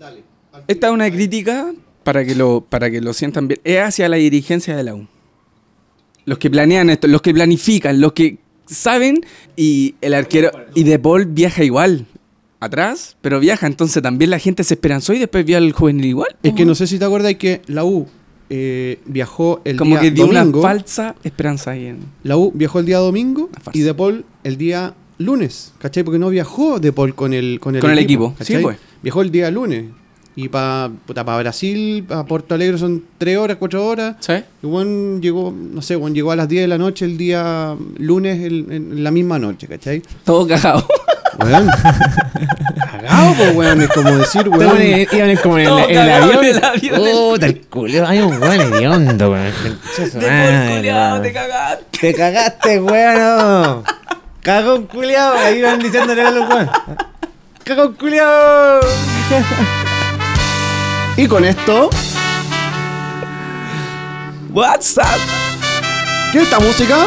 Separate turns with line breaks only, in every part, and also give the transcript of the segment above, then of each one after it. Dale. al
Esta es
tiro.
una crítica para que lo, para que lo sientan bien. Es hacia la dirigencia de la U. Los que planean esto, los que planifican, los que saben y el arquero y De Paul viaja igual atrás, pero viaja, entonces también la gente se esperanzó y después vio al juvenil igual.
Es que no sé si te acuerdas que la U eh, viajó el
Como
día
que dio
domingo.
una falsa esperanza ahí en
La U viajó el día domingo
Una farsa.
y De Paul el día lunes, ¿cachai? Porque no viajó De Paul con el, con el
Con el equipo,
¿cachai?
sí, pues.
Viajó el día lunes. Y para Brasil, para Porto Alegre son 3 horas, 4 horas. Y Juan llegó, no sé, Juan llegó a las 10 de la noche el día lunes, el- en la misma noche, ¿cachai?
Todo cagado.
Weón. Cagado, pues, weón. Es como decir,
Estaban
eh,
weón.
en- Iban como en el,
Todos
en el
cagados
avión.
en el avión.
Puta, el culo. Hay un weón hediondo, weón. Concha
Ah,
su madre, weón.
cagaste.
Te cagaste, weón. Cagón culiao. Ahí van diciéndole a los weón. Cagón culiao.
Y con esto,
WhatsApp.
¿qué es esta música?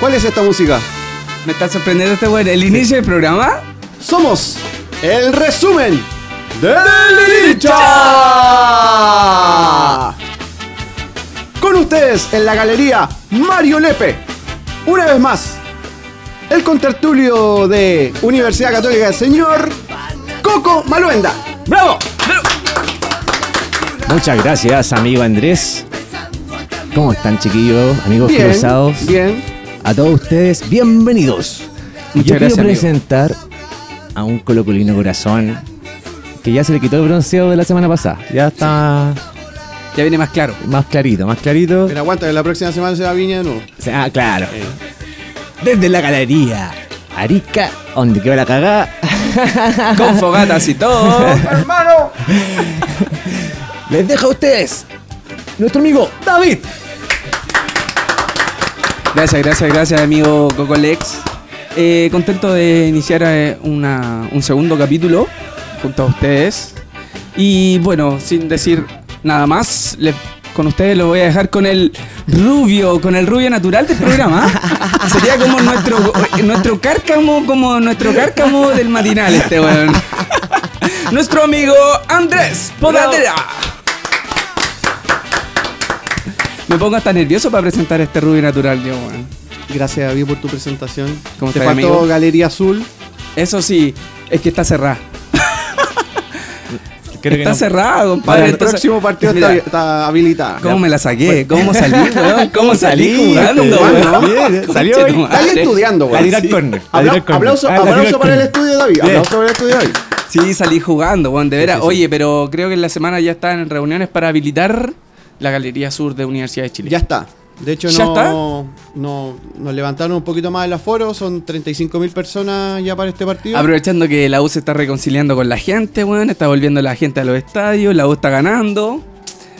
¿Cuál es esta música?
Me está sorprendiendo este weón. El inicio del programa.
Somos el resumen de Deliricha. Con ustedes en la galería Mario Lepe. Una vez más, el contertulio de Universidad Católica, el señor Coco Maluenda.
¡Bravo! Muchas gracias, amigo Andrés. ¿Cómo están, chiquillos? Amigos
Bien,
cruzados.
bien.
A todos ustedes, bienvenidos. Y
Muchas
Yo
gracias,
quiero
amigo.
presentar a un colocolino corazón que ya se le quitó el bronceado de la semana pasada. Ya está
Ya viene más claro.
más clarito, más clarito.
Pero aguanta, que la próxima semana se va a Viña de nuevo.
O sea, Ah, claro. Desde la galería Arica, donde quedó la cagada,
Con fogatas y todo.
¡Hermano!
les dejo a ustedes nuestro amigo David.
Gracias, gracias, gracias, amigo Cocolex. Eh, contento de iniciar eh, una- un segundo capítulo junto a ustedes. Y bueno, sin decir nada más, le- con ustedes lo voy a dejar con el rubio, con el rubio natural del programa. Sería como nuestro, nuestro cárcamo, como nuestro cárcamo del matinal, este weón. nuestro amigo Andrés Podadera. Me pongo hasta nervioso para presentar este rubio natural, yo, weón.
Gracias, David, por tu presentación.
¿Cómo
Te
estás,
faltó
amigo?
Galería Azul.
Eso sí, es que está cerrada.
Creo que
Está
no-
cerrada, compadre.
Para el
entonces-
próximo partido
Mira,
está, está habilitada.
¿Cómo me la saqué? ¿Cómo salí, weón? ¿Cómo salí
salí,
jugando,
este,
weón?
weón? Bien, salió
Conche
ahí.
tu
Está
madre.
ahí estudiando,
La
weón.
tira al corner. la tira al
Abla-
corner.
aplauso
Ah, la tira al
aplauso para el
corner.
estudio, David.
Bien.
Aplauso para el estudio, David.
Sí, salí jugando, weón, de veras. Oye, pero creo que en la semana ya están en reuniones para habilitar la Galería Sur de Universidad de Chile.
Ya está. De hecho,
¿Ya
no,
está?
no- nos levantaron un poquito más el aforo. Son 35.000 personas ya para este partido.
Aprovechando que la U se está reconciliando con la gente, weón. Está volviendo la gente a los estadios. La U está ganando.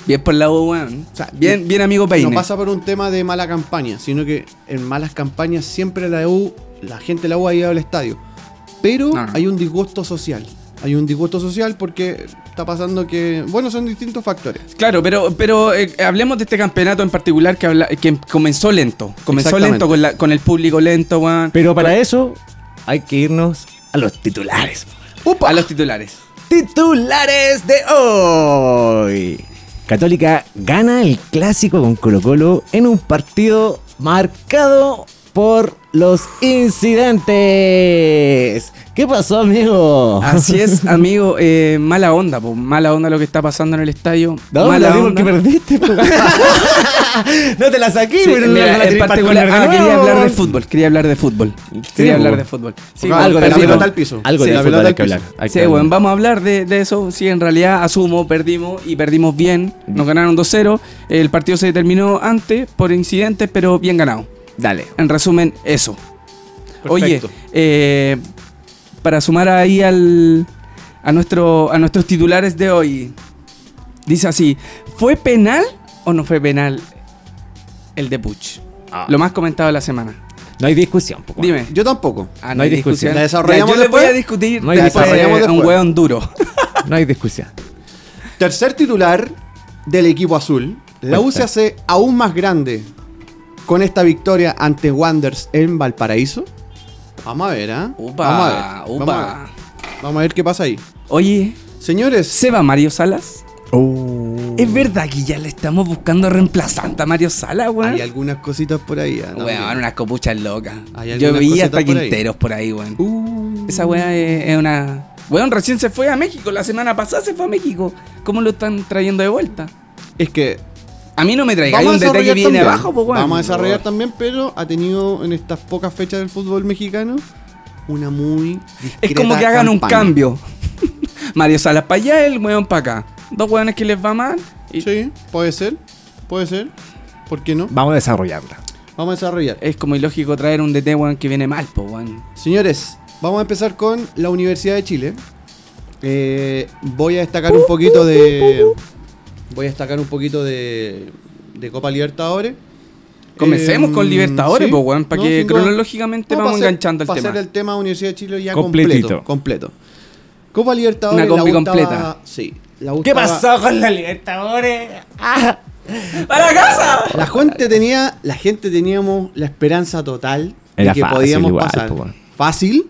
Bien por la U, weón.
O sea,
Bien, bien amigo
no
Peine.
pasa por un tema de mala campaña, sino que en malas campañas siempre la U, la gente de la U ha ido al estadio. Pero
Ah.
hay un disgusto social. Hay un disgusto social porque está pasando que, bueno, son distintos factores.
Claro, pero, pero eh, hablemos de este campeonato en particular que, habla- que comenzó lento. Comenzó
Exactamente.
lento con, la- con el público lento, weón.
Pero para eso hay que irnos a los titulares.
A los titulares.
Titulares de hoy. Católica gana el clásico con Colo Colo en un partido marcado por los incidentes. ¿Qué pasó, amigo?
Así es, amigo. eh, mala onda, po. mala onda lo que está pasando en el estadio.
No, me
mala
la di porque perdiste. po. no te la saqué,
Sí,
pero no
mira,
la- no la
en
tenés para
particular,
poner
ah, quería
nuevo.
hablar de fútbol, quería hablar de fútbol. Quería
po.
hablar de fútbol. Sí,
Porque
po,
Algo de
la
perdimos.
pelota al piso.
Algo
Sí,
de
la
fútbol
pelota
hay que
al
hablar.
piso.
hay que
Sí,
hablar.
bueno, vamos a hablar de, de eso. Sí, en realidad asumo, perdimos y perdimos bien. Nos ganaron 2-0. El partido se determinó antes por incidentes, pero bien ganado.
Dale.
En resumen, eso. Oye,
Perfecto.
eh, para sumar ahí al, a, nuestro, a nuestros titulares de hoy, dice así, ¿fue penal o no fue penal el de Puch?
Ah.
Lo más comentado de la semana.
No hay discusión. po, bueno.
Dime.
Yo tampoco.
Ah,
no hay discusión.
¿La desarrollamos
Ya, yo le
después?
voy a discutir
No hay
después de
discusión.
un hueón duro.
No hay discusión.
Tercer titular del equipo azul. La U se hace aún más grande con esta victoria ante Wanderers en Valparaíso. Vamos a ver, ¿ah?
Upa,
Vamos a ver,
upa.
Vamos a ver. Vamos a ver qué pasa ahí.
Oye,
Señores,
¿se va Mario Salas?
Oh.
Es verdad que ya le estamos buscando reemplazante a Mario Salas,
hay
weón.
algunas cositas por ahí. ah, también.
Weón, unas copuchas locas.
Hay
Yo
algunas
vi hasta
cositas por ahí.
Quinteros por ahí, weón.
Uh,
Esa weá es, es una. Weón, recién se fue a México. La semana pasada se fue a México. ¿Cómo lo están trayendo de vuelta?
es que
A mí no me traigáis un detalle
desarrollar
bien
también.
abajo, pues weón.
Vamos a desarrollar también, pero ha tenido en estas pocas fechas del fútbol mexicano una muy
Es
discreta
como que hagan un
campaña.
cambio. Mario Salas para allá, el weón para acá. Dos weones que les va mal. Y
Sí, puede ser, puede ser. ¿Por qué no?
Vamos a desarrollarla.
Vamos a desarrollar.
Es como ilógico traer un DT, weón, que viene mal, pues weón.
Señores, vamos a empezar con la Universidad de Chile. Eh, voy a destacar un poquito de. Voy a destacar un poquito de. de Copa Libertadores.
Comencemos
Eh,
con Libertadores,
sí,
pues weón, para
no,
que
sin duda.
cronológicamente
No,
vamos
pa' hacer-
enganchando el
pa'
tema.
hacer el tema Universidad de Chile ya
Completito.
completo. Completo. Copa Libertadores.
Una combi
la U estaba-
completa.
Sí. La U
¿Qué
estaba-
pasó con la Libertadores? Ah.
¡Para casa!
La gente tenía, la gente teníamos la esperanza total
Era
de que
fácil
podíamos
igual,
pasar.
po, weón.
¿Fácil?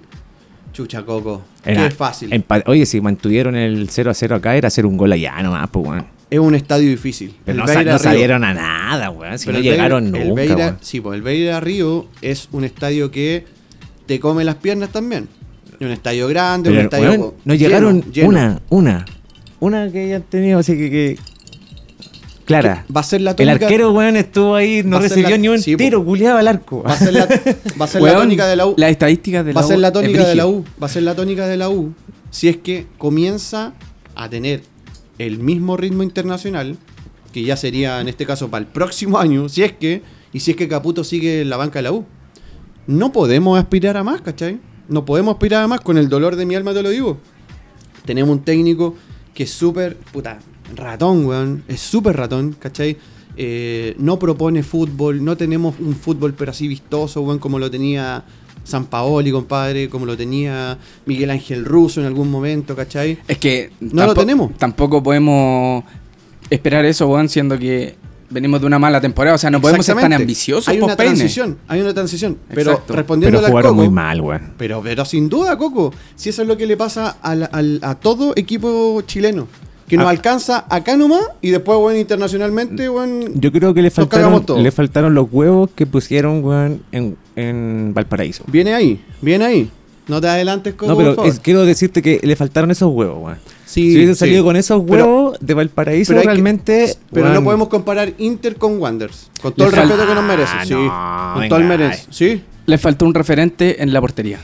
Chucha Coco.
Era em-
Qué fácil.
empa- Oye, si mantuvieron el 0 a 0 acá, era hacer un gol allá nomás, pues, weón.
Es un estadio difícil.
Pero
El
no, sa-
Beira
no
Río.
salieron a nada, weón. Si
Pero
no
el Beira-
llegaron
el
nunca,
Beira-
weón.
Sí, pues el Beira Río es un estadio que te come las piernas también. Es Un estadio grande,
Pero,
un estadio.
weón,
co-
no llegaron
lleno, lleno.
una, una. Una que hayan tenido, así que. que- Clara.
Va a ser la
El
tónica.
arquero, weón, estuvo ahí, no
Va a ser
recibió
la-
ni un
sí, po.
tiro, culiaba al arco.
Va a ser la, va a ser la
Weón,
tónica de la U.
Las estadísticas de la
va a
U
ser la
es
tónica de la
brígido.
U. Va a ser la tónica de la U. Si es que comienza a tener el mismo ritmo internacional, que ya sería en este caso para el próximo año, si es que, y si es que Caputo sigue en la banca de la U. No podemos aspirar a más, ¿cachai? No podemos aspirar a más, con el dolor de mi alma te lo digo. Tenemos un técnico que es súper, puta, ratón, weón. Es súper ratón, ¿cachai? Eh, no propone fútbol, no tenemos un fútbol pero así vistoso, weón, como lo tenía San Paoli, compadre, como lo tenía Miguel Ángel Russo en algún momento, ¿cachai?
Es que.
No lo tenemos.
Tampoco podemos esperar eso, weón, siendo que venimos de una mala temporada. O sea, no podemos ser tan
Exactamente.
ambiciosos,
Hay
pues,
una
Peine.
transición, hay una transición. Pero
Exacto.
respondiendo
Pero
al
jugaron
Coco,
muy mal, weón.
Pero, pero sin duda, Coco, si eso es lo que le pasa al- al- a todo equipo chileno. Que nos
Ah.
alcanza acá nomás y después, bueno, internacionalmente, bueno,
Yo creo que le
cagamos
faltaron,
todos.
le faltaron los huevos que pusieron, weón, en, en Valparaíso.
viene ahí, viene ahí. No te adelantes, Coco,
No,
por
pero
favor.
es- quiero decirte que le faltaron esos huevos, weón.
Sí,
si hubiese
sí.
salido con esos
Pero-
huevos de Valparaíso,
pero hay que-
realmente.
Pero
weón,
no podemos comparar Inter con Wanderers. Con todo
Le
el
fal-
respeto que nos merece.
Ah,
sí.
no,
con todo el
venga.
merece. Sí.
Le faltó un referente en la portería.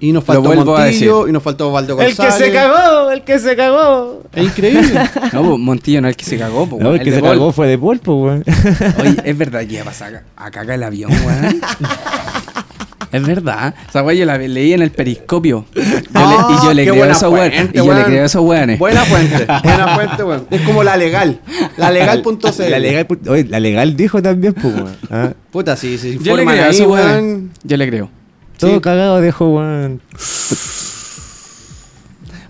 Y nos faltó
vuelvo a
Montillo, y nos faltó Valdo
El
González.
que se cagó, el que se cagó.
Es increíble.
No, pues, Montillo no es el que se cagó, pues,
No,
weón,
el que
de
se
gol.
cagó fue de polvo, weón.
Oye, es verdad, ya vas a, a cagar el avión, weón. Es verdad. Esa weá yo la leí en el periscopio. Yo le-
Ah,
y yo le
qué
creo a
buena
esos weones.
fuente,
Y yo le
weón.
creo a esos weones.
Buena fuente. Buena fuente, weón. Es como la legal. La legal.cl.
La legal, pu- oye, la legal dijo también, pues, weón. Ah,
Puta, sí, sí.
Yo le
informan
creo a
ahí,
esos
weón.
weones. Yo le creo.
Todo
Sí.
cagado dejó, weón.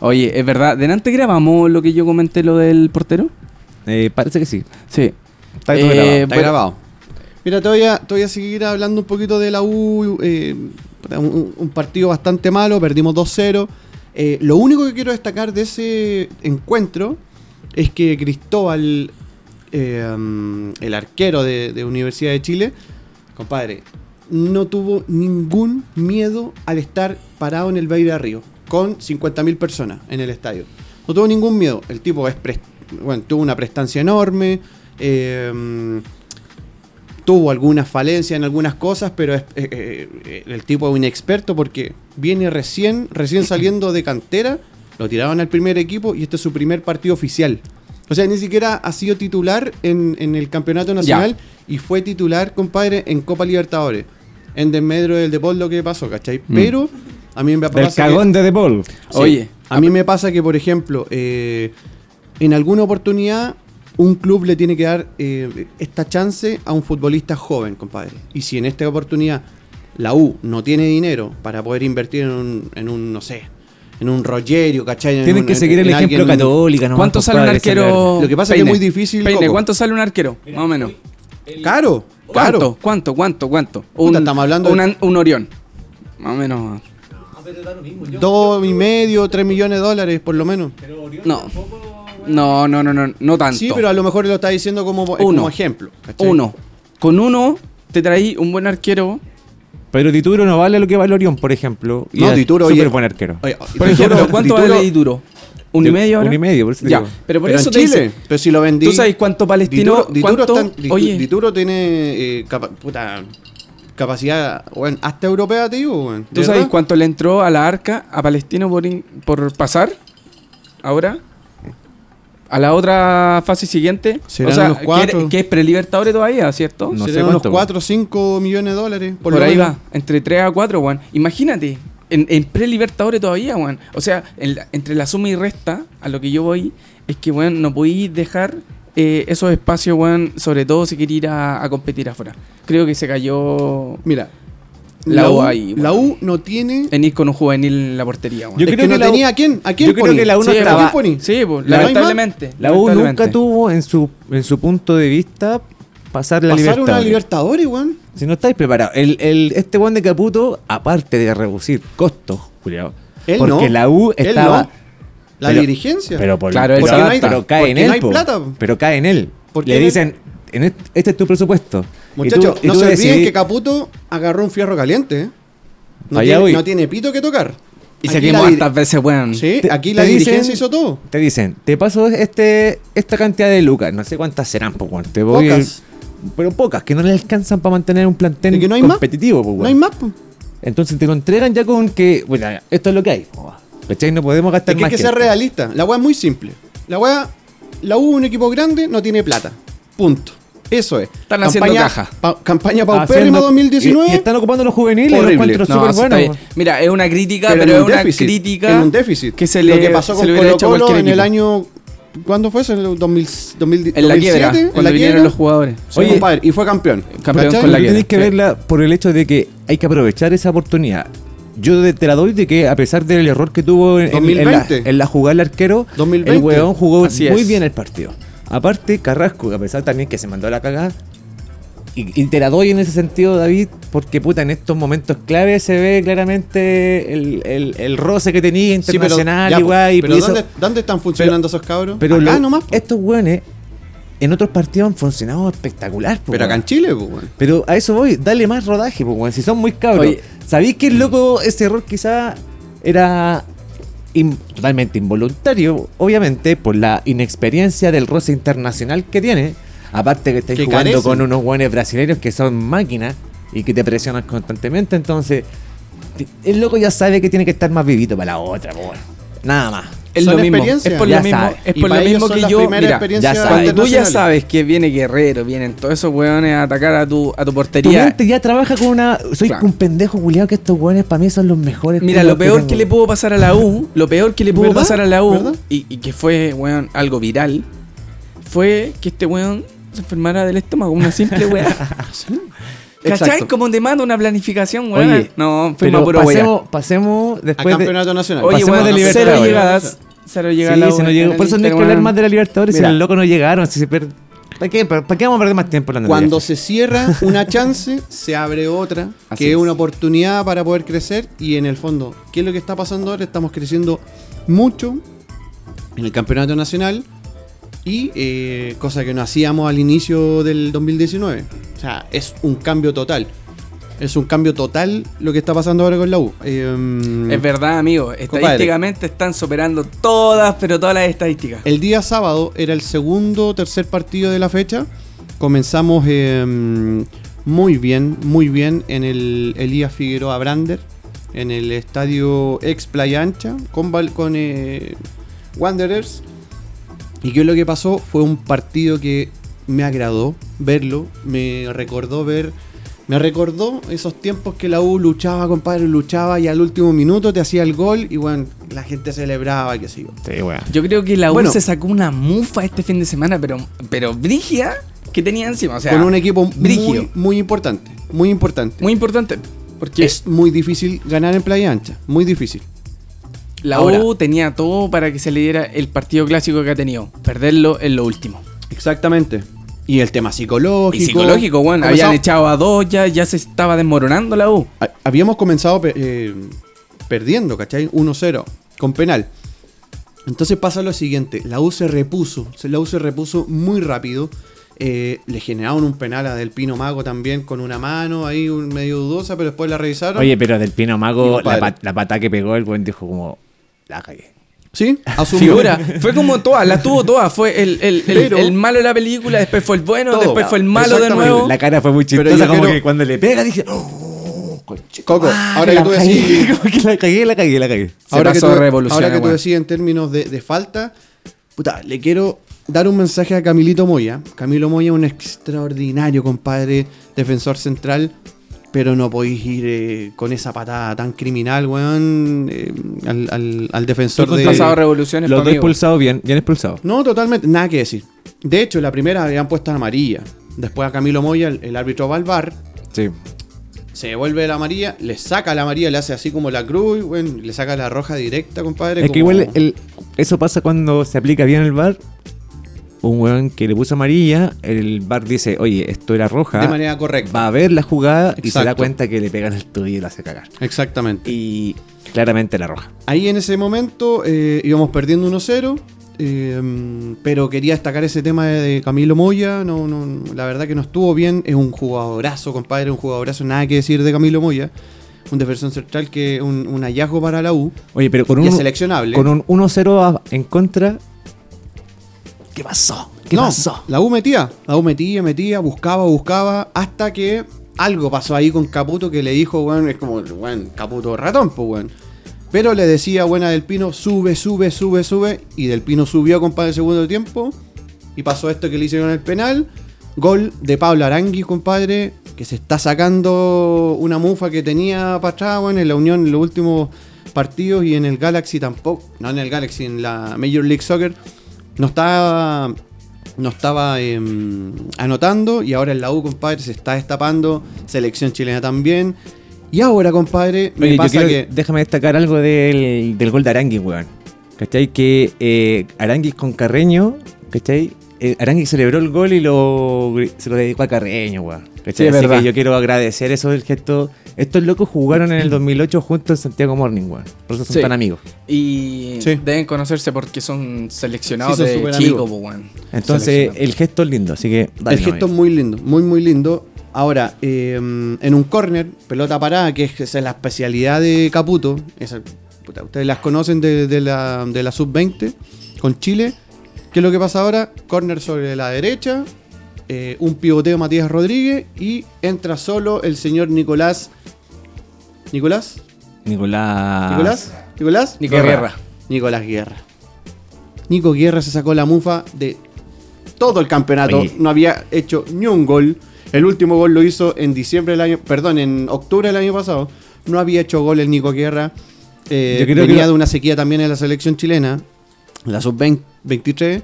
Oye, es verdad. ¿Delante grabamos lo que yo comenté, lo del portero?
Eh, parece que sí.
Sí.
Está
Eh,
todo grabado.
Está
bueno,
grabado. Mira, te voy, a, te voy a seguir hablando un poquito de la U. eh, un, un partido bastante malo, perdimos 2-0. Eh, lo único que quiero destacar de ese encuentro es que Cristóbal, eh, um, el arquero de, de Universidad de Chile, compadre, no tuvo ningún miedo al estar parado en el Beira Río, con 50.000 personas en el estadio. No tuvo ningún miedo. El tipo es pres- bueno, tuvo una prestancia enorme. eh, tuvo algunas falencias en algunas cosas, pero es, eh, eh, eh, el tipo es un experto porque viene recién, recién saliendo de cantera, lo tiraban al primer equipo y este es su primer partido oficial. O sea, ni siquiera ha sido titular en, en el campeonato nacional y fue titular, compadre, en Copa Libertadores. En desmedro del Depol lo que pasó, ¿cachai?
Mm.
Pero a mí me
Del
pasa que-
cagón de De Paul.
Sí.
Oye,
a mí me pasa que, por ejemplo, eh, en alguna oportunidad un club le tiene que dar eh, esta chance a un futbolista joven, compadre. Y si en esta oportunidad la U no tiene dinero para poder invertir en un, en un no sé, en un Rogerio, ¿cachai? En
Tienen
un-
que
en-
seguir el
en
ejemplo
alguien-
católica, nomás,
¿cuánto sale un
compadre, esa
arquero?
Lo que pasa es que es muy difícil,
Peine,
Coco.
¿cuánto sale un arquero? Más o menos.
Caro, caro.
¿Cuánto? ¿Cuánto? ¿Cuánto? ¿Cuánto?
Puta, estamos hablando de-
un, an- un Orión. Más o menos.
mierda.
Dos y medio, tres millones de dólares, por lo menos.
No. No, no, no, no, no tanto.
Sí, pero a lo mejor lo está diciendo como, eh, como
Uno.
ejemplo. ¿cachai?
Uno. Con uno te traí un buen arquero.
Pero Dituro no vale lo que vale Orión, por ejemplo. Y
No,
es
Dituro,
Súper
oye.
buen arquero.
Oye,
Por
Dituro-
ejemplo, ¿cuánto
Dituro-
vale Dituro? ¿Un y
Yo-
medio ahora?
un y medio, por eso te
Ya,
digo.
pero por
Pero
eso
en
te
Chile,
dicen-
pero si lo vendí.
¿Tú sabes cuánto palestino?
Dituro, Dituro
cuánto-
está- Ditu-
oye,
Dituro tiene eh, capa- puta, capacidad, weón, hasta europea, tío, weón.
¿tú
¿De
sabes
verdad?
cuánto le entró a la arca a Palestino por, in- por pasar? Ahora. A la otra fase siguiente.
Serán
o sea,
unos
que-
cuatro.
que, es prelibertadores todavía, ¿cierto?
No sé
Serán unos
cuánto,
4 o 5 millones de dólares.
Por,
lo
ahí
menos.
va, entre 3 a 4, weón. Imagínate, en, en pre-libertadores todavía, weón. O sea, el- entre la suma y resta, a lo que yo voy, es que, weón, no podéis dejar eh, esos espacios, weón, sobre todo si queréis ir a, a competir afuera. Creo que se cayó
Mira,
La
la,
U
U,
ahí,
la
weón.
U no tiene.
en ir con un juvenil en la portería, weón.
Yo
es
creo
que,
que
no
la U-
tenía a quién. ¿A quién
yo creo
ponía?
que la U no
¿A quién
estaba-
ponía?
sí, pues,
¿La Weimar?
lamentablemente.
La U
lamentablemente.
nunca tuvo en su, en su punto de vista pasar la
Pasar una
libertad.
Libertadores, weón.
Si no estáis preparados. El, el- este Juan de Caputo, aparte de reducir costos, Julián.
Él
Porque
no.
la U
Él
estaba.
no. La
pero-
dirigencia.
Pero, por,
Claro, él
pero-
se adapta.
pero cae
Porque
en él.
no hay
po.
plata, po.
Pero cae en él.
Porque
Le
él-
dicen, en este, este es tu presupuesto. Y
Muchachos,
tú- y
no
tú
se olviden
decidís-
que Caputo agarró un fierro caliente. ¿eh? No,
Allá
tiene,
voy.
no tiene pito que tocar.
Y
Aquí
saquemos
la dir-
hartas veces, weón.
Sí,
Te-
aquí la
te dicen-
dirigencia hizo todo.
Te dicen, te paso este, esta cantidad de lucas, no sé cuántas serán, po, weón. Te voy-
Pocas.
pero pocas, que no le alcanzan para mantener un plantel
Y que no hay más.
competitivo, po, weón.
No hay más. po.
Entonces te lo entregan ya con que, bueno, esto es lo que hay. po, weón. ¿Cachai? No podemos gastar
Es que hay
más.
que
que
ser
esto.
realista. La weá es muy simple. La weá, la U, un equipo grande, no tiene plata. Punto. Eso es.
Están haciendo caja.
pa- campaña paupérrima
Haciendo-
2019.
y, y están ocupando los juveniles, lo
Horrible.
encuentro
No,
súper
sí,
bueno.
está bien. Mira, es una crítica, pero,
en
es
un
una
déficit,
crítica.
en un déficit.
Que se le,
lo que pasó
se
con
le hubiera
Colo
hecho a cualquier
Colo en el
equipo.
año ¿cuándo fue? eso? ¿En el 2000, 2000,
En la quiebra,
2007? ¿En
cuando
la
vinieron
quiebra?
los jugadores.
Sí,
Oye,
compadre, y fue campeón.
Campeón
¿Cachai?
con la
Pero
guerra,
tenéis que
sí.
verla por el hecho de que hay que aprovechar esa oportunidad. Yo de- te la doy de que a pesar del error que tuvo en, en- en la,
2020.
en la jugada del arquero,
2020.
el weón jugó
Así
muy
es.
bien el partido. Aparte, Carrasco, que a pesar también que se mandó a la cagada, y, y te la doy en ese sentido, David, porque puta, en estos momentos clave se ve claramente el, el- el roce que tenía
Sí, pero-
internacional,
ya, po,
igual. y
pero
eso-
¿dónde, dónde están funcionando esos cabros?
pero
acá
lo-
nomás. po.
estos weones en otros partidos han funcionado espectacular. po,
Pero acá
weón.
en Chile, pues, weón.
Pero a eso voy, dale más rodaje, pues, weón. Si son muy cabros.
Oye.
¿Sabéis que el loco, ese error quizá era in- totalmente involuntario? Obviamente, por la inexperiencia del roce internacional que tiene. Aparte que estáis
Que
jugando
carecen.
con unos buenos brasileños que son máquinas y que te presionan constantemente. Entonces, ti- el loco ya sabe que tiene que estar más vivito para la otra, pues, weón. Nada más.
Es
Son
lo mismo, es
experiencias.
por
Ya
lo mismo,
sabe.
es
Y
por lo
para ellos
mismo
son
que
las
yo,
primeras
mira,
experiencias
ya
cuando tú ya
internacionales.
sabes que viene Guerrero, vienen todos esos weones a atacar a tu, a tu
Tu
portería.
mente ya trabaja con una. Ah, Soy
Claro.
un pendejo culiado que estos weones para mí son los mejores.
Mira,
culiados
lo peor que
tengo.
le pudo pasar a la U, lo peor que le pudo
¿Verdad?
pasar a la U,
¿Verdad?
y, y que fue, weón, algo viral, fue que este weón se enfermara del estómago, una simple weón. ¿Cachai?
Exacto.
Como te manda una planificación, weón.
Oye,
no, fue
Pero
una pura weá.
pasemos, pasemos
A
después de,
campeonato nacional.
Oye,
pasemos
weón,
de
cero
Libertadores.
llegadas. Cero llegadas.
Sí,
la U
se no
en
llegó.
el
Por eso no hay que
Inter,
hablar
weón.
más de la Libertadores
Mira.
si los locos no llegaron. Si se per- ¿Para, qué? ¿Para, para qué vamos a perder más tiempo hablando
Cuando
de
se cierra una chance, se abre otra,
Así
que es
es.
una oportunidad para poder crecer. Y en el fondo, ¿qué es lo que está pasando ahora? Estamos creciendo mucho en el campeonato nacional y eh, cosa que no hacíamos al inicio del 2019. O sea, es un cambio total. Es un cambio total lo que está pasando ahora con la U. Em,
Es verdad, amigo. Estadísticamente están superando todas, pero todas las estadísticas.
El día sábado era el segundo o tercer partido de la fecha. Comenzamos eh, muy bien, muy bien en el Elías Figueroa Brander, en el estadio ex Playa Ancha, con, Val- con eh, Wanderers. Y que lo que pasó fue un partido que me agradó verlo, me recordó ver, me recordó esos tiempos que la U luchaba, compadre, luchaba y al último minuto te hacía el gol y bueno, la gente celebraba, qué sé yo.
Sí, weón.
Yo creo que la U
Bueno.
se sacó una mufa este fin de semana, pero, pero brigia que tenía encima. O sea,
con un equipo
brígido.
muy, muy importante. Muy importante.
muy importante. Porque
es muy difícil ganar en playa ancha. Muy difícil.
la
ahora-
U tenía todo para que se le diera el partido clásico que ha tenido. Perderlo en lo último.
Exactamente. Y el tema psicológico.
Y psicológico, bueno. Habían
Comenzamos-
echado a dos, ya, ya se estaba desmoronando la U.
Ha- Habíamos comenzado pe- eh, perdiendo, ¿cachai? 1-0 con penal. Entonces pasa lo siguiente, la U se repuso, se- la U se repuso muy rápido. eh, le generaron un penal a Del Pino Mago también con una mano ahí un medio dudosa, pero después la revisaron.
Oye, pero del Pino Mago,
Digo,
la,
padre.
pat- la patada que pegó el buen dijo como, la cagué.
sí, asumió.
Figura. Fue como todas, las tuvo todas. Fue el, el, el-
Pero-
el malo de la película, después fue el bueno,
Todo.
después fue el malo de
Exactamente.
nuevo.
La cara fue muy
Pero
chistosa,
yo
como
quiero-
que cuando le pega dije, "Oh,
Coco, ahora que
Ah, la
tú
cagué".
decís,
Como que la cagué, la cagué, la cagué.
Se
ahora que
pasó
tú-
revolución,
ahora que tú
weón.
decís en términos de, de falta, puta, le quiero dar un mensaje a Camilito Moya. Camilo Moya, un extraordinario compadre, defensor central, pero no podéis ir eh, con esa patada tan criminal, weón, eh, al, al- al defensor
Estoy
de...
con pasado revoluciones
Los
pa'
dos
mí, weón.
expulsados, bien, bien expulsados.
No, totalmente, nada que decir. De hecho, la primera habían puesto amarilla. Después a Camilo Moya, el, el árbitro va al bar,
Sí.
se devuelve la amarilla, le saca la amarilla, le hace así como la cruz, weón, le saca la roja directa, compadre.
Es que
como-
igual el- eso pasa cuando se aplica bien el bar. Un weón que le puso amarilla, el bar dice, oye, esto era roja.
De manera correcta.
Va a ver la jugada y se da
Exacto.
cuenta que le pegan el tobillo y lo hace cagar.
Exactamente.
Y claramente la roja.
Ahí en ese momento eh, íbamos perdiendo 1-0. eh, pero quería destacar ese tema de, de Camilo Moya. No, no, la verdad que no estuvo bien. Es un jugadorazo, compadre. Un jugadorazo. Nada que decir de Camilo Moya. Un defensor central que es un, un hallazgo para la U.
Oye, pero con
Y
un,
es seleccionable.
con un 1-0 a- en contra. ¿Qué pasó? ¿Qué
no,
pasó?
la U metía. La U metía, metía, buscaba, buscaba. Hasta que algo pasó ahí con Caputo que le dijo, weón, es como, weón, Caputo ratón, pues, weón. Pero le decía, buena Del Pino, sube, sube, sube, sube. Y Del Pino subió, compadre, el segundo tiempo. Y pasó esto que le hicieron el penal. Gol de Pablo Arangui, compadre, que se está sacando una mufa que tenía para atrás, weón, en la Unión en los últimos partidos y en el Galaxy tampoco. No, en el Galaxy, en la Major League Soccer. No estaba, no estaba em, anotando y ahora en la U, compadre, se está destapando. Selección chilena también. Y ahora, compadre, me
Oye, yo
pasa
quiero-
que...
Déjame destacar algo del, del gol de Arangui, weón. ¿Cachai? Que eh, Arangui con Carreño, ¿cachai? Eh, Arangui celebró el gol y lo, gri- se lo dedicó a Carreño, weón. ¿Cachai?
Sí, es
Así
verdad.
que yo quiero agradecer eso del gesto. Estos locos jugaron
Mm.
en el 2008 juntos en Santiago Morning, weón. Por eso son
Sí.
tan amigos.
Y
Sí.
deben conocerse porque son seleccionados
Sí, son
de
súper
chico,
amigos.
po, weón.
Entonces,
Seleccionados.
el gesto es lindo, así que dale,
el gesto es
amigo.
muy lindo, muy, muy lindo. Ahora, eh, en un corner, pelota parada, que es, esa es la especialidad de Caputo. esa- puta, ustedes las conocen de, de la, de la sub-20 con Chile. ¿Qué es lo que pasa ahora? Corner sobre la derecha, eh, un pivoteo de Matías Rodríguez y entra solo el señor Nicolás. ¿Nicolás?
Nicolás.
¿Nicolás? ¿Nicolás?
Nico Guerra.
Nicolás Guerra. Nico Guerra se sacó la mufa de todo el campeonato.
Oye.
No había hecho ni un gol. El último gol lo hizo en diciembre del año. Perdón, en octubre del año pasado. No había hecho gol el Nico Guerra. Eh,
Yo creo
venía
que-
de una sequía también en la selección chilena. La sub-23.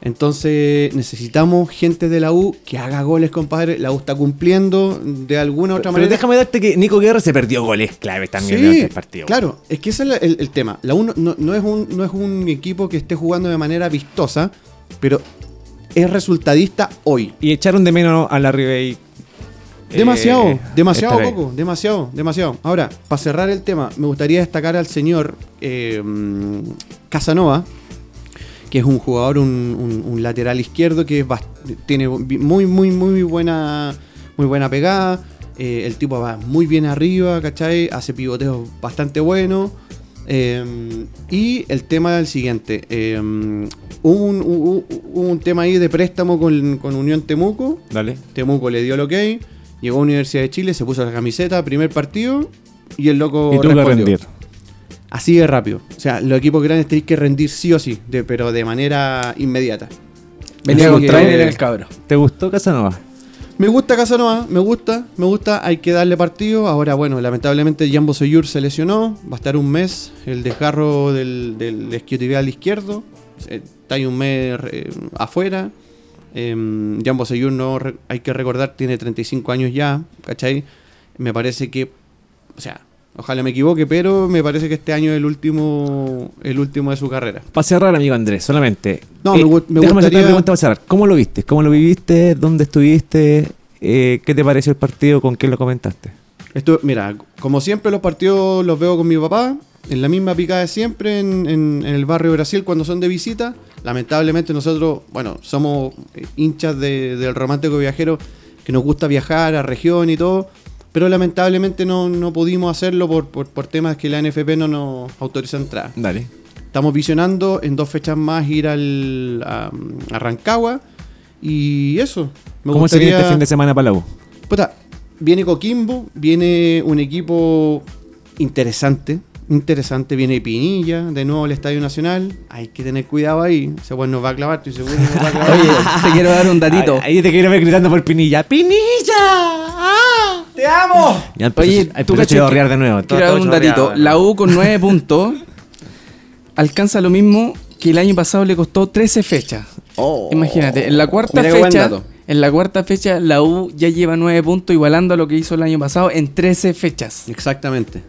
Entonces necesitamos gente de la U que haga goles, compadre. La U está cumpliendo de alguna u otra
Pero
manera.
déjame darte que Nico Guerra se perdió goles claves también
Sí,
durante el partido.
Claro, es que ese es el, el- el tema. La uno no, no es un, no es un equipo que esté jugando de manera vistosa, pero es resultadista hoy.
Y echaron de menos a la Ribey.
Demasiado, demasiado,
esta vez.
Coco, demasiado, demasiado. Ahora, para cerrar el tema, me gustaría destacar al señor eh, mm, Casanova, que es un jugador, un, un- un lateral izquierdo que es bast- tiene bi- muy, muy, muy buena, muy buena pegada. Eh, el tipo va muy bien arriba, ¿cachai? Hace pivoteos bastante buenos. Eh, y el tema del siguiente. eh, hubo, un, hubo- hubo un tema ahí de préstamo con, con Unión Temuco.
Dale.
Temuco le dio el ok, llegó a Universidad de Chile, se puso la camiseta, primer partido, y el loco respondió. Así de rápido. O sea, los equipos grandes tenéis que rendir sí o sí, de- pero de manera inmediata.
Venía
Así
con
que-
trainer el cabro.
¿Te gustó Casanova?
Me gusta Casanova, me gusta, me gusta, hay que darle partido. Ahora, bueno, lamentablemente Jambo Soyur se lesionó, va a estar un mes el desgarro del, del isquiotibial izquierdo, eh, está ahí un mes eh, afuera. Eh, Jambo Soyur, no, re- hay que recordar, tiene 35 años ya, ¿cachai? Me parece que, o sea, ojalá me equivoque, pero me parece que este año es el último, el último de su carrera.
Para cerrar, amigo Andrés, solamente. eh,
No, me gu- me
déjame hacerte
gustaría-
una pregunta para cerrar. ¿Cómo lo viste? ¿Cómo lo viviste? ¿Dónde estuviste? Eh, ¿Qué te pareció el partido? ¿Con quién lo comentaste?
Estuve- mira, como siempre los partidos los veo con mi papá, en la misma picada de siempre, en, en- en el barrio Brasil cuando son de visita. Lamentablemente nosotros, bueno, somos eh, hinchas de- del romántico viajero que nos gusta viajar a región y todo, pero lamentablemente no, no pudimos hacerlo por, por- por temas que la NFP no nos autorizó entrar.
Dale.
Estamos visionando en dos fechas más ir al, a, a Rancagua y eso. Me
¿Cómo se viene este fin de semana para la U?
Puta, viene Coquimbo, viene un equipo interesante, interesante, viene Pinilla, de nuevo al Estadio Nacional. Hay que tener cuidado ahí, ese weón nos va a clavar, estoy seguro que nos va a clavar.
Oye, te quiero dar un datito.
Ahí, ahí te quiero ver gritando por Pinilla. ¡Pinilla!
¡Te amo!
Ya pues, empezó-
Oye,
empezó
tú
a
cachai
chorrear
que-
de nuevo.
Quiero dar un datito. La U con 9 puntos alcanza lo mismo que el año pasado le costó 13 fechas.
Oh.
Imagínate, en la cuarta
Oh. Mira qué buen
fecha,
dato.
en la cuarta fecha la U ya lleva 9 puntos igualando a lo que hizo el año pasado en 13 fechas.
Exactamente.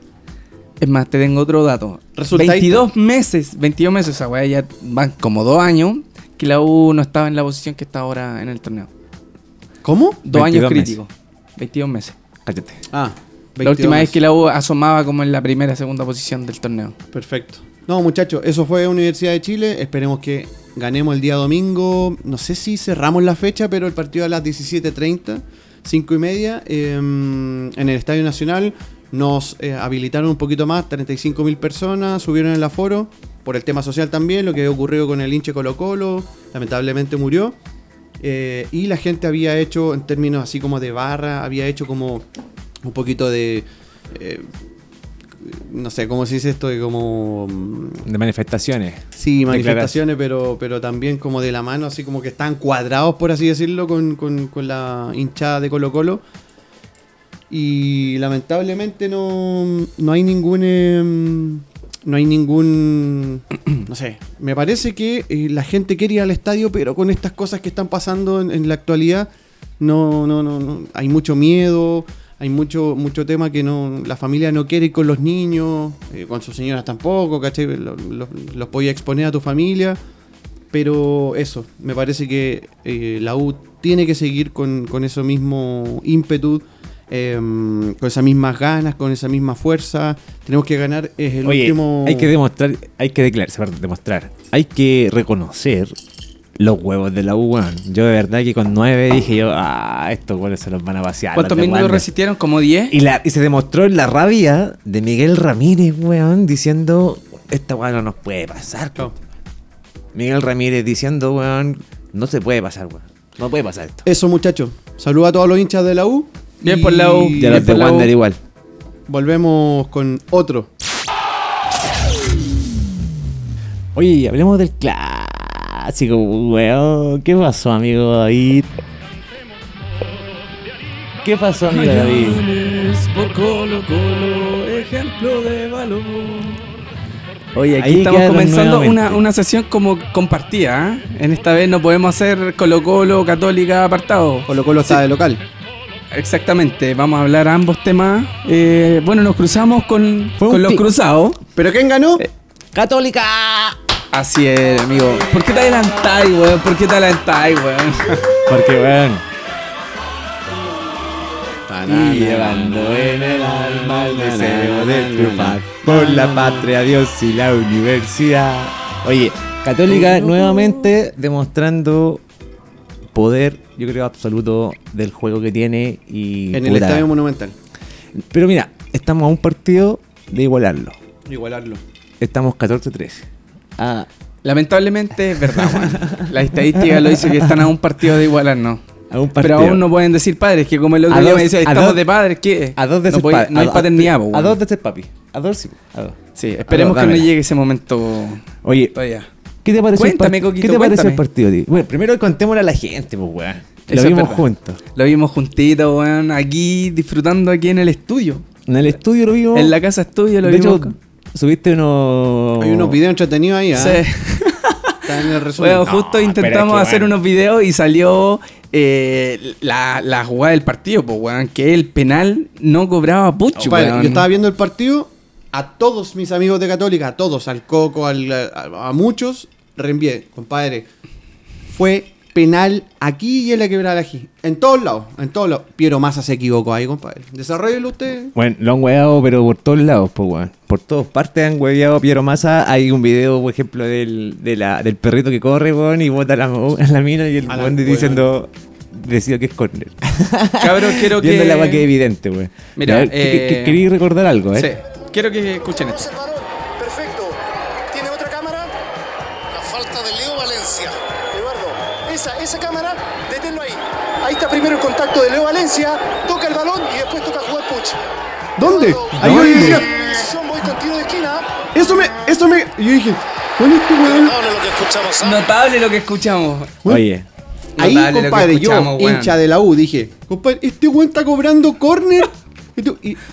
Es más, te tengo otro dato.
Resultadito.
22 meses, 22 meses, esa weá ya van como 2 años que la U no estaba en la posición que está ahora en el torneo.
¿Cómo?
2 años
22
críticos. 22 meses.
Cállate.
Ah,
La
22
última vez que
meses.
la U asomaba como en la primera, segunda posición del torneo.
Perfecto. No, muchachos, eso fue Universidad de Chile. Esperemos que ganemos el día domingo. No sé si cerramos la fecha, pero el partido a las 17.30, 5 y media, eh, en el Estadio Nacional. Nos eh, habilitaron un poquito más, 35.000 personas, subieron el aforo. Por el tema social también, lo que ocurrió con el hinche Colo Colo, lamentablemente murió. Eh, y la gente había hecho, en términos así como de barra, había hecho como un poquito de... eh, no sé cómo se dice esto, de como... mm,
De manifestaciones.
Sí, manifestaciones, pero, pero también como de la mano, así como que están cuadrados, por así decirlo, con, con- con la hinchada de Colo Colo. Y lamentablemente no, no hay ningún... em, no hay ningún... No sé, me parece que eh, la gente quiere ir al estadio, pero con estas cosas que están pasando en, en la actualidad, no, no, no, no, hay mucho miedo, hay mucho, mucho tema que no, la familia no quiere ir con los niños, eh, con sus señoras tampoco, ¿cachai? Lo- lo- Los, podía exponer a tu familia, pero eso, me parece que eh, la U tiene que seguir con, con eso mismo ímpetu. em, con esas mismas ganas, con esa misma fuerza, tenemos que ganar. Es el
Oye,
último.
hay que demostrar, hay que declarar, se va a demostrar, hay que reconocer los huevos de la U, weón. Yo de verdad que con nueve dije yo, ah, estos huevos se los van a vaciar.
¿Cuántos
los de
minutos
Wander".
resistieron? ¿Como 10?
Y, la, y se demostró la rabia de Miguel Ramírez, weón, diciendo, esta weón no nos puede pasar.
No.
Miguel Ramírez diciendo, weón, no se puede pasar, weón. No puede pasar esto.
Eso, muchachos. Saludo a todos los hinchas de la U.
Bien por la U.
Y
Y a los de
por la U.
Wander igual.
Volvemos con otro.
Oye, hablemos del clásico, weón. ¿Qué pasó, amigo David? ¿Qué pasó, amigo David?
por Colo Colo, ejemplo de valor. Oye, aquí
Ahí
estamos
quedaron
comenzando
nuevamente.
una, una sesión como compartida. ¿eh? En esta vez no podemos hacer Colo Colo, Católica, apartado.
Colo Colo está de local.
Exactamente, vamos a hablar ambos temas. Eh, bueno, nos cruzamos con,
Fue un
con los
tic.
cruzados.
¿Pero quién ganó?
Eh,
¡Católica!
Así es, amigo. ¿Por qué te adelantáis, weón? ¿Por qué te adelantáis, weón?
Porque, weón.
Y llevando
en el
alma el deseo de triunfar
por la patria, Dios y la universidad. Oye, Católica nuevamente demostrando poder, yo creo, absoluto del juego que tiene y.
En el
puta,
Estadio Monumental.
Pero mira, estamos a un partido de igualarlo.
Igualarlo.
Estamos 14-13. A,
Lamentablemente es verdad, weón. La estadística lo dice que están a un partido de igualarnos.
a un partido.
Pero aún no pueden decir padres, que como el otro
A
día
dos-
me decía,
a
estamos
dos-
de padres, ¿qué?
A dos de
no,
ser
puede-
pa-
no
a-
hay
a-
paternidad, po,
A
weón.
dos de ser papi. A dos sí. A dos.
Sí, esperemos
a
que no
dos, dame.
llegue ese momento
Oye,
todavía.
¿qué te pareció
Cuéntame,
el, par-
Coquito,
¿qué te pareció el
cuéntame.
partido? tío? Bueno, primero contémosle a la gente, pues, weón.
Eso
Lo
es
vimos
verdad.
juntos.
Lo vimos juntitos, weón, aquí disfrutando aquí en el estudio.
En el estudio lo vimos.
Eh, En la casa estudio lo
De hecho,
vimos. con-
subiste unos.
Hay unos videos entretenidos ahí, ¿ah?
Oh. Sí.
Está en el resumen.
Bueno,
No.
justo
pero
intentamos
es que,
hacer
bueno.
unos videos y salió eh, la, la jugada del partido, pues, weón, que el penal no cobraba Pucho,
Compadre,
weón.
yo estaba viendo el partido. A todos mis amigos de Católica, a todos, al Coco, al- a, a muchos, reenvié. Compadre, fue penal aquí y en la quebrada aquí. En todos lados, en todos lados. Piero Massa se equivocó ahí, compadre. Desarrollelo usted.
Bueno, lo han hueveado, pero por todos lados, pues, weón. Por todas partes han hueveado a Piero Massa. Hay un video, por ejemplo, del, de la- del perrito que corre, weón, y bota la, mo- a la mina y el
A la
weón
weón.
diciendo. Decido que es corner.
Cabros, quiero que.
Viendo la weá que es evidente, weón.
Mira,
A ver, que- que-
eh,
que- quería recordar algo, ¿eh?
Sí, quiero que escuchen esto.
Se paró. Perfecto. ¿Tiene otra cámara?
La falta de Leo Valencia.
Eduardo, esa, esa cámara, deténlo ahí. Ahí está primero el contacto de Leo Valencia. Toca el balón y después toca jugar Puch.
¿Dónde?
Eduardo,
Ahí yo
¿Dónde?
decía,
Decisión, voy con tiro de esquina.
eso me, eso me. Yo dije, bueno, este weón.
Notable lo que escuchamos. ¿ah?
Notable lo que escuchamos.
Oye.
Ahí,
Notable lo que
compadre, yo,
escuchamos, weón.
hincha de la U, dije, compadre, este weón está cobrando córner.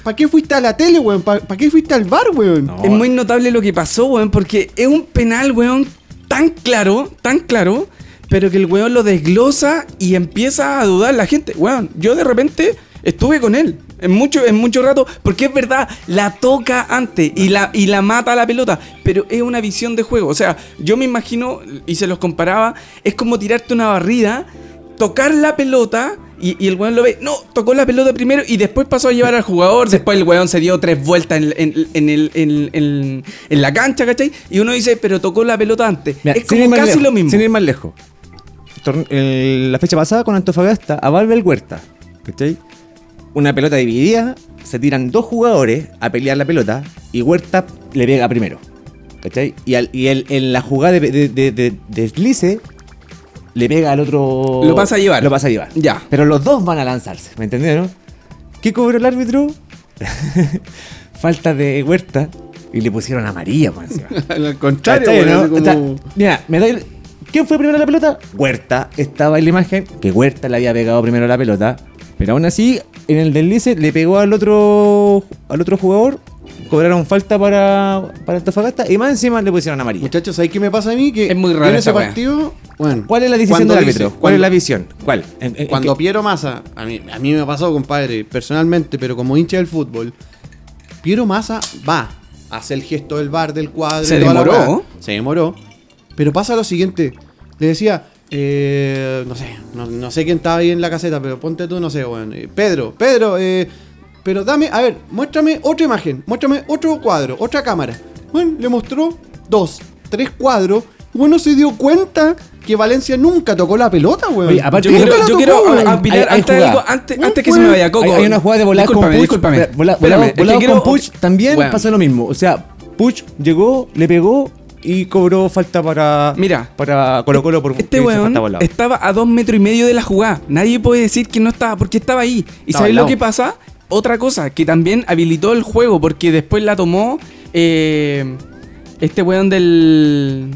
¿Para qué fuiste a la tele, weón? ¿Para qué fuiste al bar, weón?
No.
Es muy notable lo que pasó, weón, porque es un penal, weón, tan claro, tan claro, pero que el weón lo desglosa y empieza a dudar la gente. Weón, yo de repente estuve con él en mucho, en mucho rato, porque es verdad, la toca antes y la, y la mata a la pelota, pero es una visión de juego. O sea, yo me imagino, y se los comparaba, es como tirarte una barrida, tocar la pelota. Y, y el weón lo ve, no, tocó la pelota primero y después pasó a llevar al jugador. Después el weón se dio tres vueltas en, en- en el- en- en- en la cancha, ¿cachai? Y uno dice, pero tocó la pelota antes.
Mira,
es
sin ir
como
más
casi
lejos,
lo mismo.
Sin ir más lejos. eh, Torne- el- la fecha pasada con Antofagasta, a Valvel Huerta. ¿Cachai? Una pelota dividida, se tiran dos jugadores a pelear la pelota y Huerta le pega primero. ¿Cachai? Y, al- y él, en la jugada de, de- de- de- deslice le pega al otro.
Lo pasa a llevar.
Lo pasa a llevar.
Ya.
Pero los dos van a lanzarse, ¿me entendieron? ¿Qué cobró el árbitro? Falta de Huerta y le pusieron amarilla por encima.
Al contrario,
¿Cachai,
weón,
no?
así como-
Está- mira, me da el- ¿Quién fue primero a la pelota? Huerta. Estaba en la imagen que Huerta le había pegado primero la pelota. Pero aún así, en el deslice le pegó al otro al otro jugador. Cobraron falta para, para Antofagasta y más encima le pusieron amarilla.
Muchachos, ¿sabéis qué me pasa a mí? Que
Es muy rara
en ese
esta wea.
partido, bueno,
¿Cuál es la decisión
cuando
del
dice-
árbitro? ¿Cuál
cuando-
es la visión? ¿Cuál? En- en-
Cuando
en qué-
Piero Massa, a mí, a mí me pasó, compadre, personalmente, pero como hincha del fútbol, Piero Massa va, hace el gesto del bar, del cuadro.
Se
y toda la
demoró.
weá. Se demoró. Pero pasa lo siguiente. Le decía, eh, no sé, no, no sé quién estaba ahí en la caseta, pero ponte tú, no sé, weón. eh, Pedro, Pedro, eh, pero dame, a ver, muéstrame otra imagen, muéstrame otro cuadro, otra cámara. Bueno, le mostró dos, tres cuadros. Bueno, se dio cuenta que Valencia nunca tocó la pelota, weón.
Oye, aparte-
yo quiero,
Nunca la
yo
tocó,
quiero
weón.
opinar
Hay- hay
antes, de algo-
jugada.
antes,
Bueno,
antes que se
bueno.
me vaya Coco.
Hay, hay una jugada de volar
discúlpame,
con Puch.
Discúlpame,
Vola- vola-
Espérame,
volado-
es que
volado
quiero-
con Puch también
Weón,
pasa lo mismo. O sea, Puch llegó, le pegó y cobró falta para.
Mira.
Para Colo Colo por
Este
hizo
weón
falta volado.
estaba a dos metros y medio de la jugada. Nadie puede decir que no estaba, porque estaba ahí. ¿Y
Estaba
sabes
al
lo
lado.
que pasa? Otra cosa, que también habilitó el juego, porque después la tomó eh, este weón del...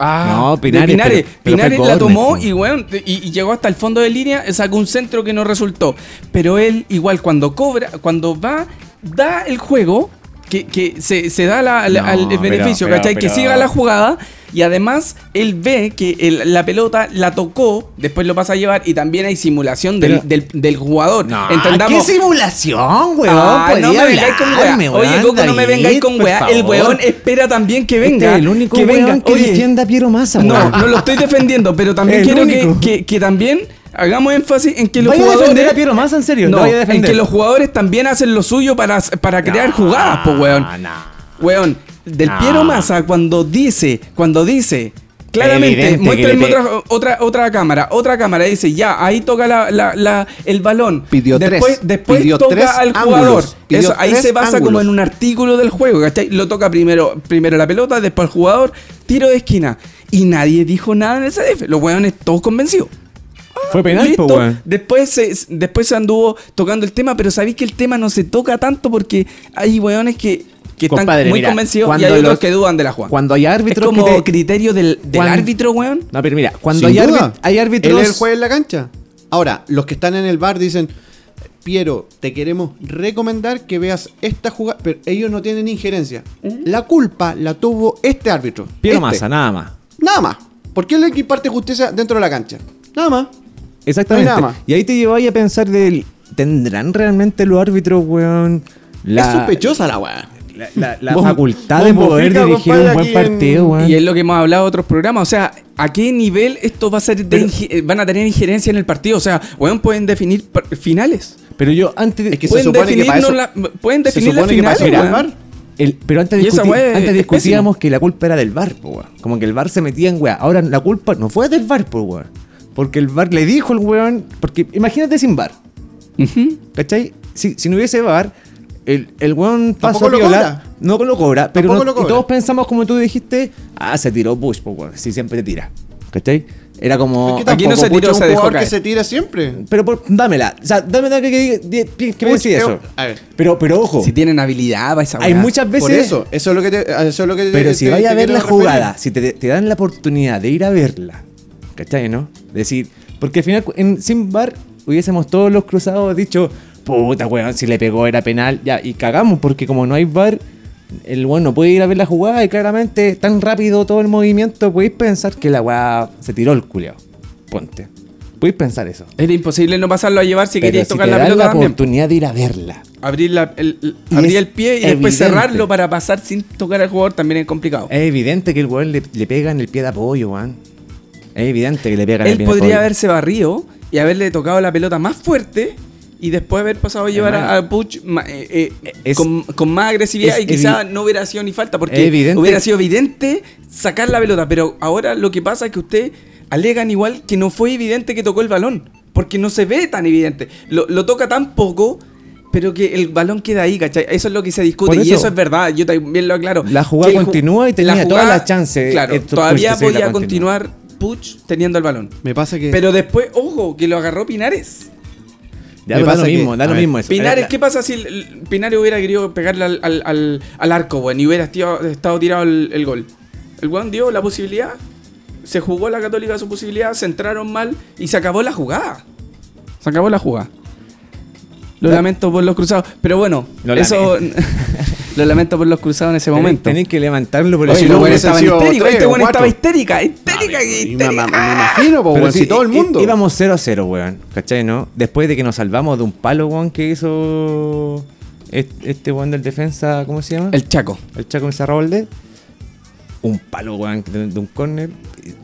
Ah,
No,
de
Pinares,
Pinares,
pero- pero fue
Pinares la
córner,
tomó
po.
y, weón, y, y llegó hasta el fondo de línea, eh, sacó un centro que no resultó. Pero él, igual, cuando cobra, cuando va, da el juego, que, que se, se da la, la-
No,
al- el
pero-
beneficio,
pero-
¿cachai?
pero-
que siga la jugada y además él ve que el- la pelota la tocó, después lo pasa a llevar y también hay simulación del,
Pero-
del, del jugador.
No,
Entendamos.
¿Qué simulación, weón?
Ah, no me
Podía
vengáis con weá.
hablarme,
Oye,
weón,
Coco, no me
David,
vengáis con
por
weá. El
favor.
weón espera también que venga.
Este es el único
que
weón
venga.
que
Oye,
defienda a Piero Massa,
No,
weón.
no lo estoy defendiendo, pero también
El
quiero que,
único.
que- que también hagamos énfasis en que los
¿Vaya a
jugadores.
defender a Piero Massa, en serio? ¿La
No,
vaya a
en
defender?
que los jugadores también hacen lo suyo para, para crear
No,
jugadas, pues, weón.
no.
Weón, del
No.
Piero Massa cuando dice, cuando dice, claramente,
Evidente que
muéstrenme
le pe-
otra, otra, otra cámara, otra cámara, dice, ya, ahí toca la, la- la- el balón.
Pidió
después
tres,
después
pidió
toca
tres
al
ángulos,
jugador.
pidió
Eso, ahí
tres
se basa como
ángulos.
en un artículo del juego, ¿cachai? Lo toca primero, primero la pelota, después el jugador, tiro de esquina. Y nadie dijo nada en el CDF. Los weones todos convencidos.
Fue penal, po,
Listo.
weón.
Después se, después se anduvo tocando el tema, pero sabéis que el tema no se toca tanto porque hay weones que, que están
Compadre,
muy
mira,
convencidos y
cuando
hay otros
los-
que dudan de la jugada.
Cuando hay
es
árbitros
como
que te-
criterio del, del
Cuando-
árbitro, weón.
No, pero mira, cuando
Sin
hay,
duda.
árbit- hay árbitros.
Él es el juez en la cancha. Ahora, los que están en el bar dicen, Piero, te queremos recomendar que veas esta jugada, pero ellos no tienen injerencia. La culpa la tuvo este árbitro.
Uh-huh. Piero
Este.
Massa, nada más.
Nada más. Porque él es el que imparte justicia dentro de la cancha. Nada más.
Exactamente.
No hay nada más.
Y ahí te lleváis a pensar del. ¿Tendrán realmente los árbitros, weón?
Es
La,
sospechosa la weá.
la, la- la
Bom-
facultad de poder
bombofica,
dirigir
compadre,
un buen
aquí en-
partido, weón.
Y es lo que hemos hablado en otros programas. O sea, ¿A qué nivel esto va a ser de
Pero-
inje- eh, van a tener injerencia en el partido? O sea, weón, pueden definir par- finales.
Pero yo antes de.
Es que se
Pueden
supone que
definirnos
para eso-
la- pueden
se
definir la
supone que
final,
para eso
mira,
juega
weón.
el VAR.
el- pero antes,
Y esa
discuti-
weá es-
antes
es
discutíamos que la culpa era del VAR, po, weón. Como que el VAR se metía en weá. Ahora la culpa no fue del VAR, po, weón. Porque el VAR le dijo al weón. Porque imagínate sin VAR.
Ujú.
¿Cachai? Si, si no hubiese VAR, el, el weón pasó
Tampoco lo
piola,
cobra.
No lo cobra, pero
Tampoco
no-
lo cobra.
y todos pensamos, como tú dijiste, ah, se tiró Bush, pues, weón. Si siempre te tira. ¿Cachai? Era como.
Es que
aquí no
tampoco,
se tiró, se
Pucho, un
dejó
jugador que
caer.
se tira siempre.
Pero por- dámela. O sea, dame dame que, que, que- que me
Puch,
decís
eh,
eso.
a ver.
Pero, pero ojo,
Si tienen habilidad para esa
hay
weá.
muchas veces.
Por eso, eso es lo que te, eso es lo que
Pero
te-
si
te-
vaya a
te
ver
quiero
la
referir.
jugada, si te, te dan la oportunidad de ir a verla, ¿cachai, no? Decir, porque al final, en, sin bar, hubiésemos todos los cruzados dicho, puta, weón, si le pegó era penal, ya, y cagamos, porque como no hay bar, el weón no puede ir a ver la jugada y claramente tan rápido todo el movimiento, podéis pensar que la weá se tiró el culiao. Ponte. Podéis pensar eso.
Era imposible no pasarlo a llevar si
Pero
querías
si
tocar
te
la
dan
pelota
la
también.
oportunidad de ir a verla.
Abrir, la- el, el-
Y
abrir
es
el pie y después
evidente.
cerrarlo para pasar sin tocar al jugador también es complicado.
Es evidente que el weón le, le pega en el pie de apoyo, weón. Es evidente que le pega en el
Él
pie de apoyo.
podría haberse barrido y haberle tocado la pelota más fuerte y después haber pasado a llevar a, a Puch ma- eh, eh,
Es-
con, con más agresividad
es
y quizá
evi-
no hubiera sido ni falta
Es
porque
evidente.
hubiera sido evidente sacar la pelota. Pero ahora lo que pasa es que usted alegan igual que no fue evidente que tocó el balón porque no se ve tan evidente. Lo, lo toca tan poco. Pero que el balón queda ahí, ¿cachai? Eso es lo que se discute
Por
y
eso-
eso es verdad, yo también lo aclaro.
La jugada
Que el ju-
continúa y tenía todas las chances,
Claro,
eh,
todavía
Puch, de seguirla
podía continuar Puch teniendo el balón.
Me pasa que
Pero después, ojo, que lo agarró Pinares.
Ya,
Me
pero da
pasa
lo
que-
mismo, da
a
lo
ver,
mismo eso.
Pinares,
La-
¿qué pasa si el- el Pinares hubiera querido pegarle al, al- al- al arco, weón? Y hubiera estiado- estado tirado el, el gol. El weón dio la posibilidad, se jugó la Católica su posibilidad, se entraron mal y se acabó la jugada. Se acabó la jugada. Lo
La-
lamento por los cruzados. Pero bueno,
Lo
eso. lo lamento por los cruzados en ese
Tenés-
momento.
Tenés que levantarlo por
Oye,
el
Oye,
si
los
no
weones
hubiesen
estaban
sido
histéricos.
tres
Este
o
weón estaba
cuatro.
histérica, histérica,
Y
histérica.
me, me- me imagino, po,
Pero
weón,
sí,
si todo el
í-
mundo.
Íbamos 0 a 0, weón. ¿Cachai, no? Después de que nos salvamos de un palo, weón, que hizo est- este weón del defensa, ¿cómo se llama?
El Chaco.
el Chaco Insaurralde. Un palo, weón, de, de un córner.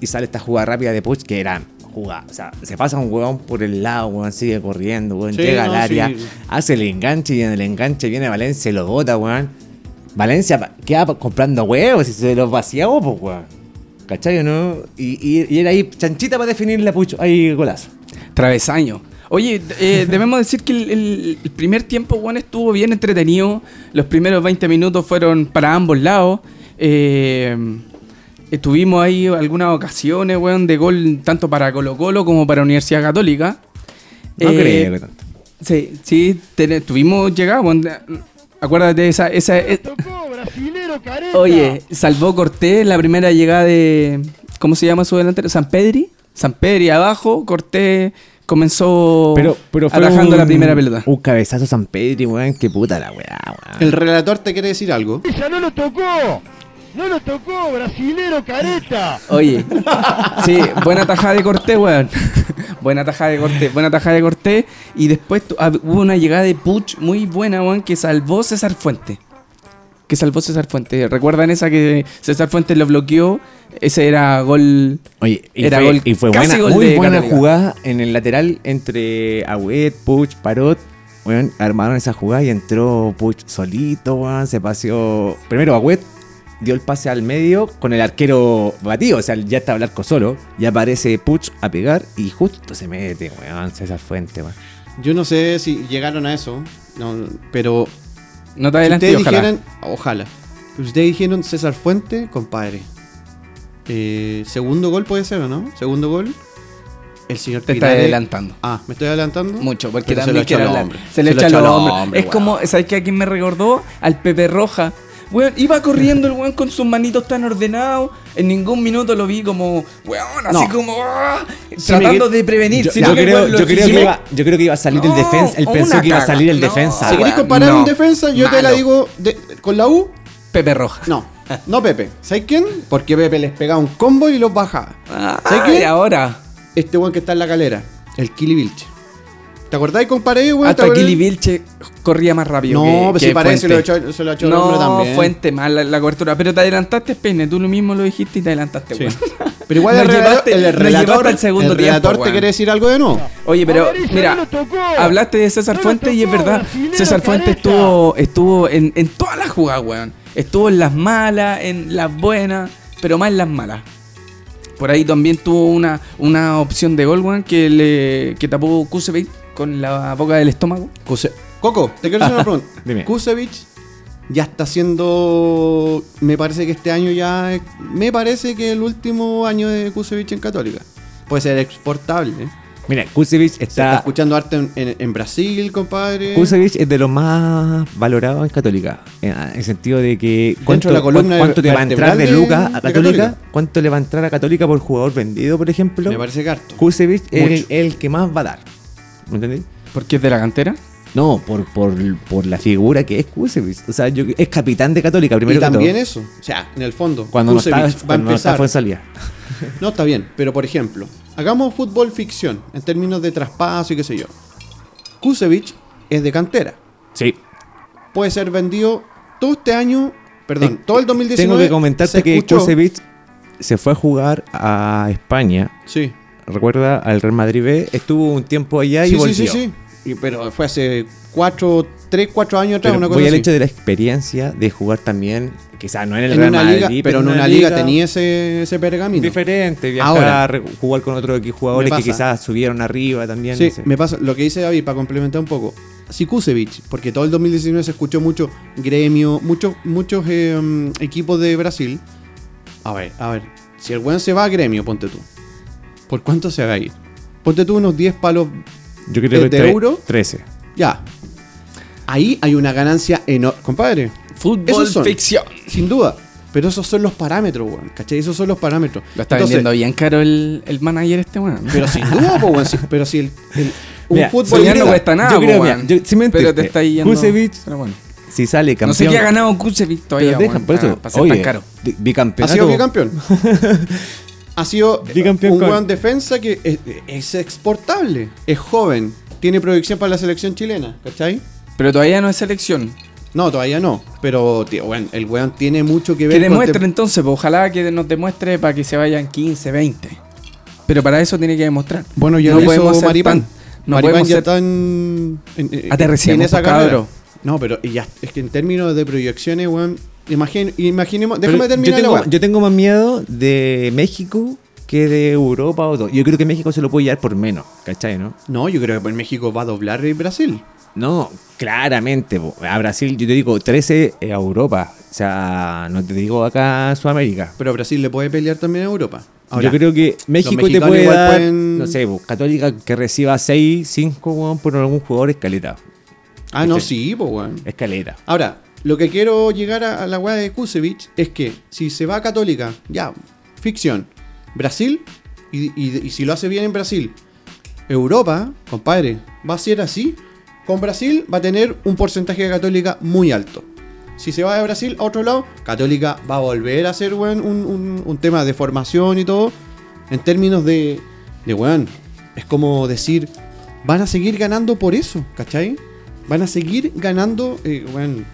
Y, y sale esta jugada rápida de Puch que era jugada. O sea, se pasa un weón por el lado, weón, sigue corriendo, weón,
Sí,
llega
no,
al área,
sí.
hace el enganche y en el enganche viene Valencia y lo bota, weón. Valencia pa- queda pa- comprando huevos y se los vaciamos, pues, weón. ¿Cachai o no? Y, y- y era ahí chanchita para definir la Puch. Ahí golazo.
Travesaño. Oye, eh, debemos decir que el, el- el primer tiempo, bueno, estuvo bien entretenido. Los primeros 20 minutos fueron para ambos lados. Eh, estuvimos ahí algunas ocasiones, weón, de gol tanto para Colo Colo como para Universidad Católica.
No
Eh,
creo que tanto.
Sí, sí, ten- tuvimos llegado, weón. Acuérdate de esa... esa eh, Oye, salvó Cortés la primera llegada de. ¿Cómo se llama su delantero? San Pedri. San Pedri abajo, Cortés comenzó
Pero, pero fue
atajando
un-
la primera pelota.
Un cabezazo San Pedro, weón. Qué puta la weá, weón.
El relator te quiere decir algo.
Ella no lo tocó. No lo tocó, brasilero careta.
Oye, sí, buena tajada de Cortés, weón. Buena tajada de Cortés, buena tajada de Cortés. Y después tu- hab- hubo una llegada de Puch muy buena, weón, que salvó César Fuente. Que salvó César Fuente. ¿Recuerdan esa que César Fuente lo bloqueó? Ese era gol.
Oye, y
Era
fue,
gol-
y fue
casi
buena,
gol
muy
de
buena
Católica.
jugada en el lateral entre Agüet, Puch, Parot. Weón, armaron esa jugada y entró Puch solito, weón, se paseó. Primero Agüet dio el pase al medio con el arquero batido, o sea, ya estaba Blanco solo. Y aparece Puch a pegar y justo se mete, weón, César Fuente, weón.
Yo no sé si llegaron a eso, no, pero
No te
si
adelantes,
ustedes
ojalá.
dijeron, ojalá, si ustedes dijeron César Fuente, compadre. Eh, segundo gol puede ser, ¿o no? Segundo gol. El señor
Te está
Pinares-
adelantando.
Ah, me estoy adelantando.
Mucho, porque
Pero
también quiere
al
hablar.
hombre.
Se le echa
al
los hombros.
hombre,
Es
weón.
como, ¿sabes qué? ¿A quién me recordó? Al Pepe Roja. Weón, iba corriendo el weón con sus manitos tan ordenados. En ningún minuto lo vi como, weón, así
No.
como, ah,
Sí,
tratando
Miguel,
de prevenir.
Yo,
sino
yo
que el
creo,
weón lo
yo creo
exhibe.
que iba, yo creo que iba a salir
No,
el defensa. Él
una
pensó que iba a salir el
caga-
defensa.
no.
Si querés
weón,
comparar
no.
un defensa, yo te la
Malo.
digo de- con la U.
Pepe Roja.
No, no Pepe. ¿Sabes quién? Porque Pepe les pegaba un combo y los bajaba.
Ah,
¿Sabes qué?
y ahora?
Este weón que está en la calera, el Kili Vilche. ¿Te acordáis con Paredes, weón?
Hasta
¿Te acordás?
Ah, Kili Vilche corría más rápido.
No,
que-
pues
que
si Paredes se lo
Fuente.
echó, se lo echó el
no,
hombre también.
Fuente mal la, la cobertura. Pero te adelantaste, Peine. Tú lo mismo lo dijiste y te adelantaste,
Sí.
weón.
Pero igual
Nos
el relator,
llevaste-
el
nos
relator,
llevaste al segundo
el relator
tiempo,
te
weón.
quiere decir algo de nuevo.
Oye, pero
Amarillo, no
mira,
lo tocó.
hablaste de César
No lo
Fuentes y es
tocó,
verdad.
brasilero,
César Fuentes
careta.
estuvo, estuvo en, en todas las jugadas, weón. Estuvo en las malas, en las buenas, pero más en las malas. Por ahí también tuvo una, una opción de gol, weón, que, le, que tapó Kusevic con la boca del estómago.
Kuse- Coco, te quiero hacer una pregunta.
Dime.
Kusevich ya está siendo. Me parece que este año ya. es- Me parece que el último año de Kusevich en Católica. Puede ser exportable. ¿eh?
Mira, Kusevich
Se está
está.
escuchando arte en, en- en Brasil, compadre.
Kusevich es de los más valorados en Católica. En en el sentido de que. ¿Cuánto,
de la columna
cuán- cuánto te va a
vertebral
entrar de
de-
Lucas
de
a Católica?
Católica.
¿Cuánto le va a entrar a Católica por jugador vendido, por ejemplo?
Me parece que harto.
Kusevich es
Mucho.
el, el que más va a dar. ¿Me entendés?
Porque es de la cantera.
No, por, por, por la figura que es Kusevich. O sea, yo, es capitán de Católica, primero
Y
que
también
todo.
eso. O sea, en el fondo.
Cuando no
Kusevich
está,
va a
cuando no está
empezar.
fue en salida.
No, está bien, pero por ejemplo, hagamos fútbol ficción en términos de traspaso y qué sé yo. Kusevich es de cantera.
Sí.
Puede ser vendido todo este año, perdón,
Eh,
todo el 2019.
Tengo que
se
comentarte que
escuchó-
Kusevich se fue a jugar a España.
Sí.
Recuerda al Real Madrid B. Estuvo un tiempo allá y
Sí, sí,
volvió.
sí, sí. Y- pero fue hace 4, 3, 4 años atrás,
Pero
una cosa
voy al
así.
hecho de la experiencia de jugar también, quizás no en el
en
Real
una
Madrid,
liga, pero en una liga, tenía ese, ese pergamino.
diferente, viajar,
Ahora.
re- jugar con otros equi- jugadores
Me
que
pasa.
quizás subieron arriba también.
Sí,
no sé.
me pasa lo que dice David para complementar un poco. Si Kusevich, porque todo el 2019 se escuchó mucho gremio, muchos muchos eh, mm, equipos de Brasil. A ver, a ver, si el weón se va a gremio, ponte tú. ¿Por cuánto se va a ir? Ponte tú unos 10 palos.
Yo creo que
¿De
tre-
euro?
13.
Ya. Ahí hay una ganancia enorme. Compadre,
Fútbol
Esos son.
ficción.
sin duda. Pero esos son los parámetros, weón. ¿Cachai? Esos son los parámetros.
Lo está
Entonces,
vendiendo bien caro el, el manager este, weón.
Pero sin duda, po, weón. si- pero si el, el- un
Mira,
fútbol.
Soñar no
griego-
cuesta nada,
yo creo,
po,
mira,
weón.
yo- sí me
Pero te
entendiste.
está yendo.
Kusevich,
Pero bueno.
Si sale campeón.
No sé qué ha ganado Kusevich
Pero
todavía,
deja,
weón,
por eso,
para- para ser
oye,
tan caro.
bi-
Ha
Bicampeonato.
sido bicampeón. ha sido eh,
Bicampeón
un
con-
buen defensa que es, es exportable. Es joven. Tiene proyección para la selección chilena, ¿cachai?
Pero todavía no es selección.
No, todavía no. Pero tío, bueno, el weón tiene mucho que ver
Que
con
demuestre
tem-
entonces, pues, ojalá que nos demuestre para que se vayan 15, 20. Pero para eso tiene que demostrar.
Bueno, ya
no
lo
podemos
hizo
ser
Maripán.
tan- no
Maripán
podemos
ya
ser-
está en, en- en-
Aterricemos,
en esa
pues,
carrera.
cabro.
No, pero ya, es que en términos de proyecciones, weón. imagin- imaginemos.
Pero
Déjame terminar
yo
la
tengo,
weá.
yo tengo más miedo de México que de Europa o todo. Yo creo que México se lo puede llevar por menos, ¿cachai, no?
No, yo creo que pues, México va a doblar el Brasil.
No, claramente. po. A Brasil, yo te digo 13 a Europa. O sea, no te digo acá a Sudamérica.
Pero Brasil le puede pelear también a Europa. Ahora,
yo creo que México te
mexicanos
puede
igual
dar,
pueden-
no sé, po, Católica que reciba 6, 5 weón, por algún jugador escaleta.
Ah, no,
Este-
sí, pues, weón.
Escaleta.
Ahora, lo que quiero llegar a, a la weá de Kusevich es que si se va a Católica, ya, ficción, Brasil, y, y- y si lo hace bien en Brasil, Europa, compadre, va a ser así. Con Brasil va a tener un porcentaje de Católica muy alto. Si se va de Brasil a otro lado, Católica va a volver a ser weón, un, un- un tema de formación y todo. En términos de, de weón, es como decir, van a seguir ganando por eso, ¿cachai? Van a seguir ganando eh, weón,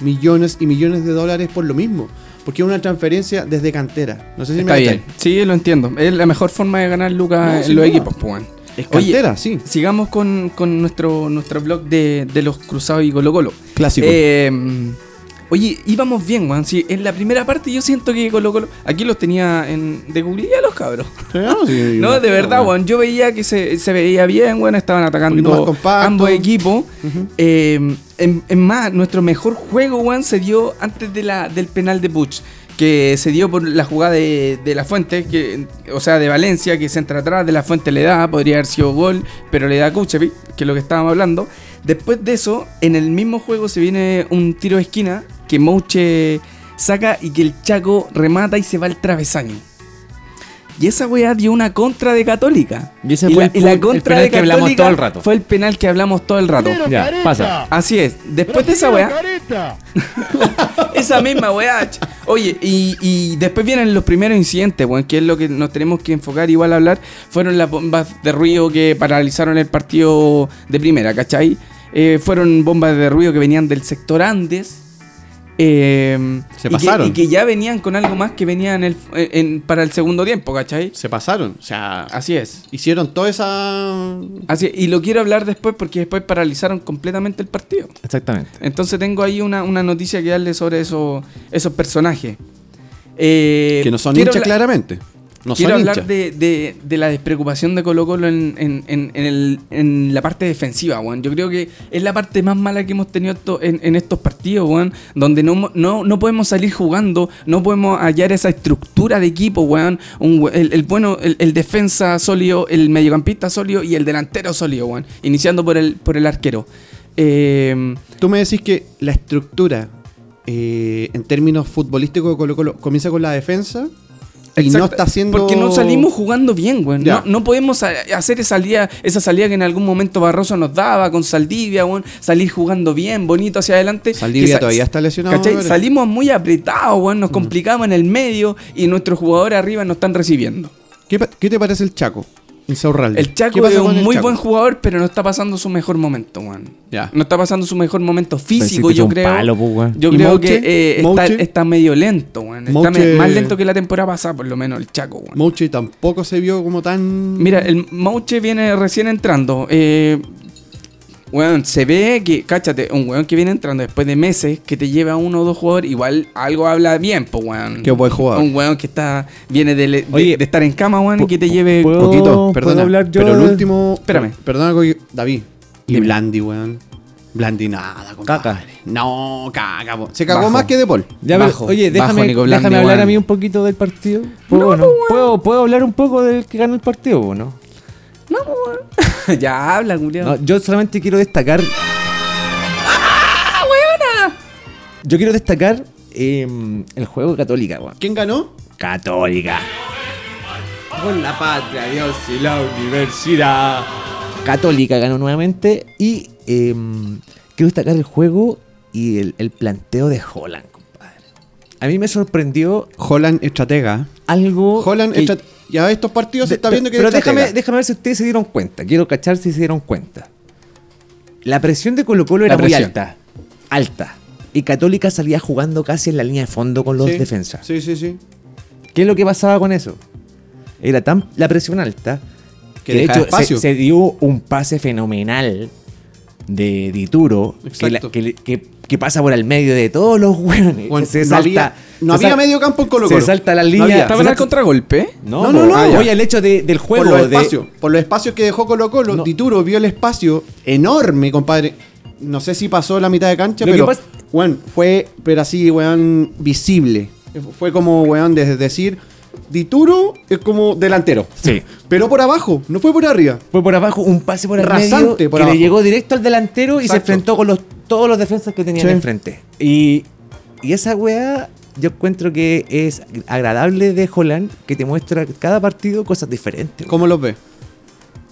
millones y millones de dólares por lo mismo. Porque es una transferencia desde cantera. No sé si
Está
me
bien. Sí, lo entiendo. Es la mejor forma de ganar lucas
No,
en
sin
los
duda.
equipos, pues, weón.
Es
Oye,
cantera, sí.
Sigamos con, con nuestro, nuestro blog de, de los cruzados y Colo Colo.
Clásico.
Eh, oye, íbamos bien, weón. Sí, en la primera parte yo siento que Colo Colo. Aquí los tenía en, de Google los cabros. No, de verdad, weón. Yo veía que se, se veía bien, weón. Estaban
Poquito más
atacando
compacto.
ambos equipos. Eh, en, en más, nuestro mejor juego, weón, se dio antes de la, del penal de Puch. Que se dio por la jugada de, de La Fuente, que, o sea, de Valencia, que se entra atrás, de La Fuente le da, podría haber sido gol, pero le da a Kuchevic, que es lo que estábamos hablando. Después de eso, en el mismo juego se viene un tiro de esquina que Mouche saca y que el Chaco remata y se va al travesaño. Y esa weá dio una contra de Católica.
Y ese
Y
fue
la,
el
y la
pun- el
contra
penal
de
que hablamos
Católica
todo el rato.
fue el penal que hablamos todo el rato.
Brasilero
Ya,
careta.
pasa.
Así es. Después de esa
Brasilero
weá,
careta.
esa misma weá. ch- Oye, y, y después vienen los primeros incidentes, bueno, que es lo que nos tenemos que enfocar igual a hablar. Fueron las bombas de ruido que paralizaron el partido de primera, ¿cachai? Eh, fueron bombas de ruido que venían del sector Andes. eh,
Se
y que-
pasaron.
y que ya venían con algo más que venían en el- en- para el segundo tiempo, ¿cachai?
Se pasaron. O sea,
Así es.
hicieron toda esa.
Así, y lo quiero hablar después porque después paralizaron completamente el partido.
Exactamente.
Entonces tengo ahí una, una noticia que darle sobre eso- esos personajes. Eh,
que no son
quiero
hinchas,
habla-
claramente. No
quiero
son
hablar
hinchas.
de, de- de la despreocupación de Colo Colo en, en- en- en el- en la parte defensiva, weón. Yo creo que es la parte más mala que hemos tenido esto- en, en estos partidos, weón. Donde no, mo- no, no podemos salir jugando, no podemos hallar esa estructura de equipo, weón. Un we- el, el bueno, el, el defensa sólido, el mediocampista sólido y el delantero sólido, weón. Iniciando por el, por el arquero. Eh,
Tú me decís que la estructura eh, en términos futbolísticos de Colo Colo comienza con la defensa y no
Exacto,
está haciendo.
Porque no salimos jugando bien, güey.
Ya.
No, no podemos a- hacer esa salida, esa salida que en algún momento Barroso nos daba con Saldivia, güey. Salir jugando bien, bonito hacia adelante.
Saldivia
Que sa-
todavía está lesionado,
¿cachai?
me parece.
Salimos muy apretados, güey. Nos complicamos en el medio y nuestros jugadores arriba nos están recibiendo.
¿Qué, pa- qué te parece el Chaco? Insaurralde.
El
¿Qué
Chaco
pasa
es
con
un
el
muy
Chaco?
buen jugador, pero no está pasando su mejor momento, güey.
Ya.
No está pasando su mejor momento físico,
que es
yo
un
creo.
palo, pues, güey.
yo
¿Y
creo
Mouche?
que eh, está,
¿Mouche?
está medio lento, güey. Está
Mouche-
me- más lento que la temporada pasada, por lo menos, el Chaco, güey.
Mouche tampoco se vio como tan.
Mira, el Mauche viene recién entrando. Eh, weón, se ve que, cáchate, un weón que viene entrando después de meses, que te lleva uno o dos jugadores, igual algo habla bien, pues weón.
Qué buen jugador.
Un weón que está, viene de, le- de-
Oye,
de estar en cama, weón, y que te lleve...
¿puedo-
poquito,
¿puedo
perdona.
hablar yo
pero el
de-
último.
Espérame.
Perdona, Coqui- David. Y
Dime.
Blandi, weón. Blandi nada, compadre.
Caca.
No, caca. po. Se cagó
Bajo.
más que De Paul.
Ya, pero,
Bajo,
oye,
bajo,
déjame,
Nico Blandi,
déjame hablar
weón.
a mí un poquito del partido. ¿Puedo, o no? ¿Puedo, puedo hablar un poco del que ganó el partido o no?
ya habla, culiao.
No, yo solamente quiero destacar. Yo quiero destacar eh, el juego de Católica, weón.
¿Quién ganó?
Católica. Por la patria, Dios y la universidad. Católica ganó nuevamente y eh, quiero destacar el juego y el, el planteo de Holland, compadre. A mí me sorprendió
Holland estratega.
Oh,
algo.
Holland
que-
estra- Ya estos partidos se
de-
está viendo que
Pero
es estratega.
déjame, déjame ver si ustedes se dieron cuenta. Quiero cachar si se dieron cuenta. La presión de Colo Colo
La
era muy
presión.
alta. Alta. Y Católica salía jugando casi en la línea de fondo con los
Sí,
defensas.
Sí, sí, sí.
¿Qué es lo que pasaba con eso? Era tan la presión alta
Que
que, de
deja
hecho se,
espacio.
se dio un pase fenomenal de Dituro que, la-
Exacto.
que le- que- que pasa por el medio de todos los hueones.
Bueno,
Eh, se
no
salta,
había- no
se
había
sal-
medio campo en Colo Colo.
Se salta la
No
línea.
había.
se
Estaba en el
salta-
contragolpe.
No, no, no.
Ah, ya.
Oye, el hecho de- del juego.
Por los
de-
espacios. Por los espacios que dejó Colo Colo.
No.
Dituro vio el espacio enorme, compadre. No sé si pasó la mitad de cancha,
Lo que
pero.
pasa-
weón, fue, pero así, weón, visible. Fue como, weón, desde decir. Dituro es como delantero.
Sí.
Pero por abajo, no fue por arriba.
Fue por abajo, un pase por el
Rasante
medio
por
que
abajo.
le llegó directo al delantero y se
Exacto.
enfrentó con los, todos los defensas que tenían
Sí.
enfrente. Y, y esa weá yo encuentro que es agradable de Holland, que te muestra cada partido cosas diferentes.
¿Cómo los ve?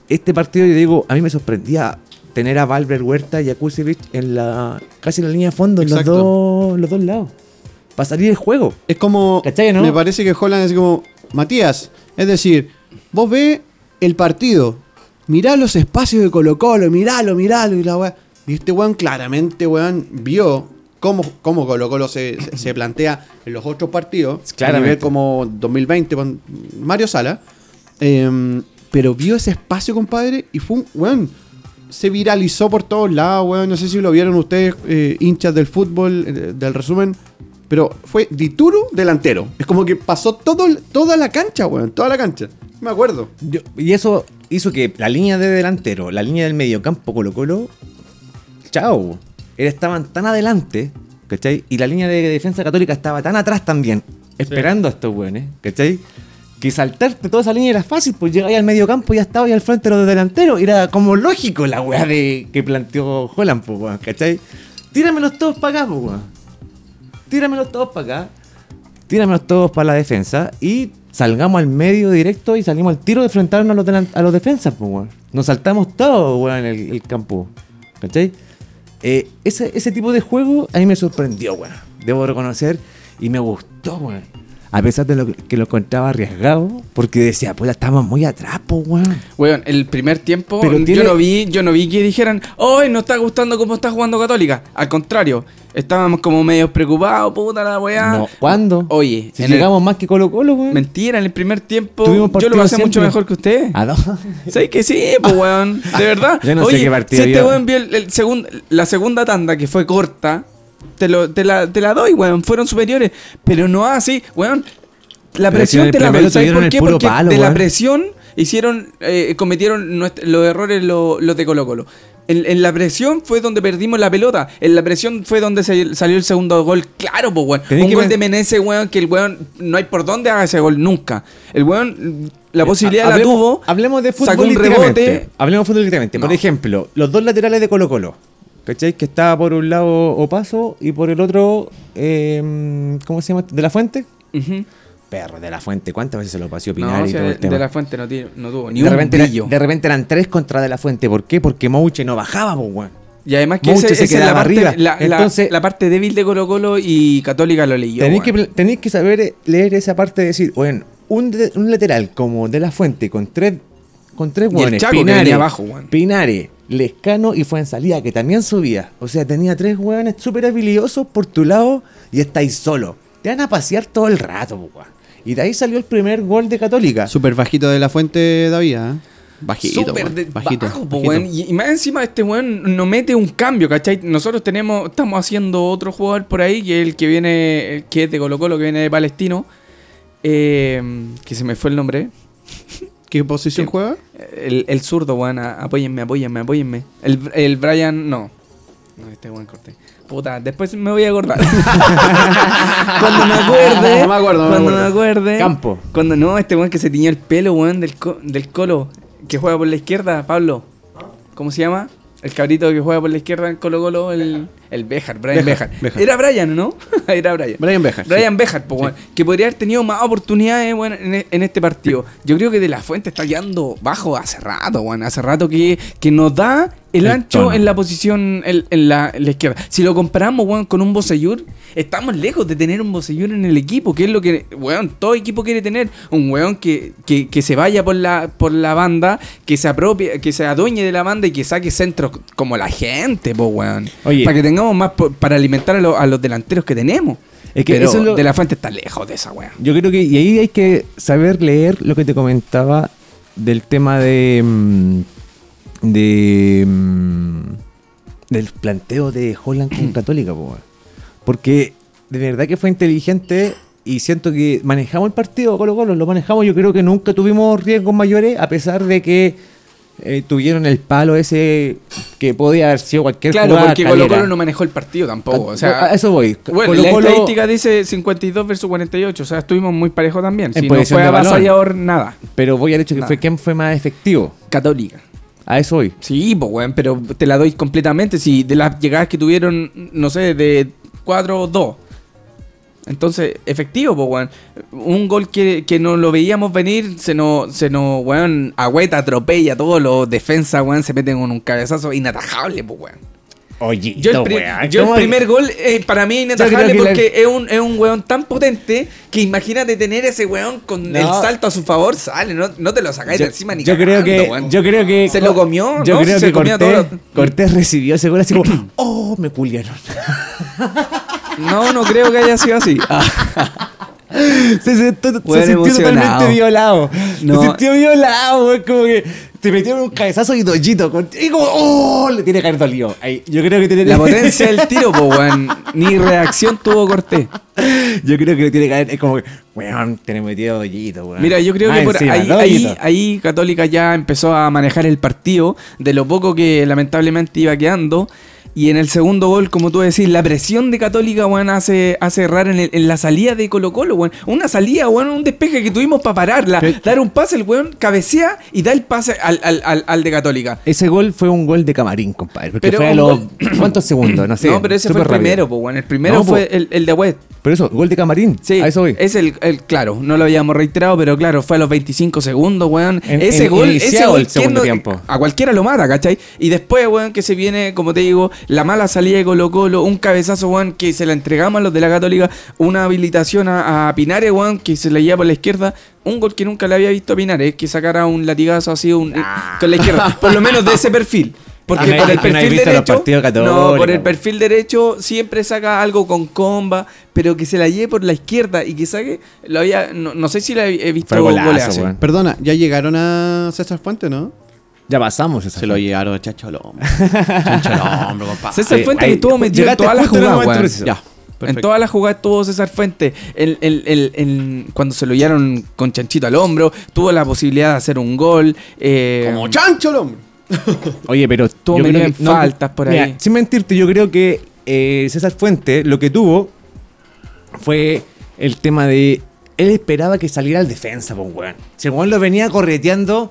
Este partido, yo digo, a mí me sorprendía tener a Valver Huerta y a Kusevich en la, casi en la línea de fondo, en los
Exacto.
dos, los dos lados. Para salir el juego.
Es como.
¿Cachai, no?
Me parece que Holland es como. Matías, es decir, vos ve el partido. Mirá los espacios de Colo Colo, miralo, miralo. Y, la weá. y este weón claramente, weón, vio cómo, cómo Colo Colo se, se- se plantea en los otros partidos.
Claramente.
A nivel como 2020 con Mario Sala. Em, pero vio ese espacio, compadre, y fue un, weón, se viralizó por todos lados, weón. No sé si lo vieron ustedes, eh, hinchas del fútbol, eh, del resumen. Pero fue Dituro delantero. Es como que pasó todo, el- toda la cancha, weón. Toda la cancha. Me acuerdo.
Yo- y eso hizo que la línea de delantero, la línea del mediocampo Colo Colo, chao. Estaban tan adelante, ¿cachai? Y la línea de defensa católica estaba tan atrás también, esperando a estos weones, ¿cachai? Que saltarte toda esa línea era fácil, pues llegáis al mediocampo y ya estaba ahí al frente de los delanteros. Era como lógico la weá de, que planteó Holland, pues, weón, ¿cachai? Tíramelos todos para acá, pues, weón. Tíramelos todos para acá tíramelos todos para la defensa y salgamos al medio directo y salimos al tiro de enfrentarnos a los, delan- a los defensas, pues, weón. Nos saltamos todos, weón, el, el campo. ¿Cachai? Eh, ese, ese tipo de juego a mí me sorprendió, weón. Debo reconocer. Y me gustó, weón. A pesar de lo que- que lo encontraba arriesgado, porque decía, pues estamos muy atrás, po, weón.
Weón, el primer tiempo
Pero
yo
tiene-
no vi, yo no vi que dijeran, "Hoy no está gustando cómo está jugando Católica." Al contrario, estábamos como medio preocupados, puta la weá.
No, ¿Cuándo?
Oye,
si
en el-
llegamos más que Colo Colo, weón.
mentira, en el primer tiempo
Tuvimos
yo lo
partido
pasé mucho
siempre. Ah,
mejor que usted.
¿A dónde?
¿Sabes que sí, po, weón? De verdad.
Yo no sé
Oye,
qué partido
Si este
vio.
weón vio el- el segun- la segunda tanda, que fue corta, te, lo- te la, te la doy, weón. Fueron superiores. Pero no así, weón. La
Pero si en
presión
el
te la
primero
doy. ¿Sabes
tuvieron
por
el
qué?
puro
Porque
palo,
de la
weón.
presión hicieron, eh, cometieron nuest- los errores lo- los de Colo Colo. En, en la presión fue donde perdimos la pelota. En la presión fue donde se- salió el segundo gol. Claro, po, weón.
Tenés
Un
que
gol
pen-
de Menezes, weón, que el weón no hay por dónde haga ese gol nunca. El weón,
Eh,
la posibilidad la
Hablemos-
tuvo.
Hablemos de fútbol
sacó un rebote.
Hablemos de fútbol literalmente. Por
No.
ejemplo, los dos laterales de Colo Colo. ¿Cachai? Que estaba por un lado Opaso y por el otro. eh, ¿Cómo se llama? este? ¿De la Fuente?
Ujú.
Perro, de la Fuente. ¿Cuántas veces se lo pasó
No,
Pinar
o
y
sea,
todo el tema?
de la fuente no, tiene- no tuvo ni
de,
un
repente era-
brillo.
de repente eran tres contra De la Fuente. ¿Por qué? Porque Mouche no bajaba, pues, weón.
Y además que
Mouche
ese- esa
se
es la
quedaba
parte,
arriba.
La, la-
Entonces-
la parte débil de Colo Colo y Católica lo leyó.
Tenéis
weón.
que, pl- tenéis que saber eh, leer esa parte de decir, bueno, un, de- un lateral como De La Fuente con tres con tres
Y el
hueones,
Chaco que venía abajo, weón.
Pinares, Lescano y fue en salida que también subía. O sea, tenía tres hueones súper habilidosos por tu lado y estáis solo. Te van a pasear todo el rato, po, weón. Y de ahí salió el primer gol de Católica.
Súper bajito de la fuente, David. ¿eh? Bajito.
Súper
weón,
de-
bajito.
bajo, po,
bajito.
weón. Y, y más encima este weón no mete un cambio, ¿cachai? Nosotros tenemos, estamos haciendo otro jugador por ahí, que es el que viene, el que es de Colo Colo, que viene de Palestino, eh, que se me fue el nombre.
¿Qué posición juega?
El, el zurdo, weón, a- apóyenme, apóyenme, apóyenme. El, el Brian, no. No, este weón corté. Puta, después me voy a acordar. cuando me acuerde.
Me acuerdo, me
cuando
acuerdo.
me acuerde.
Campo.
Cuando no, este weón que se tiñó el pelo, weón, del, co- del colo. Que juega por la izquierda, Pablo. ¿Cómo se llama? El cabrito que juega por la izquierda en Colo Colo, el, el Bejar, Brian
Béjar,
Bejar.
Béjar.
Era Brian, ¿no? Era Brian.
Brian Béjar,
Brian Béjar, po, weón, que podría haber tenido más oportunidades weón, en, e- en este partido. Yo creo que De La Fuente está quedando bajo hace rato, weón. Hace rato que, que nos da el,
El
ancho
tono.
en la posición el- en, la, en la izquierda. Si lo comparamos, weón, con un Boseyur, estamos lejos de tener un Boseyur en el equipo, que es lo que, weón, todo equipo quiere tener. Un weón que, que- que se vaya por la, por la banda, que se apropie, que se adueñe de la banda y que saque centros como la gente, po, weón.
Oye.
Para que tengamos más, po- para alimentar a, lo- a los delanteros que tenemos.
Es que
Pero
eso es lo-
De La Fuente está lejos de esa weón.
Yo creo que y ahí hay que saber leer lo que te comentaba del tema de mm, de mm, del planteo de Holland con Católica, po, weón. porque de verdad que fue inteligente y siento que manejamos el partido Colo Colo, lo manejamos, yo creo que nunca tuvimos riesgos mayores a pesar de que eh, tuvieron el palo ese que podía haber sido cualquier
Claro,
jugada
porque Colo
calera. Ah,
Colo no manejó el partido tampoco. O sea,
A eso voy.
Bueno,
Colo
la
Colo-
estadística dice 52 versus 48. O sea, estuvimos muy parejos también.
En
Si no
posición
fue
de balón.
avasallador, nada.
Pero voy al hecho que
Nada.
fue quien fue más efectivo.
Católica.
A eso voy.
Sí, pues, weón, pero te la doy completamente. Si de las llegadas que tuvieron, no sé, de 4 o 2. Entonces, efectivo, pues, weón. Un gol que, que no lo veíamos venir, se nos, se nos, weón, agüeta, atropella todos los defensas, weón, se meten con un cabezazo inatajable, pues, weón.
Oye,
Yo el, pri- yo el primer gol eh, para mí es
Yo
inatajable
creo que la-
porque es, un, es un weón tan potente que imagínate tener ese weón con
No.
el salto a su favor, sale, no, no te lo sacáis de encima ni
yo creo
cagando,
que
weón.
yo creo que
Se lo comió,
yo
¿no?
creo
Se
que
comía todo
Cortés,
lo-
Cortés recibió ese gol así como oh me culiaron
No, no creo que haya sido así.
Ah. se, sentó- se
Bueno,
sintió
emocionado.
totalmente violado
No.
se sintió violado es como que te metieron un cabezazo y doyito Cortés, y como oh le tiene que haber dolido Ahí, yo creo que tiene
La potencia del tiro, po, weón. Ni reacción tuvo Cortés.
yo creo que le tiene que haber es como que weón te le metió doyito weón
Mira, yo creo
Más
que por
encima,
ahí,
doyito.
ahí, ahí Católica ya empezó a manejar el partido de lo poco que lamentablemente iba quedando. Y en el segundo gol, como tú decís, la presión de Católica, weón, hace, hace errar en, el- en la salida de Colo Colo, weón. Una salida, weón, un despeje que tuvimos para pararla. Dar un pase, el weón cabecea y da el pase al, al- al- al de Católica.
ese gol fue un gol de camarín compadre porque
Pero
fue a
un
los
gol-
cuántos segundos no sé
no, pero ese fue el
súper rápido.
primero, po, weón. El primero
No, po.
fue el, el de West.
Pero eso, gol de camarín.
Sí,
a eso voy.
es el, el- claro, no lo habíamos reiterado, pero claro, fue a los 25 segundos, weón.
En-
ese
en-
gol, ese
iniciado
gol,
el
¿quién
segundo
no-
tiempo.
A cualquiera lo mata, ¿cachai? Y después, weón, que se viene, como te digo, la mala salida de Colo Colo, un cabezazo, weón, que se la entregamos a los de la Católica, una habilitación a, a Pinares, weón, que se la lleva por la izquierda, un gol que nunca le había visto a Pinares, que sacara un latigazo así un, con la izquierda, por lo menos de ese perfil. Porque
Ah, no,
por el
es que no he
perfil
visto los
derecho,
partidos católicos.
no, por el perfil derecho siempre saca algo con comba, pero que se la lleve por la izquierda y que saque, lo había, no, no sé si la he he visto
Fue golazo,
golearse.
weón.
Perdona, ¿ya llegaron a César Fuente, no?
Ya pasamos esa
Se lo
fase.
llegaron a Chacho al hombro. Chacho al hombro, compadre.
César
Ahí-
Fuente
ahí-
que estuvo metido en
llegaste
todas las
justo en el
jugadas, weón.
momento preciso.
Ya,
En
perfecto.
todas las jugadas estuvo César Fuente. El, el- el- el- cuando se lo llevaron con chanchito al hombro, tuvo la posibilidad de hacer un gol. eh,
Como Chancho al hombro.
Oye, pero
Todo
yo
me
creo
quedan
no-
faltas por ahí.
Sin mentirte, yo creo que eh, César Fuente lo que tuvo fue el tema de. Él esperaba que saliera al defensa, pues, weón. Si el weón lo venía correteando.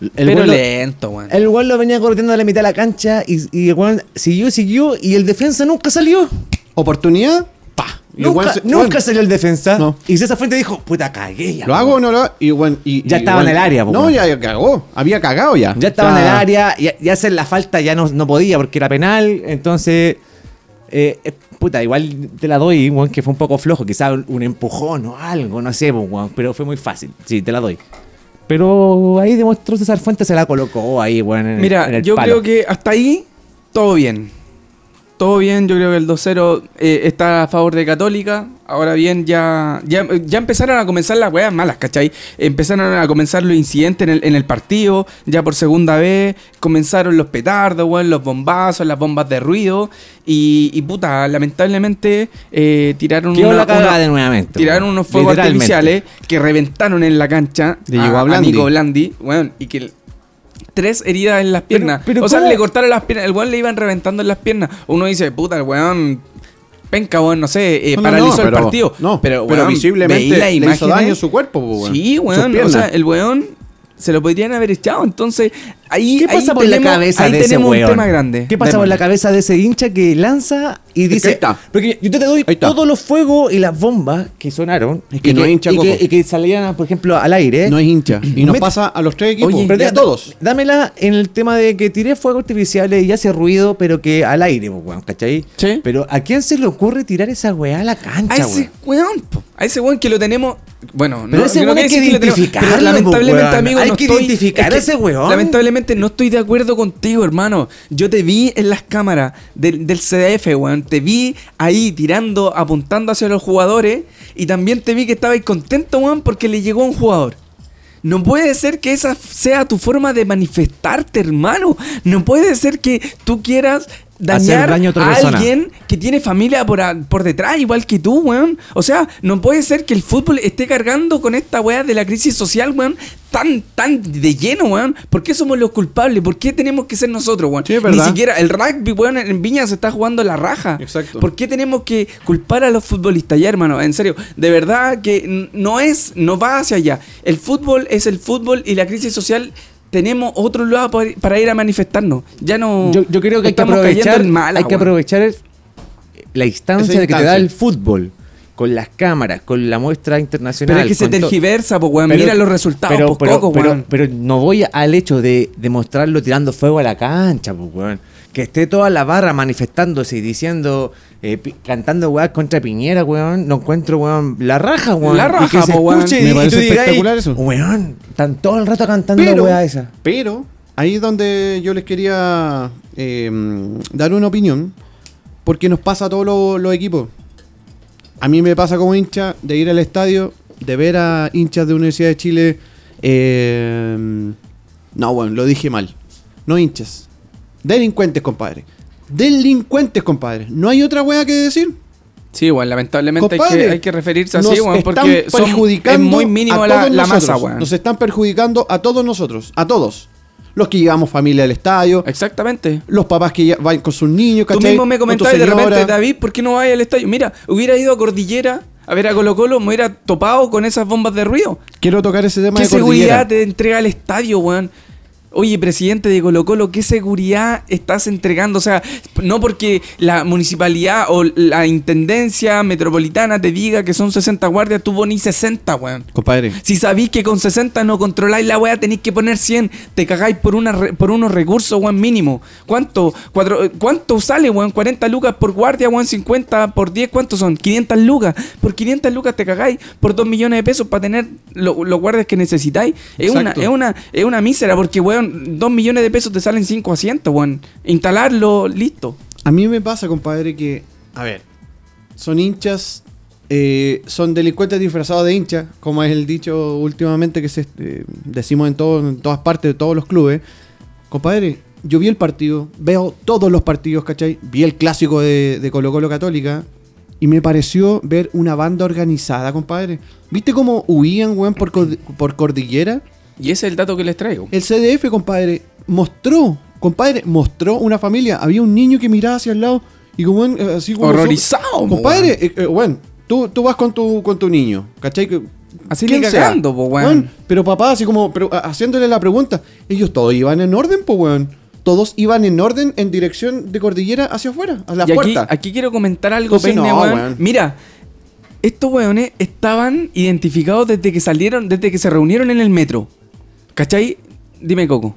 El
pero
weón lo-
lento, weón.
el weón lo venía correteando a la mitad de la cancha y, y el weón siguió, siguió y el defensa nunca salió.
Oportunidad, pa. Y
Nunca,
igual se-
nunca
bueno,
salió el defensa.
No.
Y César Fuente dijo, puta cagué. ya,
¿Lo hago o
weón".
no lo hago? Y, bueno, y,
Ya
y
estaba
bueno,
en el área, po,
No,
weón.
ya cagó. Había cagado ya.
Ya estaba
O sea,
en el área, ya, ya hacer la falta ya no, no podía porque era penal. Entonces, eh, eh, puta, igual te la doy, weón, que fue un poco flojo. Quizás un, un empujón o algo, no sé, pues, weón, pero fue muy fácil. Sí, te la doy. Pero ahí demostró César Fuentes, se la colocó ahí, weón. en el-
Mira,
en el
yo
palo.
creo que hasta ahí todo bien. Todo bien, yo creo que el 2-0 eh, está a favor de Católica. Ahora bien, ya, ya, ya empezaron a comenzar las weas malas, ¿cachai? Empezaron a comenzar los incidentes en el, en el partido, ya por segunda vez. Comenzaron los petardos, weón, los bombazos, las bombas de ruido. Y, y puta, lamentablemente eh, tiraron
Quedó
una-
la cagada
una-
de nuevamente.
Tiraron
weón.
unos fuegos
Literalmente.
artificiales que reventaron en la cancha
Le llegó a Blandi.
Nico Blandi, weón, y que el- tres heridas en las piernas.
pero
o sea,
¿cómo?
le cortaron las piernas, el weón le iban reventando en las piernas. Uno dice, puta, el weón penca, weón, no sé, eh,
no, no,
paralizó
no,
el
pero-
partido.
no, pero
weón,
visiblemente
veí las
le hizo
imágenes.
daño su cuerpo,
pues,
po, weón.
Sí,
Sus
weón, o sea,
piernas.
el weón se lo podrían haber echado. Entonces, ahí,
¿Qué
ahí
pasa por la
tenemos-
cabeza
ahí
de ese
tenemos
weón?
un tema grande.
¿Qué pasa por la
Démosle.
cabeza de ese hincha que lanza y
que
dice...
ahí está.
Porque yo te doy
Ahí está.
todos los fuegos y las bombas que sonaron.
Es que
y
no es hincha,
y que,
Coco.
y que salían, por ejemplo, al aire.
No es hincha. Y nos
Mete-
pasa a los tres equipos.
Oye,
Pero
Pero
a
da-
todos.
Dámela en el tema de que tiré fuegos artificiales y hace ruido, pero que al aire, pues, weón, ¿cachai?
Sí.
Pero ¿a quién se le ocurre tirar esa weá a la cancha,
A ese
weón?
weón, po. a ese weón que lo tenemos. Bueno,
Pero ese weón
no
hay que
decir lo tenemos,
identificarlo,
pero lamentablemente,
po, weón.
amigo,
Hay
no
que
estoy-
identificar a ese weón.
Lamentablemente no estoy de acuerdo contigo, hermano. Yo te vi en las cámaras del, del CDF, weón. Te vi ahí tirando, apuntando hacia los jugadores. Y también te vi que estabas contento, weón, porque le llegó a un jugador. No puede ser que esa sea tu forma de manifestarte, hermano. No puede ser que tú quieras dañar
Hacer daño a otra
a
persona.
alguien que tiene familia por, a- por detrás, igual que tú, weón. O sea, no puede ser que el fútbol esté cargando con esta weá de la crisis social, weón, tan, tan de lleno, weón. ¿Por qué somos los culpables? ¿Por qué tenemos que ser nosotros, weón?
Sí, es
Ni
verdad.
siquiera el rugby, weón, en Viña se está jugando la raja.
Exacto.
¿Por qué tenemos que culpar a los futbolistas ya, hermano? En serio, de verdad que n- no es, no va hacia allá. El fútbol es el fútbol y la crisis social... Tenemos otro lado pa- para ir a manifestarnos. Ya no.
Yo, yo creo que hay que
estamos cayendo
aprovechar,
en malas,
hay que
weón.
aprovechar el- la instancia,
Esa
que te da
instancia.
el fútbol, con las cámaras, con la muestra internacional.
Pero es que se
con to-
tergiversa, pues, weón.
Pero-
Mira los resultados,
pero,
pues,
pero,
Coco,
pero-
weón.
pero no voy al hecho de demostrarlo tirando fuego a la cancha, pues, weón. Que esté toda la barra manifestándose y diciendo, eh, pi- cantando weón contra Piñera, weón. No encuentro, weón, la raja, weón.
La
Y
raja,
que se
po, weón.
escuche
Me
y- y
parece
tú digas,
espectacular eso.
Weón, están todo el rato cantando
Pero,
weá esa.
pero ahí es donde yo les quería eh, dar una opinión. Porque nos pasa a todos los, los equipos. A mí me pasa como hincha de ir al estadio, de ver a hinchas de Universidad de Chile. eh, no, bueno, lo dije mal. No hinchas. Delincuentes, compadre. Delincuentes, compadre. No hay otra wea que decir.
Sí, weón, lamentablemente hay
Compadre,
que, hay que referirse
nos
así, weón,
están
porque son- es muy mínimo
a
la,
todos
la masa,
nosotros.
weón.
Nos están perjudicando a todos nosotros, a todos. Los que llevamos familia al estadio,
Exactamente.
los papás que ya van con sus niños,
Tú
¿cachai?
mismo me
Con tu
comentabas de repente,
señora.
David, ¿por qué no vas al estadio? Mira, hubiera ido a Cordillera a ver a Colo Colo, me hubiera topado con esas bombas de ruido.
Quiero tocar ese tema
¿Qué
de cordillera.
seguridad te entrega el estadio, weón? Oye, presidente de Colo Colo, ¿qué seguridad estás entregando? O sea, no porque la municipalidad o la intendencia metropolitana te diga que son 60 guardias, tú ponís 60, weón.
Compadre.
Si sabís que con 60 no controláis la weá, tenéis que poner 100. Te cagáis por, una re- por unos recursos, weón, mínimo. ¿Cuánto, Cuatro- eh, ¿Cuánto sale, weón? 40 lucas por guardia, weón, 50 por 10, ¿cuánto son? 500 lucas. Por 500 lucas te cagáis por 2 millones de pesos para tener lo- los guardias que necesitáis. Es una,
Exacto.
es, una, es una mísera, porque, weón, 2 millones de pesos te salen 5 asientos, weón. Instalarlo, listo.
A mí me pasa, compadre, que. A ver. Son hinchas. eh, son delincuentes disfrazados de hinchas, como es el dicho últimamente que se, eh, decimos en, todo- en todas partes de todos los clubes. Compadre, yo vi el partido, veo todos los partidos, ¿cachai? Vi el clásico de, de Colo Colo Católica y me pareció ver una banda organizada, compadre. ¿Viste cómo huían, weón, por, cordi- por cordillera?
Y ese es el dato que les traigo.
El CDF, compadre, mostró, compadre, mostró una familia. Había un niño que miraba hacia el lado y como en- eh, así como
Horrorizado, po,
compadre, eh, eh, weón, tú, tú vas con tu, con tu niño, ¿cachai? Que-
Así
¿quién
ni
sea?
cagando, po, weón.
Pero papá, así como pero, ah, haciéndole la pregunta, ellos todos iban en orden, po, weón. Todos iban en orden en dirección de cordillera hacia afuera, a la
y aquí,
puerta.
aquí quiero comentar algo,
Entonces,
Peine,
no,
weón.
weón.
Mira, estos weones estaban identificados desde que salieron, desde que se reunieron en el metro. ¿Cachai? Dime, Coco.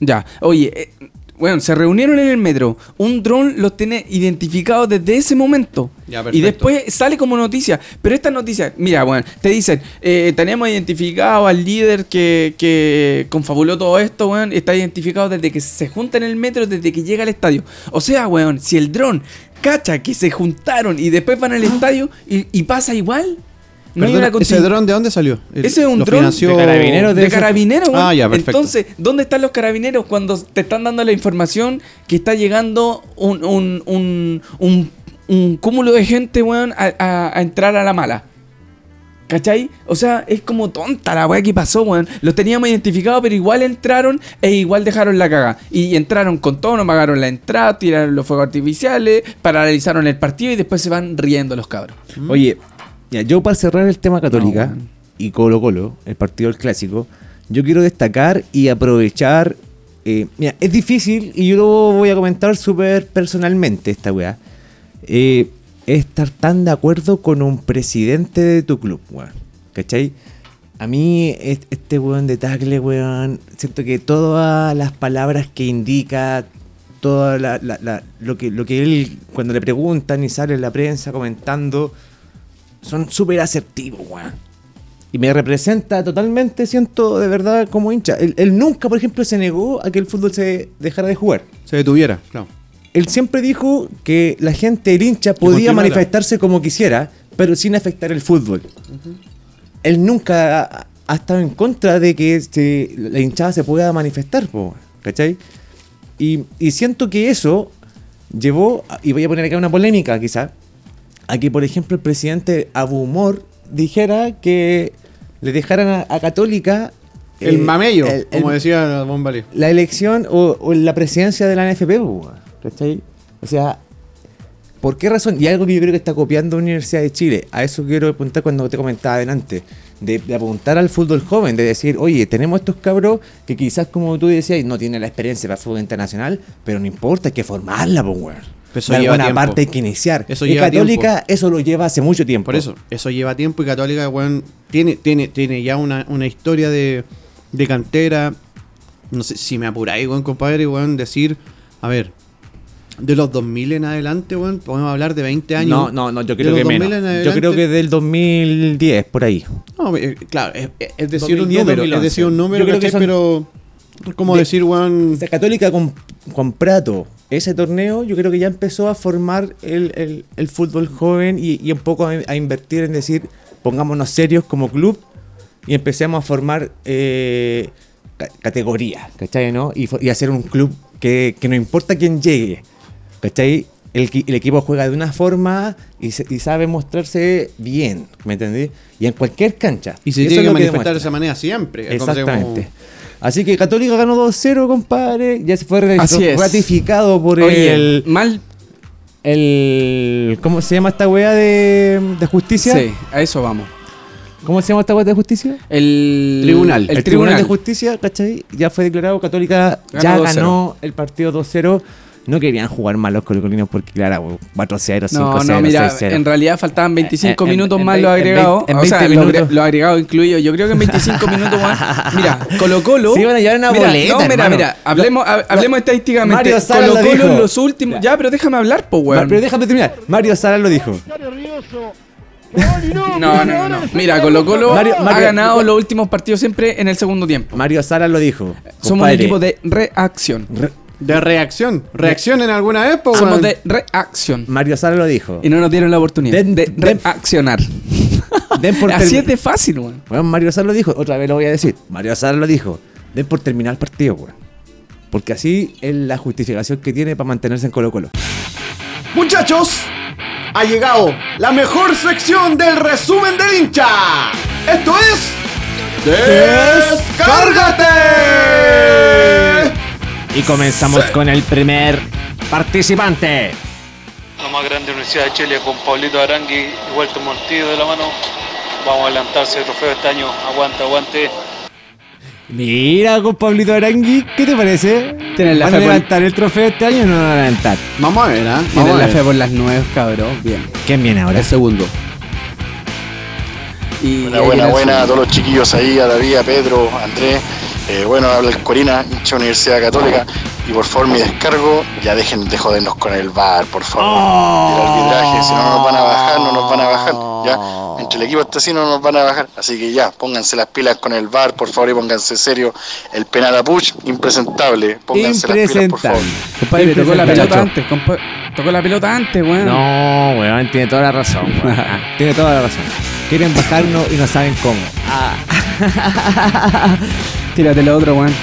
Ya, oye, eh, weón, se reunieron en el metro. Un dron los tiene identificados desde ese momento.
Ya,
y
perfecto.
después sale como noticia. Pero esta noticia, mira, weón, te dicen, eh, tenemos identificado al líder que, que confabuló todo esto, weón. Está identificado desde que se junta en el metro, desde que llega al estadio. O sea, weón, si el dron cacha que se juntaron y después van al estadio y, y pasa igual. no hay
Perdona,
una continu-
¿Ese dron de dónde salió? El-
ese es un
lo
dron
financió-
de carabineros
De
debe ser.
carabineros, weón.
Ah, ya, perfecto.
Entonces, ¿dónde están los carabineros cuando te están dando la información que está llegando un, un, un, un- un cúmulo de gente, weón, a, a- a entrar a la mala? ¿Cachai? O sea, es como tonta la weá que pasó, weón. Los teníamos identificados, pero igual entraron e igual dejaron la caga. Y entraron con todo, no pagaron la entrada, tiraron los fuegos artificiales, paralizaron el partido y después se van riendo los cabros.
Oye, ya, yo para cerrar el tema católica
No, weón.
y Colo Colo, el partido del clásico, yo quiero destacar y aprovechar. eh, mira, es difícil y yo lo voy a comentar súper personalmente esta weá. Eh, es estar tan de acuerdo con un presidente de tu club, weón. ¿Cachai? A mí, es- este weón de tacle, weón, siento que todas las palabras que indica, todo lo, que, lo que él, cuando le preguntan y sale en la prensa comentando, son súper asertivos, weón. Y me representa totalmente, siento de verdad como hincha. Él, él nunca, por ejemplo, se negó a que el fútbol se dejara de jugar.
Se detuviera, claro.
Él siempre dijo que la gente, el hincha, podía
continuara.
manifestarse como quisiera, pero sin afectar el fútbol. Él nunca ha, ha estado en contra de que se- la hinchada se pueda manifestar, po, ¿cachai? Y, y siento que eso llevó, a- y voy a poner acá una polémica quizá, a que por ejemplo el presidente Abumor dijera que le dejaran a, a Católica...
El
eh,
mamello,
el- el-
como decía Bombalí.
la elección o, o la presidencia de la NFP, po, weón, ¿cachai? O sea, ¿por qué razón? Y algo que yo creo que está copiando Universidad de Chile, a eso quiero apuntar cuando te comentaba adelante, de, de apuntar al fútbol joven, de decir, oye, tenemos estos cabros que quizás como tú decías, no tienen la experiencia para fútbol internacional, pero no importa, hay que formarla, po, weón.
Eso
de
lleva
alguna
tiempo.
parte hay que iniciar.
Eso
y
lleva
Católica, eso lo lleva hace mucho tiempo.
Por eso, eso lleva tiempo y Católica, weón, tiene, tiene, tiene ya una, una historia de, de cantera. No sé si me apuráis, weón, compadre, weón, decir, a ver, de los 2000 en adelante, weón, podemos hablar de 20 años.
No, no, no, yo
Este De
creo
los
que
2000
menos.
en
Yo
adelante-
creo que del 2010, por ahí.
No, eh, claro, es, es decir
2010,
un número, es
2011.
decir un número,
Yo creo que
¿cachai?
son-
pero es como
de-
decir, weón,
La Católica con, con Prato, ese torneo, yo creo que ya empezó a formar el, el- el fútbol joven y, y un poco a, a invertir en decir, pongámonos serios como club y empecemos a formar eh, ca- categorías, ¿cachai? No? Y, fo- y hacer un club que, que no importa quién llegue, ¿cachai? El, equi- el equipo juega de una forma y, se- y sabe mostrarse bien, ¿me entendí? Y en cualquier cancha.
y se
Eso
tiene
es
que
lo
manifestar de
demuestra.
esa manera siempre. Entonces,
Exactamente.
como-
Así que Católica ganó 2-0, compadre. Ya se fue re-
Así es.
ratificado por
Oye,
el,
mal
el- ¿Cómo se llama esta weá de, de justicia?
Sí, a eso vamos.
¿Cómo se llama esta guata de justicia?
El
Tribunal.
El, tribunal.
de Justicia, ¿cachai? Ya fue declarado católica,
Ganó
ya
2-0.
ganó el partido 2-0. No querían jugar mal los colocolinos porque, claro, 4-0, 5-0,
No, no, mira, en realidad faltaban 25
Eh, En- en-
minutos
en
más
vei-
los
en vei-
agregados.
en
o sea,
20
los agre-
minutos.
los agregados incluidos. Yo creo que en 25 minutos más. Mira, Colo Colo.
Se iban a llevar una
mira,
boleta,
No, mira,
hermano.
mira. Hablemos, ha- hablemos estadísticamente.
Mario Sala
Colo
lo
Colo en
dijo.
los últimos. Ya, pero déjame hablar, po, weón.
Pero déjame terminar. Mario Sala lo dijo.
no,
No, no, no, no. Mira, Colo Colo
Mario-
ha
Mario-
ganado los últimos partidos siempre en el segundo tiempo.
Mario Sala lo dijo.
Somos un
compadre.
equipo de reacción.
De reacción. Reacción en alguna época.
Somos
weón.
de reacción.
Mario Sala lo dijo.
Y no nos dieron la oportunidad
Den-
de
den-
reaccionar.
Den por
Así
termi-
es de fácil, weón.
Weón, Mario Sala lo dijo. Otra vez lo voy a decir. Mario Sala lo dijo. Den por terminar el partido, weón. Porque así es la justificación que tiene para mantenerse en Colo Colo.
Muchachos, ha llegado la mejor sección del resumen del hincha. Esto es. ¡Descárgate!
Y comenzamos con el primer participante.
la más grande Universidad de Chile con Paulito Arangui y Walter Montillo de la mano. Vamos a adelantarse el trofeo este año. Aguante, aguante.
Mira, con Pablito Arangui, ¿qué te parece?
Tienen la
¿Van a
fe por-
levantar el trofeo este año o no lo van a levantar?
Vamos a ver, ¿ah? Vamos
Tienen
a
la
ver.
fe por las nueve, cabrón. Bien.
¿Quién viene ahora?
El segundo. Y
Buena,
ahí
buena,
viene el
buena a
segundo.
todos los chiquillos ahí, a David, a Pedro, a Andrés. Eh, bueno, habla el Corina, hincha de Universidad Católica. Y por favor, mi descargo, ya dejen de jodernos con el bar, por favor.
Oh.
El arbitraje, si no nos van a bajar, no nos van a bajar. Ya, entre el equipo está así, no nos van a bajar. Así que ya, pónganse las pilas con el bar, por favor, y pónganse serio. El penal a Puch, impresentable. Pónganse las pilas, por favor.
Impresentable.
Compadre, tocó la
Impresentable.
pelota antes. compa- Tocó la pelota antes, weón.
No, weón, tiene toda la razón. weón. tiene toda la razón. Quieren bajarnos y no saben cómo.
Tírate la otra, weón.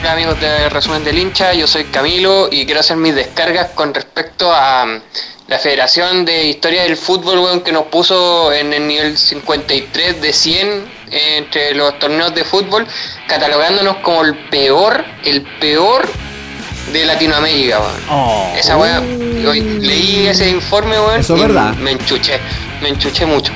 Hola amigos de Resumen del Hincha, yo soy Camilo y quiero hacer mis descargas con respecto a mm, la Federación de Historia del Fútbol weón, que nos puso en el nivel 53 de 100 entre los torneos de fútbol, catalogándonos como el peor, el peor de Latinoamérica. weón. Esa weá, hoy leí ese informe weón,
Oh. Eso es
y
verdad.
me enchuché, me enchuché mucho.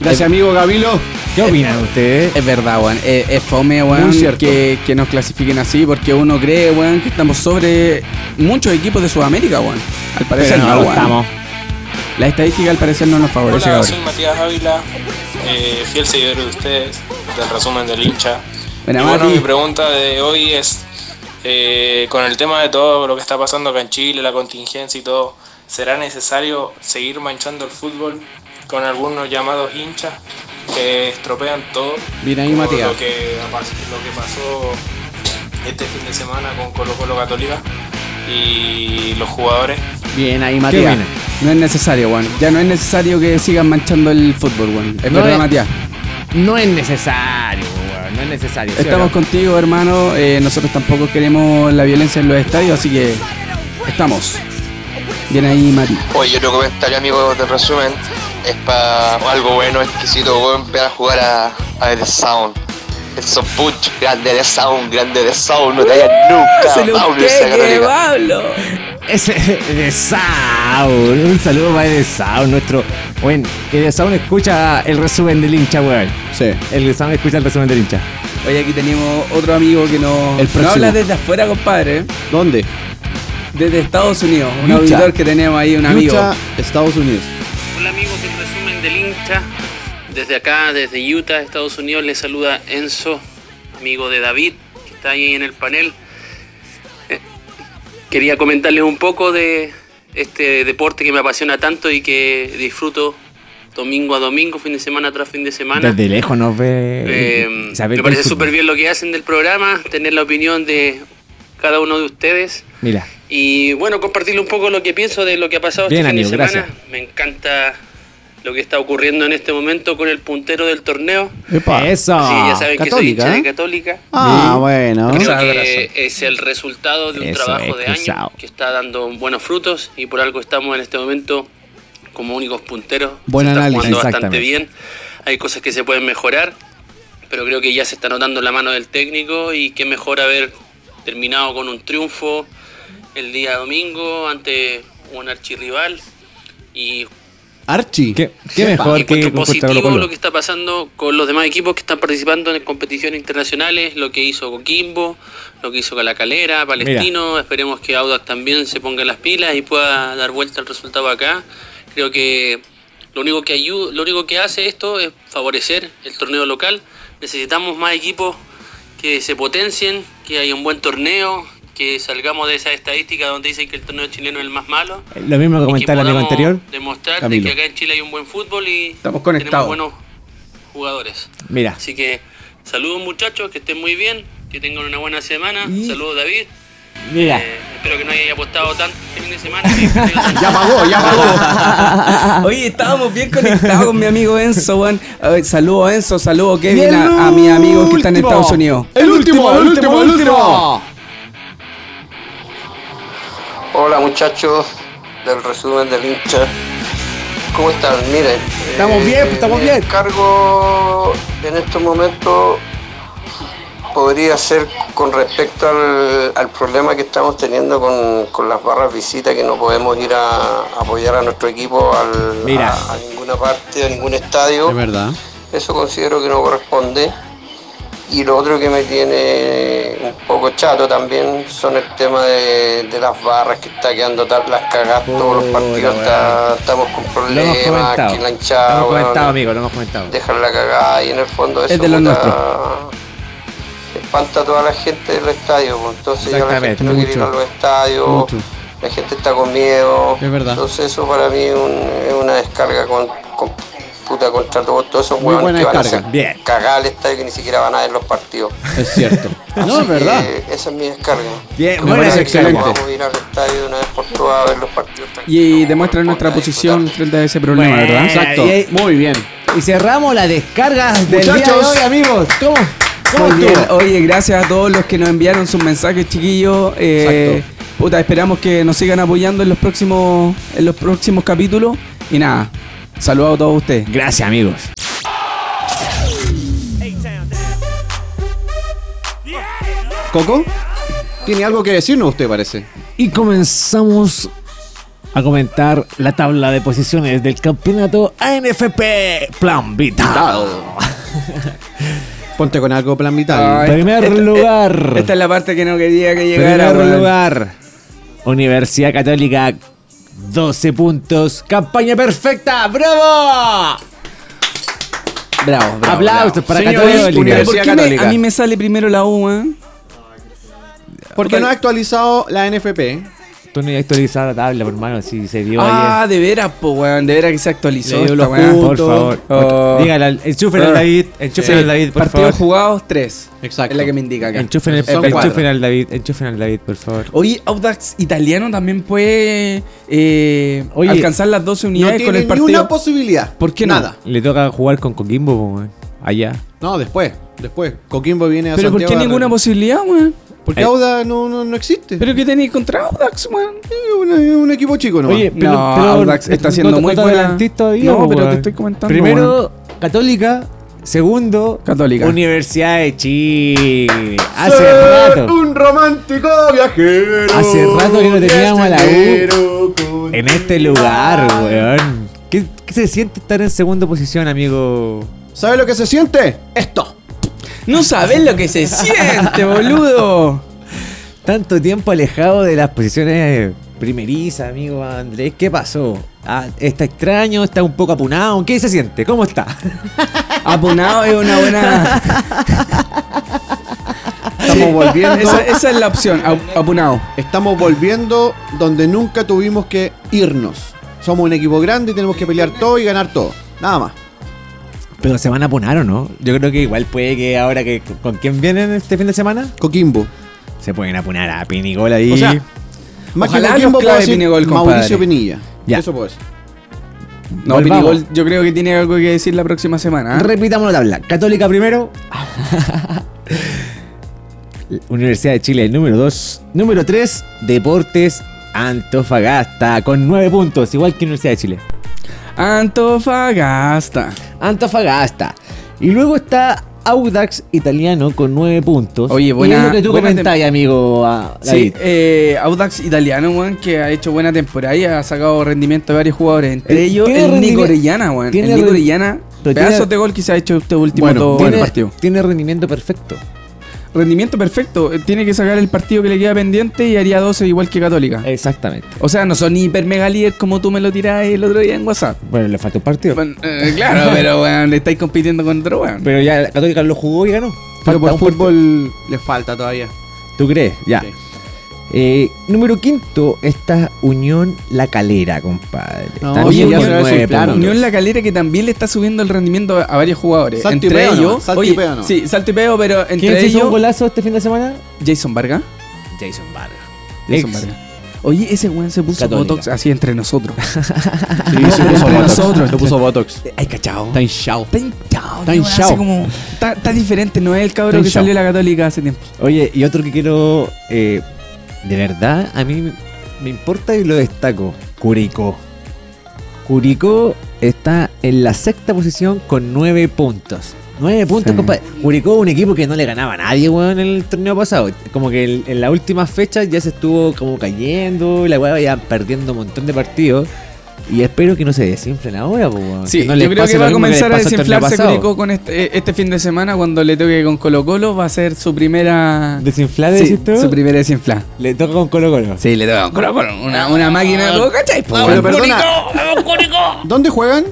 Gracias, amigo Gabilo.
¿Qué opinan ustedes?
Es verdad, weón. Eh, Es, es fome, weón,
Eh, Muy cierto.
que, que nos clasifiquen así, porque uno cree, weón, que estamos sobre muchos equipos de Sudamérica, weón. Al parecer no, weón. La estadística al parecer no nos favorece,
Hola, soy
cabrón.
Matías Ávila, eh, fiel seguidor de ustedes, del resumen del hincha.
Buena,
y bueno,
Mati.
mi pregunta de hoy es, eh, con el tema de todo lo que está pasando acá en Chile, la contingencia y todo, ¿será necesario seguir manchando el fútbol con algunos llamados hinchas que estropean todo?
Bien ahí,
Como
Matías.
Lo que, lo que pasó este fin de semana con Colo Colo Católica y los jugadores.
Bien ahí,
¿Qué opinan?
No es necesario, weón. Ya no es necesario que sigan manchando el fútbol, weón. Es
No
verdad,
eh,
es-
Matías.
No es necesario, weón. No es necesario. ¿sí o
Estamos
no?
contigo, hermano. Eh, nosotros tampoco queremos la violencia en los estadios, así que estamos. Bien ahí, Mati.
Oye, otro comentario, amigos del resumen, es para algo bueno, exquisito, weón, ver a jugar a, a The Sound. El Sopuch, grande de Sound, grande de Sound, no te hallan nunca.
Ah,
Vamos, Universidad Católica.
Pablo!
Ese de Saun. Un saludo para de Saun, nuestro. Bueno, el de Saun escucha el resumen del hincha, weón.
Sí.
El de Saun escucha el resumen del hincha.
Oye, aquí tenemos otro amigo que nos
El
nos
próximo.
habla desde afuera, compadre.
¿Dónde?
Desde Estados Unidos. Un
Lucha.
auditor que tenemos ahí, un amigo.
Utah, Estados Unidos.
Hola amigos del resumen del hincha. Desde acá, desde Utah, Estados Unidos, les saluda Enzo, amigo de David, que está ahí en el panel. Eh, Quería comentarles un poco de este deporte que me apasiona tanto y que disfruto domingo a domingo, fin de semana tras fin de semana.
Desde lejos nos ve.
Eh,
saber
me
del
parece
fútbol.
súper bien lo que hacen del programa, tener la opinión de cada uno de ustedes.
Mira.
Y bueno, compartirle un poco lo que pienso de lo que ha pasado
Bien,
este fin de
amigo,
semana.
gracias.
Me encanta lo que está ocurriendo en este momento con el puntero del torneo.
Eso.
sí, ya saben que soy hincha
Católica.
de
¿eh?
Católica.
Ah, bueno.
Creo
Un
que es el resultado de un
Eso
trabajo
es,
de año
cruzado.
que está dando buenos frutos y por algo estamos en este momento como únicos punteros.
Buen
se está
análisis,
jugando bastante
exactamente.
bien. Hay cosas que se pueden mejorar, pero creo que ya se está notando la mano del técnico y qué mejor haber terminado con un triunfo el día domingo ante un archirrival y
Archie. Qué, qué
Sepa,
mejor que
encuentro
contra
positivo
Colo-Colo.
lo que está pasando con los demás equipos que están participando en competiciones internacionales, lo que hizo Coquimbo, lo que hizo Calacalera, Palestino, esperemos que Audax también se ponga las pilas y pueda dar vuelta al resultado acá. Creo que lo único que ayu- lo único que hace esto es favorecer el torneo local. Necesitamos más equipos que se potencien, que haya un buen torneo, que salgamos de esa estadística donde dicen que el torneo chileno es el más malo.
Eh, Lo mismo que comentaba el amigo
podamos
anterior,
Demostrar de
Camilo.
que acá en Chile hay un buen fútbol y
Estamos conectados.
tenemos buenos jugadores.
Mira.
Así que saludos muchachos, que estén muy bien, que tengan una buena semana.
Y-
Saludos David.
Mira.
Eh, espero que no hayáis apostado tanto este fin de semana. Que-
Ya pagó, ya Ah,
pagó. Oye, estábamos bien conectados con mi amigo Enzo, weón. Ay, Saludo a Enzo, saludo Kevin, a, a mis amigos que están en Estados Unidos.
El último, el último, el último.
Hola muchachos del resumen del hincha. ¿Cómo están? Miren.
Estamos bien, estamos
mi
bien.
Cargo en estos momentos podría ser con respecto al, al problema que estamos teniendo con, con las barras visitas que no podemos ir a, apoyar a nuestro equipo al-
Mira.
a, a ninguna parte, a ningún estadio.
Es verdad.
Eso considero que no corresponde. Y lo otro que me tiene un poco chato también son el tema de, de las barras que está quedando tal, las cagas todos los partidos. está- estamos con
Lo hemos
problemas,
comentado.
que
Lo
la
hemos
hinchada,
comentado,
weón,
amigo, lo hemos comentado.
dejan la cagada y en el fondo
Es
eso
de los
puta,
nuestros.
espanta a toda la gente del estadio. pues. Entonces ya la gente
Exactamente,
no quiere ir a
mucho.
los estadios,
Mucho.
la gente está con miedo.
Es verdad.
Entonces eso para mí es un- es una descarga con, con puta contra todos todos esos
Muy
hueones
buena
que van a
descarga.
hacer
Bien.
cagar al estadio que ni siquiera van a ver los partidos.
Es cierto.
Así
no, es
que
verdad.
Esa es mi descarga.
Bien,
Me
buena
parece que
excelente.
Vamos a ir al estadio de una vez por todas a ver los partidos.
Y demuestra nuestra posición frente a ese problema,
Bueno,
¿verdad?
Exacto. y ahí-
Muy bien.
Y cerramos las descargas del día de
Muchachos.
hoy, amigos. ¿Cómo? ¿Cómo
Muy bien.
estuvo?
Oye, gracias a todos los que nos enviaron sus mensajes, chiquillos. Eh, puta, esperamos que nos sigan apoyando en los próximos, en los próximos capítulos. Y nada, saludos a todos ustedes.
Gracias, amigos.
Coco, tiene algo que decirnos usted, parece.
Y comenzamos a comentar la tabla de posiciones del campeonato ANFP Plan Vital.
Ponte con algo plan
Ah,
vital.
este,
Primer
esta-
lugar.
Esta es la parte que no quería que llegara.
Primer
weón.
lugar. Universidad Católica, 12 puntos. Campaña perfecta. ¡Bravo!
Bravo, bravo.
Aplausos
bravo.
para
Señores,
Católica.
¿Por
Universidad
qué me-
Católica.
a mí me sale primero la U, weón?
Porque no ha actualizado la NFP.
Tú no has actualizado la tabla, hermano. Si se dio
Ah, de veras, po, weón. De veras que se actualizó.
ayer. Le dio
esta
los
weá.
puntos. Por favor.
Oh.
Dígale, al- enchufen al
Ah.
David. Enchufen
Sí.
al David, por
Partidos
favor.
jugados, tres.
Exacto.
Es la que me indica acá.
Enchufen, el-
Son cuatro.
enchufen al David. Enchufen al David, por favor.
Hoy Audax italiano también puede eh,
Oye,
alcanzar las 12
No
unidades con
tiene
el
ni
partido.
una posibilidad.
¿Por qué no?
Nada.
Le toca jugar con Coquimbo, po, weón. Allá.
No, después. Después. Coquimbo viene a
¿Pero por
Santiago
qué
a-
ninguna posibilidad, weón?
Porque
Eh.
Auda no, no, no existe.
¿Pero qué tenéis contra Audax, weón?
Es un, es un equipo chico nomás.
Oye,
No,
pero, pero
Audax está
no-
siendo
no-
muy
no te
buena.
adelantís todavía,
No,
po,
pero te
weón.
estoy comentando,
Primero, Católica. Segundo,
Católica.
Universidad de Chile. Hace
Ser
rato.
un romántico viajero.
Hace rato que no teníamos a la U
Viajero con-
En este lugar, weón. ¿Qué, qué se siente estar en segunda posición, amigo?
¿Sabes lo que se siente? Esto.
No sabes lo que se siente, boludo.
Tanto tiempo alejado de las posiciones primerizas, amigo Andrés. ¿Qué pasó? Ah, ¿Está extraño? ¿Está un poco apunado? ¿Qué se siente? ¿Cómo está?
Apunado es una buena.
Estamos volviendo.
Esa, esa es la opción, ap- apunado.
Estamos volviendo donde nunca tuvimos que irnos. Somos un equipo grande y tenemos que pelear todo y ganar todo. Nada más.
¿Pero se van a apunar o no? Yo creo que igual puede que ahora que... ¿Con quién vienen este fin de semana?
Coquimbo.
Se pueden apunar a Pinigol ahí. ¿Ah?
O sea, Más
Ojalá
que
nos
Coquimbo puedo
clave
decir
Pinegol, compadre.
Mauricio Pinilla.
Ya.
Eso puede ser.
No,
Volvamos.
Pinigol, yo creo que tiene algo que decir la próxima semana. ¿eh?
Repitamos la tabla. Católica primero. Universidad de Chile número 2. Número 3, Deportes Antofagasta con 9 puntos, igual que Universidad de Chile.
Antofagasta.
Antofagasta. Y luego está Audax italiano con 9 puntos.
Oye, buena-
Y es lo que tú
buena
comentabas,
tem-
amigo. ah,
Sí,
David.
eh, Audax italiano, weón, que ha hecho buena temporada y ha sacado rendimiento de varios jugadores. Entre
Eh,
ellos,
tiene
el
rendimi-
Nico Orellana, weón.
tiene
El Nico
re-
Orellana,
pero
pedazos
tiene-
de gol que se ha hecho este último
Bueno,
todo
tiene-
el partido.
Tiene rendimiento perfecto.
Rendimiento perfecto. eh, Tiene que sacar el partido que le queda pendiente y haría 12 igual que Católica.
Eh. Exactamente.
O sea, no son hiper mega líder como tú me lo tirás el otro día en WhatsApp.
Bueno, le falta un partido.
Bueno, eh, claro, pero weón, le estáis compitiendo con otro weón.
Pero ya Católica lo jugó y ganó.
Pero
Falta
por
un
fútbol le falta todavía.
¿Tú crees? Ya.
Sí.
Eh, número quinto, esta Unión La Calera, compadre.
No,
También
sí, ya
con
se lo
nueve
desinflaron.
puntos.
Unión La Calera que también le está subiendo el rendimiento a- a varios jugadores.
Salto y
entre
peo
ellos.
nomás, salto y
oye,
peo nomás.
Sí, salto y peo, pero entre
¿Quién se
ellos.
hizo un golazo este fin de semana?
Jason Vargas.
Jason Vargas.
Jason
Ex.
Vargas. Oye, ese weón se puso
Católica.
Botox así entre nosotros.
Sí,
No, pero
se puso
entre
Botox.
nosotros.
Se puso Botox.
Ay, cachao.
Está hinchado.
Está hinchado.
Está
qué weón,
hinchado.
así como- Está está diferente, no es el
Está
cabrón que
hinchado.
salió de la Católica hace tiempo.
Oye, y otro que quiero. eh, de verdad, a mí me- me importa y lo destaco. Curicó. Curicó está en la sexta posición con nueve puntos. Nueve puntos,
Sí.
compadre. Curicó, un equipo que no le ganaba a nadie, weón, en el torneo pasado. Como que el- en la última fecha ya se estuvo como cayendo, y la weá ya perdiendo un montón de partidos. Y espero que no se desinflen ahora, po, weón.
Sí,
Que no les
yo creo
pase
que
lo
va a
mismo les
comenzar a
pasó el torneo
desinflarse
pasado.
Curicó con este, este fin de semana cuando le toque con Colo Colo. Va a ser su primera.
¿Desinflar,
Sí,
decís tú?
su primera desinflada.
Le toca con Colo Colo.
Sí, le toca con Colo Colo. Una, una máquina de Colo, ¿cachai? po,
Pero
weón?
perdona, ¿dónde juegan?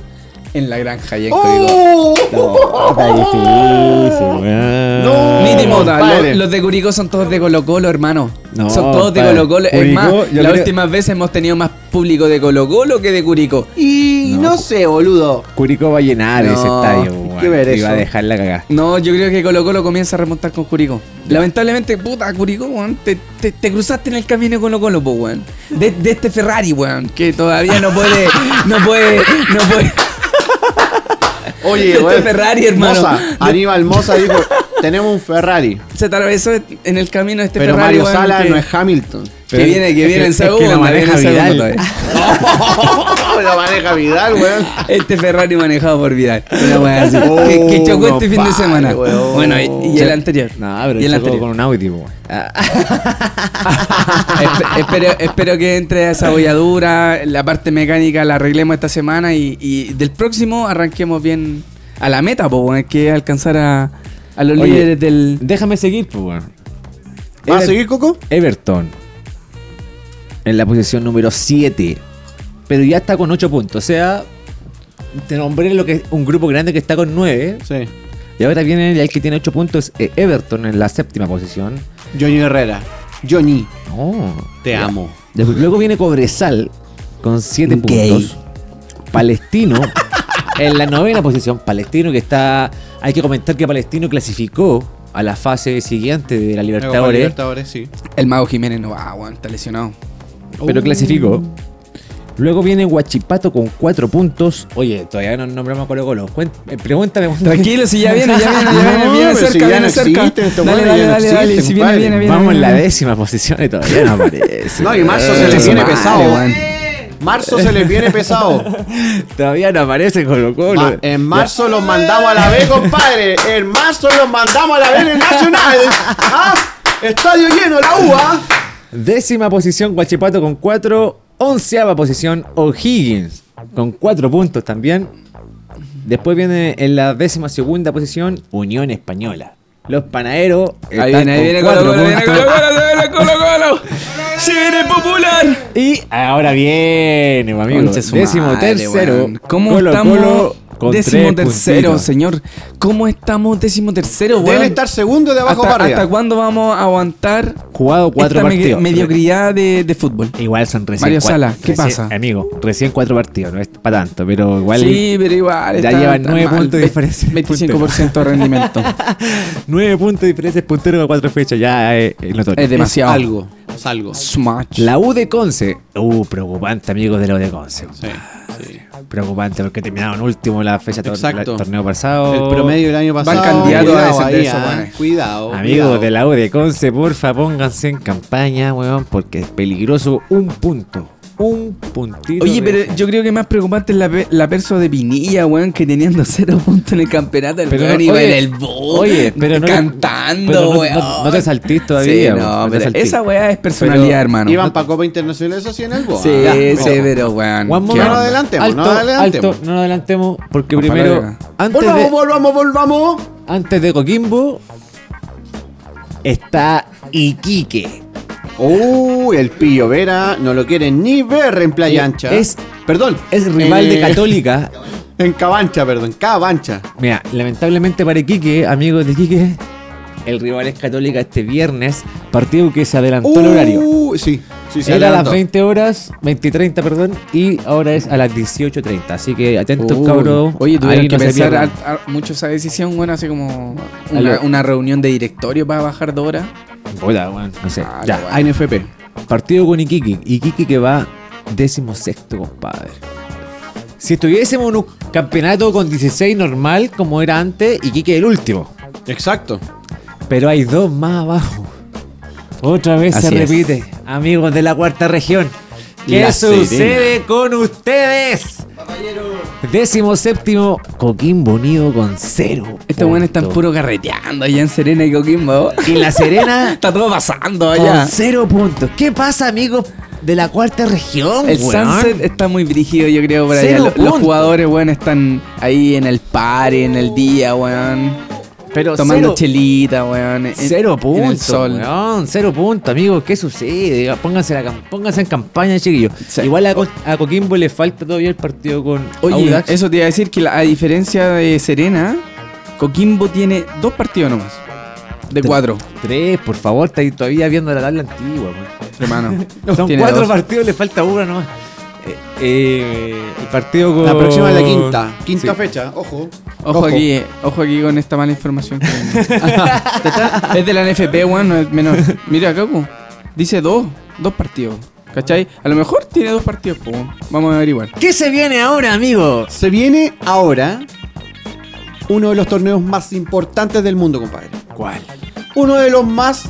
En la granja, y en Curicó.
¡Oh!
No, está difícil, weón.
No.
Ni de moda, lo-
Compadre.
los, de Curicó son todos de Colo Colo, hermano.
No,
son todos de
compadre.
Colo Colo. Es
Curicó,
más,
yo
las
creo-
últimas veces hemos tenido más público de Colo Colo que de Curicó.
Y
No.
no sé, boludo.
Curicó va a llenar
No,
ese estadio, weón.
que ver
Y
eso.
va a dejar la cagada.
No, yo creo que Colo Colo comienza a remontar con Curicó. Lamentablemente, puta, Curicó, weón, te, te- te cruzaste en el camino de Colo Colo, po, weón. De, de este Ferrari, weón, que todavía no puede, no puede, no puede.
Oye,
Este
weón.
Ferrari, hermano.
Moza, Aníbal Moza dijo, tenemos un
Este
Ferrari.
Se atravesó en el camino de este
pero
Ferrari,
Mario
weón,
Sala
que-
no es Hamilton.
Que viene, que viene en segundo,
la
viene en
maneja
segundo
Vidal.
todavía.
lo maneja Vidal, weón.
Este Ferrari manejado por Vidal. Una weá así.
Oh,
que, que chocó este fin de
compadre,
semana.
weón.
Bueno, y, y el anterior.
No, pero
y el
chocó
anterior.
con un Audi, weón.
Espe- espero, espero que entre a esa bolladura. La parte mecánica la arreglemos esta semana y, y del próximo arranquemos bien a la meta, po, weón, que es alcanzar a, a los
Oye.
líderes del.
Déjame seguir, pues, weón.
¿Vas
Ever-
a seguir, Coco?
Everton. En la posición número 7. Pero ya está con 8 puntos. O sea, te nombré lo que es un grupo grande que está con 9.
Sí.
Y ahora viene el que tiene 8 puntos. eh, Everton en la séptima posición.
Johnny Herrera. Johnny,
No.
te
Ya.
amo.
Después- luego viene Cobresal con 7
Gay.
puntos. Palestino en la novena posición. Palestino que está. Hay que comentar que Palestino clasificó a la fase siguiente de la Libertadores,
sí.
El Mago Jiménez no va, weón, está lesionado.
pero clasificó. Luego viene Huachipato con 4 puntos. Oye, todavía no nombramos a Colo Colo. Cuen- eh, Pregúntame.
Tranquilo, si ya viene, ya viene, ya viene,
No,
viene
pero si
cerca,
ya
viene
no
cerca.
existen estos
dale,
weones,
dale,
ya no
dale, dale,
existen,
si viene,
compadre.
viene, viene.
Vamos en la
viene.
décima posición y todavía no aparece.
No, y marzo se les
Conche
viene
su madre,
pesado.
weón.
Marzo se les viene pesado.
Todavía no aparece Colo Colo.
Ma- en marzo los mandamos a la B, compadre. En marzo los mandamos a la B en el Nacional. ¿Ah? Estadio lleno, la ah. UA.
Décima posición, Guachipato con 4. Onceava posición, O'Higgins con 4 puntos también. Después viene en la décima segunda posición, Unión Española. Los panaderos.
Ahí
están
viene, ahí
con
viene Colo
cuatro
Colo, viene
puntos.
Colo Colo, se viene Colo Colo. Se viene popular.
Y ahora viene, mi amigo.
Concha su
Décimo
madre,
tercero.
weón. ¿Cómo
Colo
estamos?
Colo con
décimo
tres
tercero,
puntitos.
señor. ¿Cómo estamos décimo tercero, weón?
Deben estar segundo de abajo
¿Hasta,
para arriba.
hasta cuándo vamos a aguantar
Jugado cuatro
esta me-
partidos.
mediocridad de, de fútbol?
Igual son recién.
Mario
cuatro-
Sala, ¿qué
recién-
pasa?
Amigo, recién cuatro partidos, no es para tanto, pero igual.
sí, pero igual.
ya
está-
llevan
está
nueve
mal.
puntos de
Ve-
diferencia.
25% de rendimiento.
9 puntos de diferencia, es puntero con 4 fechas, ya es, es notorio.
es demasiado.
Algo, es algo.
Smash.
La U de Conce. Uh, preocupante, amigos de la U de Conce. Preocupante porque terminaron último la fecha tor-
Exacto.
la- torneo pasado.
El promedio del año pasado.
candidato a
cuidado
descender
ahí,
esos
ah.
manes.
Cuidado.
Amigos
cuidado.
de la U de Conce, porfa, pónganse en campaña, weón, porque es peligroso un punto. un puntito.
Oye,
de-
pero yo creo que más preocupante es la, pe- la perso de Pinilla, weón, que teniendo cero puntos en el campeonato, el
Pero
weón
no-
iba en
oye,
el bus,
oye, pero no-
cantando,
pero no- no-
weón.
no te saltís todavía,
Sí,
weón,
no,
no te
pero
saltís.
esa weá es personalidad,
Pero-
hermano.
Iban para Copa Internacional, eso sí, en el Boa.
Sí,
Ya,
sí, pero weón.
Juan
No
Mono,
nos adelantemos,
alto,
no nos adelantemos.
alto, no nos adelantemos, porque
Ojalá
primero,
llega.
antes
Volvamos,
de,
volvamos, volvamos.
antes de Coquimbo, está Iquique.
Uy, el Pillo Vera no lo quieren ni ver en Playa Ancha.
Eh, Es-
perdón,
Es rival
eh,
de Católica.
En Cabancha, perdón, Cabancha.
Mira, lamentablemente para Iquique, amigos de Iquique, el rival es Católica este viernes, partido que se adelantó el
Uh,
horario.
Uy, sí, sí, sí.
Era a las
adelantó.
20 horas, 20.30, perdón, y ahora es a las 18.30. Así que atentos,
Uy,
cabros.
Uh, Oye, tuvieron
ahí
que
no se
pensar
pierdan.
al- al- mucho esa decisión, weón, así como
Aló.
una, una reunión de directorio para bajar dos horas.
Puta, weón, no sé.
Ah,
ya,
la
ANFP. Partido con Iquique. Iquique que va décimo sexto, compadre. Si estuviésemos en un campeonato con 16 normal, como era antes, Iquique el último.
Exacto.
Pero hay dos más abajo. Otra vez
Así
se
es.
repite, amigos de la cuarta región. ¿Qué
La
sucede
Serena.
con ustedes? Décimo séptimo, Coquimbo Unido con cero.
Estos weones están
puntos.
puro carreteando allá en Serena y Coquimbo.
Y la Serena
Está todo pasando
Con
allá.
cero puntos. ¿Qué pasa, amigos de la cuarta región?
El
weón?
Sunset está muy brígido, yo creo, por allá.
Cero
Lo- Los,
puntos.
jugadores, weón, están ahí en el party, en el día, weón.
Pero
Tomando
cero,
chelita, weón. en-
cero puntos.
En el sol.
weón, cero puntos, amigos. ¿Qué sucede? Pónganse, la, cam- pónganse en campaña, chiquillos.
Sí.
Igual a, Co- a Coquimbo le falta todavía el partido con
Oye,
Audax.
eso te iba a decir que la- a diferencia de Serena, Coquimbo tiene dos partidos nomás. De
Tre-
cuatro,
Tres, por favor, estáis todavía viendo la tabla antigua. weón.
hermano.
Son
Tiene
cuatro
dos.
partidos, le falta uno nomás. Eh, eh, el partido con...
La próxima es la quinta. Quinta
Sí.
fecha, ojo.
Ojo aquí, eh, ojo aquí con esta mala información. que- Te está- es de la NFP, weón, no es menor. Mira, Caco, dice dos, dos partidos. ¿Cachai? A lo mejor tiene dos partidos, po. Vamos a averiguar.
¿Qué se viene ahora, amigos?
Se viene ahora uno de los torneos más importantes del mundo, compadre.
¿Cuál?
Uno de los más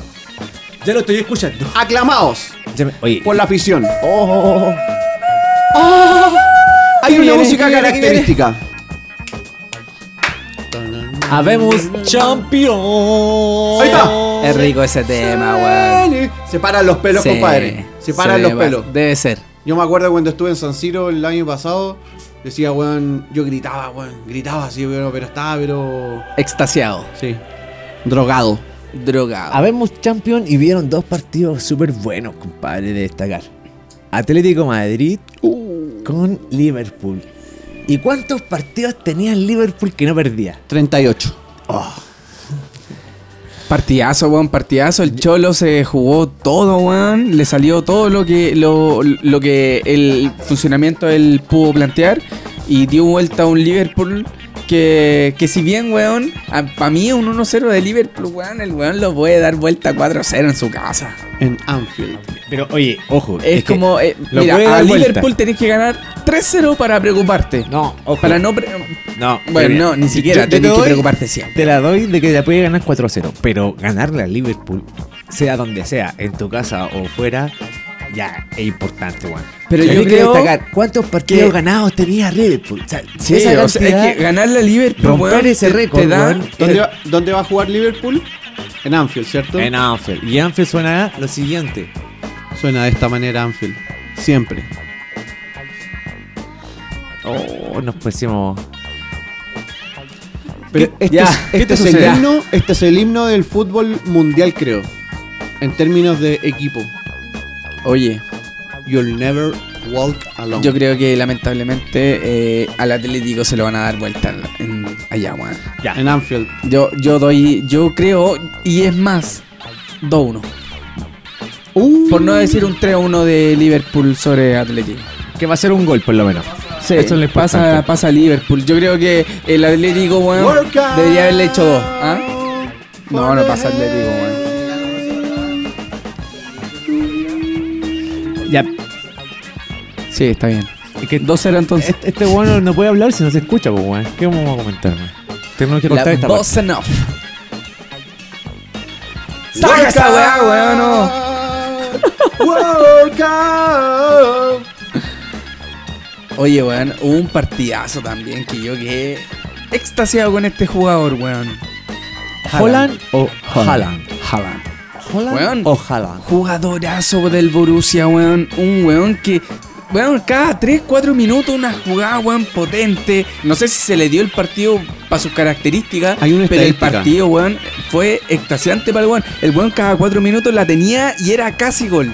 Ya lo estoy escuchando.
aclamados
Ya me- Oye,
por la afición.
Oh, oh, oh, oh.
Hay
¿Qué
una
viene?
música
¿Qué viene? ¿Qué
característica.
Habemos champion.
Ahí está.
Es rico ese tema, weón.
Se paran los pelos,
Sí,
compadre. Se paran
sí,
los
va-
pelos.
Debe ser.
Yo me acuerdo cuando estuve en San Siro el año pasado, decía, weón, yo gritaba, weón, gritaba así, pero, pero estaba, pero...
Extasiado.
Sí. Drogado.
Drogado.
Habemos champion y vieron dos partidos súper buenos, compadre, de destacar. Atlético Madrid
Uh.
con Liverpool. ¿Y cuántos partidos tenía el Liverpool que no perdía?
38.
Partidazo, weón, partidazo. El Cholo se jugó todo, weón. Le salió todo lo que, lo, lo que el funcionamiento él pudo plantear. Y dio vuelta a un Liverpool que, que si bien, weón, para mí un 1-0 de Liverpool, weón, el weón lo puede dar vuelta 4-0 en su casa.
En Anfield.
Pero oye, ojo.
Es, como, eh,
lo
mira,
puede
a
dar vuelta.
Liverpool tenés que ganar 3-0 para preocuparte.
No, ojo.
Para no... pre-
No,
Bueno,
mira,
no, ni
yo-
siquiera.
yo te
tenés que
doy-
preocuparte siempre.
Te la doy de que la puede ganar 4-0, pero ganarle al Liverpool, sea donde sea, en tu casa o fuera, ya es importante, weón.
Pero yo
quiero
creo
destacar cuántos partidos
que-
ganados tenía Liverpool. O sea,
Sí,
esa
o sea,
cantidad-
es que ganarle a Liverpool,
romper
weón,
ese
te-
récord,
te da-
weón.
¿Dónde va, dónde va a jugar Liverpool? En Anfield, ¿cierto?
En Anfield. Y Anfield suena a lo siguiente.
Suena de esta manera Anfield. Siempre.
Oh, nos pusimos.
Pero
¿Qué-
este,
ya,
es,
¿qué
este
te
es el
sucede?
himno, este es el himno del fútbol mundial, creo. En términos de equipo.
Oye,
You'll never walk alone.
Yo creo que lamentablemente eh, al Atlético se lo van a dar vuelta en- en- allá, weón.
Ya.
En Anfield.
Yo, yo doy, yo creo, y es más, 2-1.
Uh.
Por no decir un 3-1 de Liverpool sobre Atlético.
Que va a ser un gol, por lo menos.
Sí,
Eso es lo
pasa,
importante.
pasa a Liverpool. Yo creo que el Atlético, weón,
Workout
debería haberle hecho dos. ¿ah? No, no pasa Atlético, weón.
Ya.
Sí, está bien.
Es que
2-0 entonces.
este, este bueno no puede hablar si no se escucha, pues, weón. ¿Qué vamos a comentar, weón? Tenemos que
La
contar esta parte.
bossa nova. Saca esa weá, weón, no.
Workout.
Oye, weón, hubo un partidazo también que yo quedé extasiado con este jugador, weón.
¿Holland o
Haaland? Haaland. Weón, Jugadorazo del Borussia, weón. Un weón que. Weón, cada 3, 4 minutos una jugada, weón, potente. No sé si se le dio el partido para sus características.
Hay una
pero el
estadística.
partido, weón, fue extasiante para el weón. El weón cada 4 minutos la tenía y era casi gol.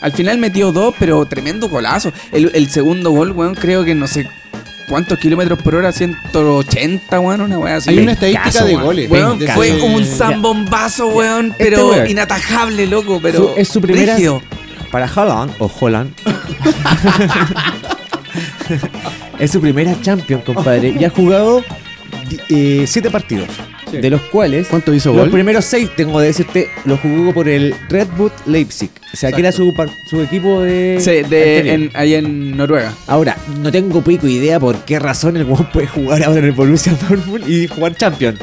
Al final metió dos, pero tremendo golazo. El, el segundo gol, weón, creo que no sé cuántos kilómetros por hora, 180, weón, una weá así.
Hay una estadística de goles.
Weón,
Pencazo.
fue como un
Ya.
zambombazo, weón,
Este
pero
weón.
inatajable, loco, pero.
Su- es su primera.
brígido.
Para Holland o Holland. es su primera Champions, compadre. Y ha jugado 7 partidos.
Sí.
De los cuales.
¿Cuánto hizo
Los
gol?
primeros 6, tengo que decirte, los jugó por el Red Bull Leipzig. O sea, que era su, par- su equipo de.
Sí, de,
anterior.
en- ahí en Noruega.
Ahora, no tengo pico idea por qué razón el weón puede jugar ahora en el Borussia Dortmund y jugar Champion.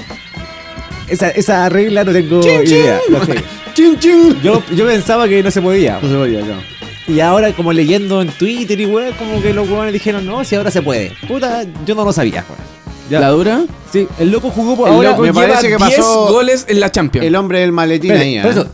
Esa, esa regla no tengo
Chin, chin.
idea. no sé.
Chin, chin.
Yo, yo pensaba que no se podía.
No se podía, claro.
Y ahora, como leyendo en Twitter y weón, como que los weones dijeron, no, si ahora se puede. Puta, yo no lo sabía, weón. Ya.
¿La dura?
Sí, el loco jugó por
El
ahora.
loco
me
lleva
parece que
10
pasó-
goles en la Champions.
El hombre del maletín
Espera,
ahí, ¿eh?
por eso,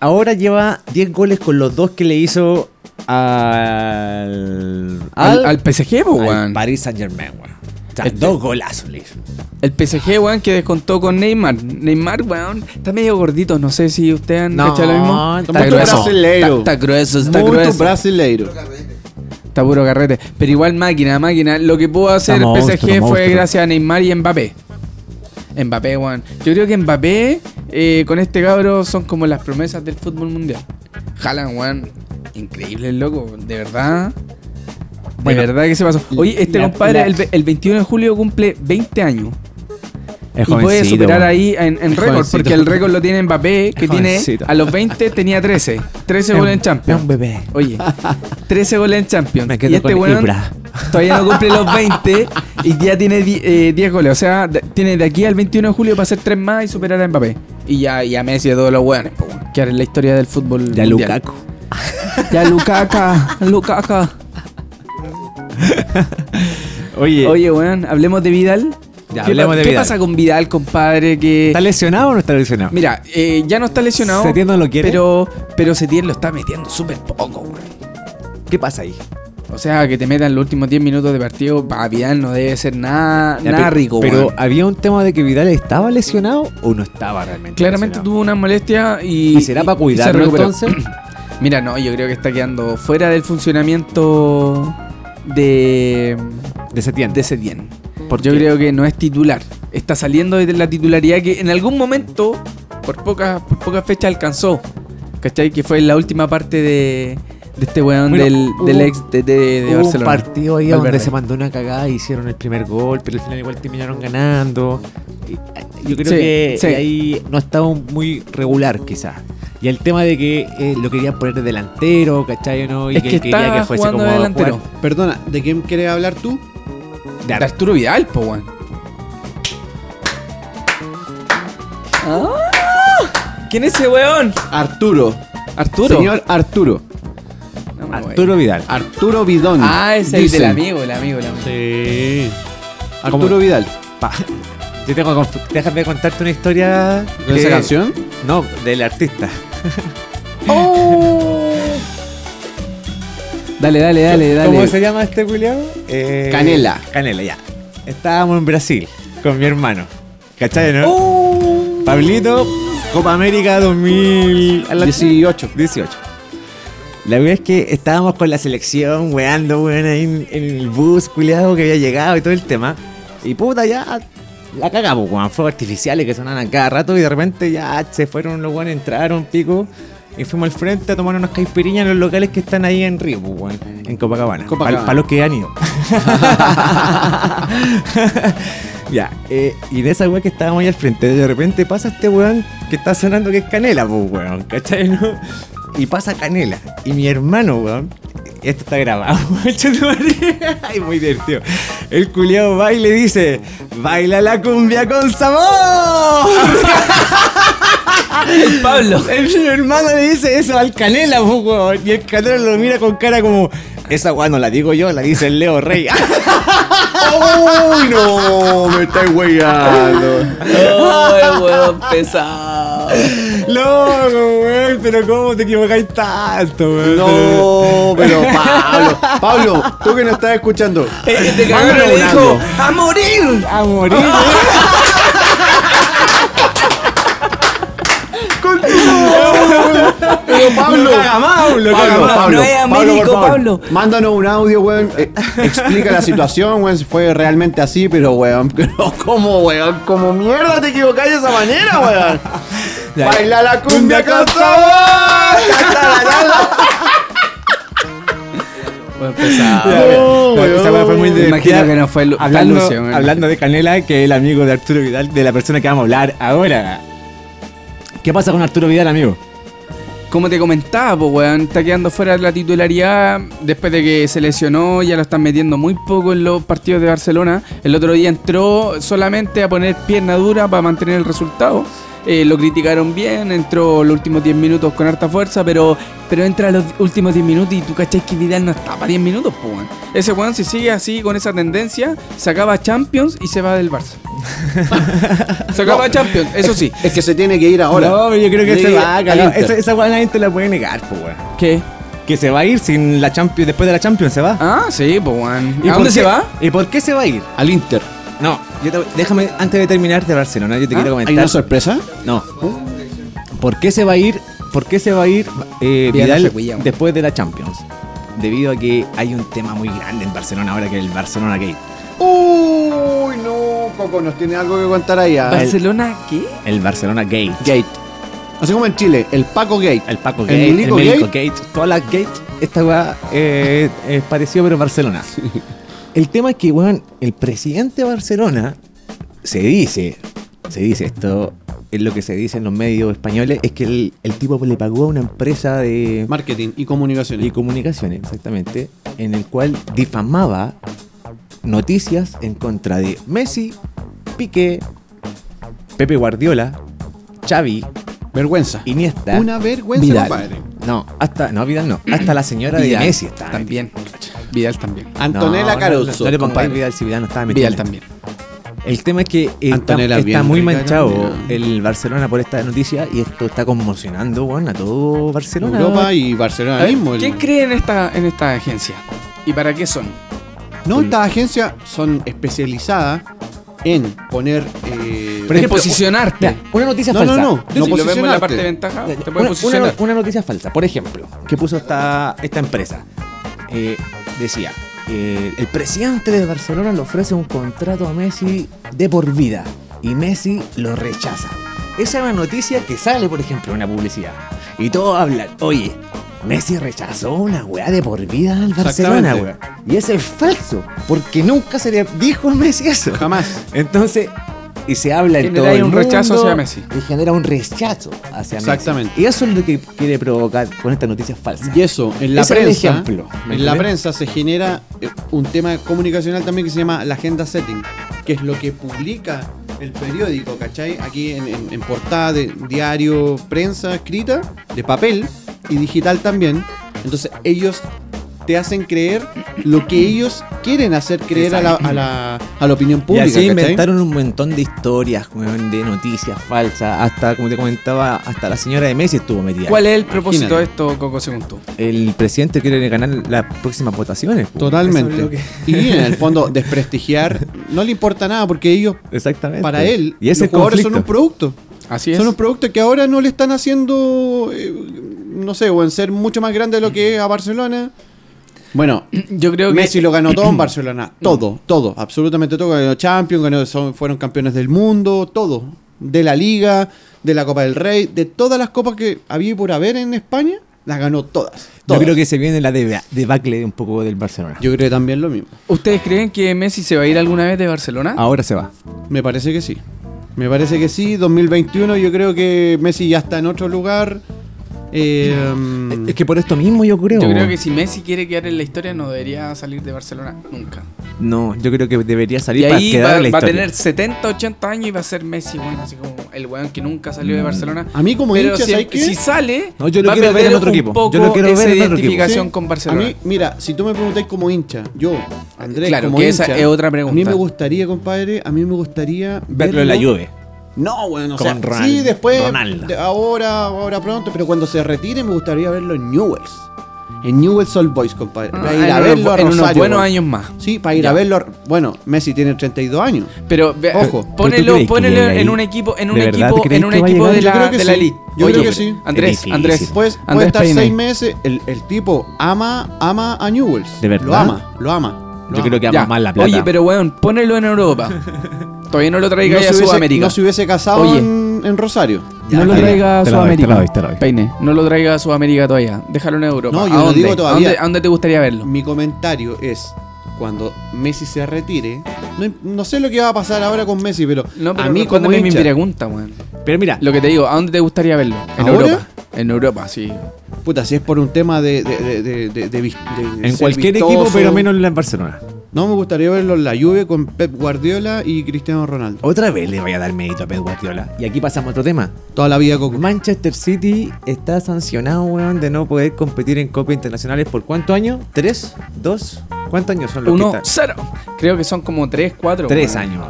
ahora lleva 10 goles con los dos que le hizo al.
Al, al PSG, po,
al
weón.
Paris Saint Germain, weón. O sea,
Este-
dos golazos le hizo.
El PSG, weón, que descontó con Neymar. Neymar, weón, está medio gordito. No sé si ustedes han
No,
cachado lo mismo.
está
Muy brasileiro.
Está, está grueso, está
Muy
grueso.
brasileiro.
Está puro carrete. Pero igual máquina, máquina. Lo que pudo hacer
Está
el PSG
monstruo,
fue
monstruo.
gracias a Neymar y Mbappé. Mbappé, weón. Yo creo que Mbappé eh, con este cabro son como las promesas del fútbol mundial. Jalan, weón. Increíble el loco, de verdad. De
Bueno,
verdad que se pasó. Oye, este
la-
compadre
la-
el, ve- el 21 de julio cumple 20 años.
Es
y puede
jovencito,
superar
weón.
ahí en, en
Es
récord,
jovencito.
porque el récord lo tiene Mbappé, que
Es
tiene
jovencito.
a los 20 tenía 13. 13
Es un-
goles en Champions.
es un bebé.
Oye, 13 goles en Champions.
Me quedo
y este
con
weón
Ibra.
todavía no cumple los 20 y ya tiene di- eh, 10 goles. O sea, de- tiene de aquí al 21 de julio para hacer 3 más y superar a Mbappé. Y ya, ya Messi y a todos los weones, po, weón, que ahora es la historia del fútbol.
Ya
mundial.
Lukaku.
Ya Lukaku, Lukaku.
Oye,
Oye, weón, hablemos de Vidal.
Ya,
¿Qué
hablemos
pa-
de
¿Qué
Vidal.
pasa con Vidal, compadre? Que
¿está lesionado o no está lesionado?
Mira, eh, ya no está lesionado.
Setién no lo quiere.
Pero, pero Setién lo está metiendo súper poco, weón.
¿Qué pasa ahí?
O sea, que te metan los últimos 10 minutos de partido, para Vidal no debe ser nada,
Ya,
nada
pe-
rico,
Pero
weón.
había un tema de que Vidal estaba lesionado o no estaba realmente.
Claramente
lesionado?
tuvo una molestia y.
¿Y será
y-
para
y se
cuidarlo
recuperó.
entonces?
Mira, no, yo creo que está quedando fuera del funcionamiento de.
De Setién.
de Setién.
¿Por
Yo
qué?
creo que no es titular. Está saliendo de la titularidad que en algún momento, por pocas por poca fecha, alcanzó. ¿Cachai? Que fue la última parte de, de este weón
Bueno,
del,
hubo-
del ex de, de- de
Hubo
Barcelona.
un partido ahí
Valverde.
donde se mandó una cagada y hicieron el primer gol, pero al final igual terminaron ganando. Y, eh, Yo creo
Sí,
que
sí.
ahí no estaba muy regular quizás. Y el tema de que eh, lo querían poner de delantero, ¿cachai? o ¿no? Y
Es que
quería
está jugando de delantero.
jugar
Perdona, ¿de quién querés hablar tú?
de
De Arturo Vidal, po, weón. Ah, ¿Quién es ese weón?
Arturo.
Arturo.
Señor Arturo.
No me
Arturo Vidal.
Ah,
Arturo Vidón.
voy. Ah, es el
dicen.
del amigo, el amigo, el amigo.
Sí.
Arturo Vidal.
Yo tengo que conf- déjame contarte una historia.
¿Con esa
que-
canción?
No, del artista.
Dale, dale, dale, dale.
¿Cómo se llama este culiao? Eh,
Canela.
Canela, ya. Estábamos en Brasil con mi hermano. ¿Cachai, no?
Oh.
Oh.
Pablito, Copa América 2018. 18. La verdad es que estábamos con la selección, weando, weón, ahí en, en el bus, culiado, que había llegado y todo el tema. Y puta, ya la cagamos, weón. Fuegos artificiales que sonaban a cada rato y de repente ya se fueron los weones, entraron, pico. Y fuimos al frente a tomar unas caipiriñas en los locales que están ahí en Río, pues, weón, en Copacabana.
Copacabana.
Para los que han ido. ya, eh, y de esa weá que estábamos ahí al frente, de repente pasa este weón que está sonando que es Canela, pues weón, ¿cachai? no? Y pasa Canela. Y mi hermano, weón, esto está grabado, weón, chetumare. Ay, muy divertido. El culiao va y le dice: ¡Baila la cumbia con sabor!
Pablo.
pues, El mi hermano le dice eso al Canela, po, weón. Y el Canela lo mira con cara como, Esa weá no la digo yo, la dice el Leo Rey.
¡Uy, no! Me estáis weyando.
¡Ay, weón pesado!
Loco, weón, pero ¿cómo te equivocáis tanto, weón?
No, pero Pablo, Pablo, tú que nos estás escuchando.
Este cabrón le
Mándale un
dijo:
algo.
¡A morir!
¡A morir!
Pero Pablo,
No haga más, Pablo, no haga más. No es Américo,
por favor,
Pablo.
Mándanos un audio, weón. eh, explica la situación, weón, si fue realmente así, pero weón, pero ¿cómo, weón? ¿Cómo mierda te equivocás de esa manera, weón?
Ya.
Baila la cumbia
Cumbia
con
con
sabor.
Weón pesado.
Ya,
No,
no, esa weá fue muy
weón.
divertida.
Oh, Imagino que no fue ¿eh? lu- tan
hablando,
lucio, weón.
hablando de Canela, que es el amigo de Arturo Vidal, de la persona que vamos a hablar ahora. ¿Qué pasa con Arturo Vidal, amigo?
Como te comentaba, pues, weón, está quedando fuera de la titularidad después de que se lesionó, ya lo están metiendo muy poco en los partidos de Barcelona. El otro día entró solamente a poner pierna dura para mantener el resultado. Eh, lo criticaron bien, entró los últimos 10 minutos con harta fuerza, pero, pero entra los últimos 10 minutos y tú cachás que Vidal no está para 10 minutos, pues, weón. Ese weón, si sigue así con esa tendencia, se acaba Champions y se va del Barça. se acaba Champions, eso sí.
Es que se tiene que ir ahora.
no, yo creo que
Sí,
se
ah,
va. No,
caliente.
esa, esa weá nadie te la puede negar, pues, weón.
¿Qué?
Que se va a ir sin la Champions, después de la Champions se va.
Ah, sí, pues, weón.
¿Y
¿A
por
dónde
qué-
se va?
¿Y por qué se va a ir?
Al Inter.
No, yo te- déjame, antes de terminar de Barcelona, yo te
Ah,
quiero
¿Hay
comentar.
una sorpresa?
No. ¿Por qué se va a ir? ¿Por qué se va a ir eh,
Ya no
Vidal
se cuida, weón.
después de la Champions? Debido a que hay un tema muy grande en Barcelona ahora que es el Barcelona Gate.
Uy, no, Coco, nos tiene algo que contar ahí. ah.
¿Barcelona qué?
El Barcelona Gate.
Gate. Así como en Chile, el Paco Gate.
El Paco
¿El
Gate, el,
Milico
Milico Gate, todas las Gate. Esta weá eh, es parecido pero en Barcelona. El tema es que, weón, el presidente de Barcelona se dice, se dice esto, es lo que se dice en los medios españoles, es que el, el tipo le pagó a una empresa de
Marketing y comunicaciones.
y comunicaciones, exactamente, en el cual difamaba noticias en contra de Messi, Piqué, Pepe Guardiola, Xavi,
Vergüenza.
Iniesta.
Una vergüenza,
Vidal.
compadre.
No, hasta, no, Vidal no. Hasta la señora
Vidal
de Messi está.
También. Vidal también.
Antonela
No,
Caruso.
No, no le pongáis
compadre.
Vidal si Vidal no estaba metido.
Vidal también.
El tema es que está,
Antonella
está
bien
muy
rica,
manchado
Antonella.
el Barcelona por esta noticia y esto está conmocionando bueno, a todo Barcelona.
Europa y Barcelona
A ver,
mismo. el-
¿Quién cree en esta, en esta agencia? ¿Y para qué son?
no, estas agencias son especializadas en poner. eh,
Por
Es
ejemplo,
posicionarte.
Mira, una noticia
No,
falsa.
no, no.
Yo sí, lo vemos en la
posicionarte.
parte de ventaja. Te
Eh, Una,
pueden posicionar.
una- una noticia falsa, por ejemplo, que puso esta, esta empresa. Eh, decía, eh, el presidente de Barcelona le ofrece un contrato a Messi de por vida y Messi lo rechaza. Esa es una noticia que sale, por ejemplo, en una publicidad. Y todos hablan, oye, Messi rechazó una weá de por vida al Barcelona,
Exactamente.
weá. Y eso es falso, porque nunca se le dijo a Messi eso.
Jamás.
Entonces, y se habla en
Genera
todo
ahí
el
un rechazo
mundo,
hacia Messi.
Y genera un rechazo hacia Messi.
Exactamente.
Y eso es lo que quiere provocar con estas noticias falsas.
Y eso, en la
Ese es el
prensa.
ejemplo, ¿me
en la
entendés?
prensa se genera eh, un tema comunicacional también que se llama la agenda setting, que es lo que publica el periódico, ¿cachai? Aquí en, en- en portada de diario, prensa escrita, de papel y digital también. Entonces, ellos te hacen creer lo que ellos quieren hacer creer a la, a la- a la opinión
Y
pública.
así
¿cachai?
inventaron un montón de historias, weón, de noticias falsas. Hasta, como te comentaba, hasta la señora de Messi estuvo metida.
¿Cuál es el propósito
Imagínate.
de esto, Coco, según tú?
El presidente quiere ganar las próximas votaciones. weón. Eso es lo
Totalmente.
que-
Y en el fondo, desprestigiar no le importa nada porque ellos,
Exactamente.
para él,
y ese
los jugadores
conflicto.
son un producto.
Así es.
Son los productos que ahora no le están haciendo, eh, no sé, en ser mucho más grande de lo que es a Barcelona. Bueno,
Yo creo que.
Messi lo ganó todo en Barcelona. Todo, todo, absolutamente todo. Ganó Champions, ganó, son- fueron campeones del mundo, todo. De la Liga, de la Copa del Rey, de todas las copas que había y por haber en España, las ganó todas.
Yo
todas.
creo que se viene la deba- debacle un poco del Barcelona.
Yo creo que también lo mismo.
¿Ustedes creen que Messi se va a ir alguna vez de Barcelona?
Ahora se va.
Me parece que sí. Me parece que sí. 2021 yo creo que Messi ya está en otro lugar. Eh, mm,
Es- es que por esto mismo yo creo.
Yo creo que si Messi quiere quedar en la historia, no debería salir de Barcelona nunca.
No, yo creo que debería salir
Y
para
ahí
quedar
va,
en la
va a
historia.
tener 70, 80 años y va a ser Messi, bueno, así como el weón que nunca salió de Barcelona.
Mm. A mí como
Pero
hincha,
si, em-
¿sabes qué?
si sale,
No, yo lo
va a
quiero ver
perder
en otro
un
equipo. Yo
poco
lo quiero ver
esa
en otro equipo.
identificación
Sí,
con Barcelona.
A mí, mira, si tú me preguntáis como hincha, yo, Andrés,
Claro,
como
que esa
hincha,
es otra pregunta.
A mí me gustaría, compadre, a mí me gustaría
Verlo en la Juve.
No, bueno, o
Con
sea,
Ronald-
sí, después,
Ronaldo.
de- ahora, ahora pronto, pero cuando se retire me gustaría verlo en Newells. En Newells Old Boys, compadre.
Ah,
Para ir a
en
verlo
unos bu-
a
en unos
Rosario,
buenos
güey.
años más.
Sí, para ir
Ya.
a verlo. a- Bueno, Messi tiene 32 años.
Pero ve-
Ojo.
eh,
¿Pero tú
ponelo,
crees que
ponelo
llega
en
ahí?
un equipo, en un
¿De verdad
equipo,
crees
en un
que va a
equipo de
llegar?
la,
Yo creo que
de la
sí.
elite.
Yo creo
Oye,
que sí.
Andrés, Andrés,
Pues, puede
Andrés
estar
Peinay.
seis meses. El, el tipo ama, ama a Newells.
¿De verdad?
Lo ama, lo ama. lo
Yo creo que ama
Ya.
más la plata.
Oye, pero weón, ponelo en Europa. Todavía no lo traiga
no
ahí
se
a
hubiese-
Sudamérica.
No se hubiese casado
Oye.
en, en Rosario.
no lo
te la-
traiga a
te la doy,
Sudamérica.
te la doy, te la doy.
Peine, no lo traiga a Sudamérica todavía. Déjalo en Europa.
No, yo
¿A
lo
dónde?
digo todavía.
¿A dónde, a dónde te gustaría verlo?
Mi comentario es cuando Messi se retire. No, no sé lo que va a pasar ahora con Messi, pero,
No, pero
a mí como
respóndeme mi
hincha,
pregunta, weón.
Pero mira,
Lo que te digo, ¿a dónde te gustaría verlo? En
¿Ahora?
Europa. En Europa, sí.
puta, si es por un tema de de, de, de- de- de vis- de
en
ser
cualquier
vistoso,
equipo, pero menos en la Barcelona.
No me gustaría verlo en la Juve con Pep Guardiola y Cristiano Ronaldo.
Otra vez le voy a dar mérito a Pep Guardiola. Y aquí pasamos a otro tema.
Toda la vida con
Manchester City está sancionado, weón, de no poder competir en copas internacionales por cuántos años? ¿Tres? ¿Dos? ¿Cuántos años son los
Uno,
que están?
cero. Creo que son como tres, cuatro.
Tres
weón.
años.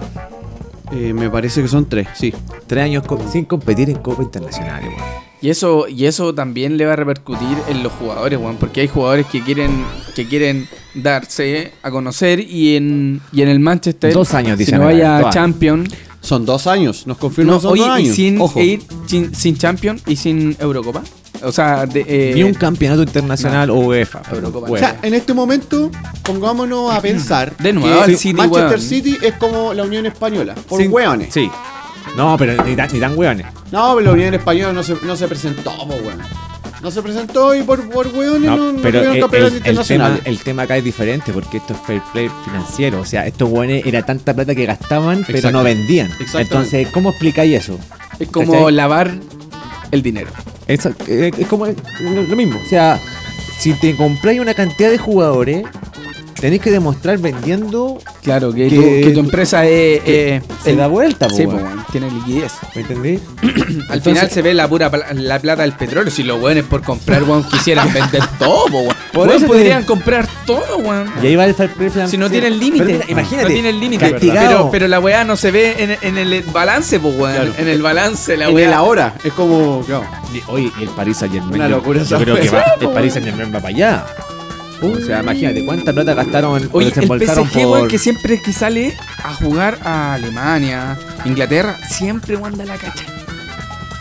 Eh, me parece que son tres, sí.
Tres años co- sin competir en copas internacionales, weón.
Y eso, y eso también le va a repercutir en los jugadores, weón, porque hay jugadores que quieren, que quieren darse a conocer y en, y en el Manchester
Dos años,
si
dicen
no
acá,
vaya
dos
a
años.
Champion,
Son dos años, nos confirman
no,
son
oye,
dos
y
años.
sin,
Ojo.
ir sin, sin Champion y sin Eurocopa. O sea, de, eh,
Ni un campeonato internacional o UEFA.
Eurocopa.
O sea, en este momento, pongámonos a pensar.
De nuevo,
que
el City,
Manchester
weón.
City es como la Unión Española, por
Sin-
hueones.
Sí. No, pero ni tan, ni tan hueones.
No, pero la Unión Española no se, no se presentó, po, weón. No se presentó y por, por weones no,
No,
no
pero
tuvieron
el,
campeonatos
el- el tema,
internacionales.
el tema acá es diferente porque esto es fair play financiero. O sea, estos hueones era tanta plata que gastaban, pero
Exacto.
no vendían.
Exactamente.
Entonces, ¿cómo explicáis eso?
es como
¿cachai?
lavar el dinero.
Eso, eh, es como el- lo lo mismo. O sea, si te compráis una cantidad de jugadores, tenéis que demostrar vendiendo.
Claro, que,
Que-
tu, que tu empresa es...
que
eh,
se da vuelta, po,
sí,
weón.
weón, tiene liquidez.
¿Me entendí?
Al final se ve la pura pla- la plata del petróleo. Si los weones por comprar, weón, quisieran vender todo, po, weón. Por
Por
eso
eso te
podrían
digo.
comprar todo, weón.
Y ahí va el fair play financiero.
Si no tienen
Pero
límite.
mira, Imagínate.
No tienen límite.
castigado.
Pero, pero la weá no se ve en, en el balance, po, weón.
Claro.
En el balance, la
En
weá.
el ahora, es como. claro,
Oye, el Paris Saint Germain.
Una
yo-
locura
yo
esa
creo que
wea.
va, el Paris Saint Germain va para allá. O sea, imagínate cuánta plata gastaron o
Oye, el
desembolsaron
PSG, weón,
por.
que siempre que sale a jugar a Alemania, Inglaterra, siempre weón da la cacha.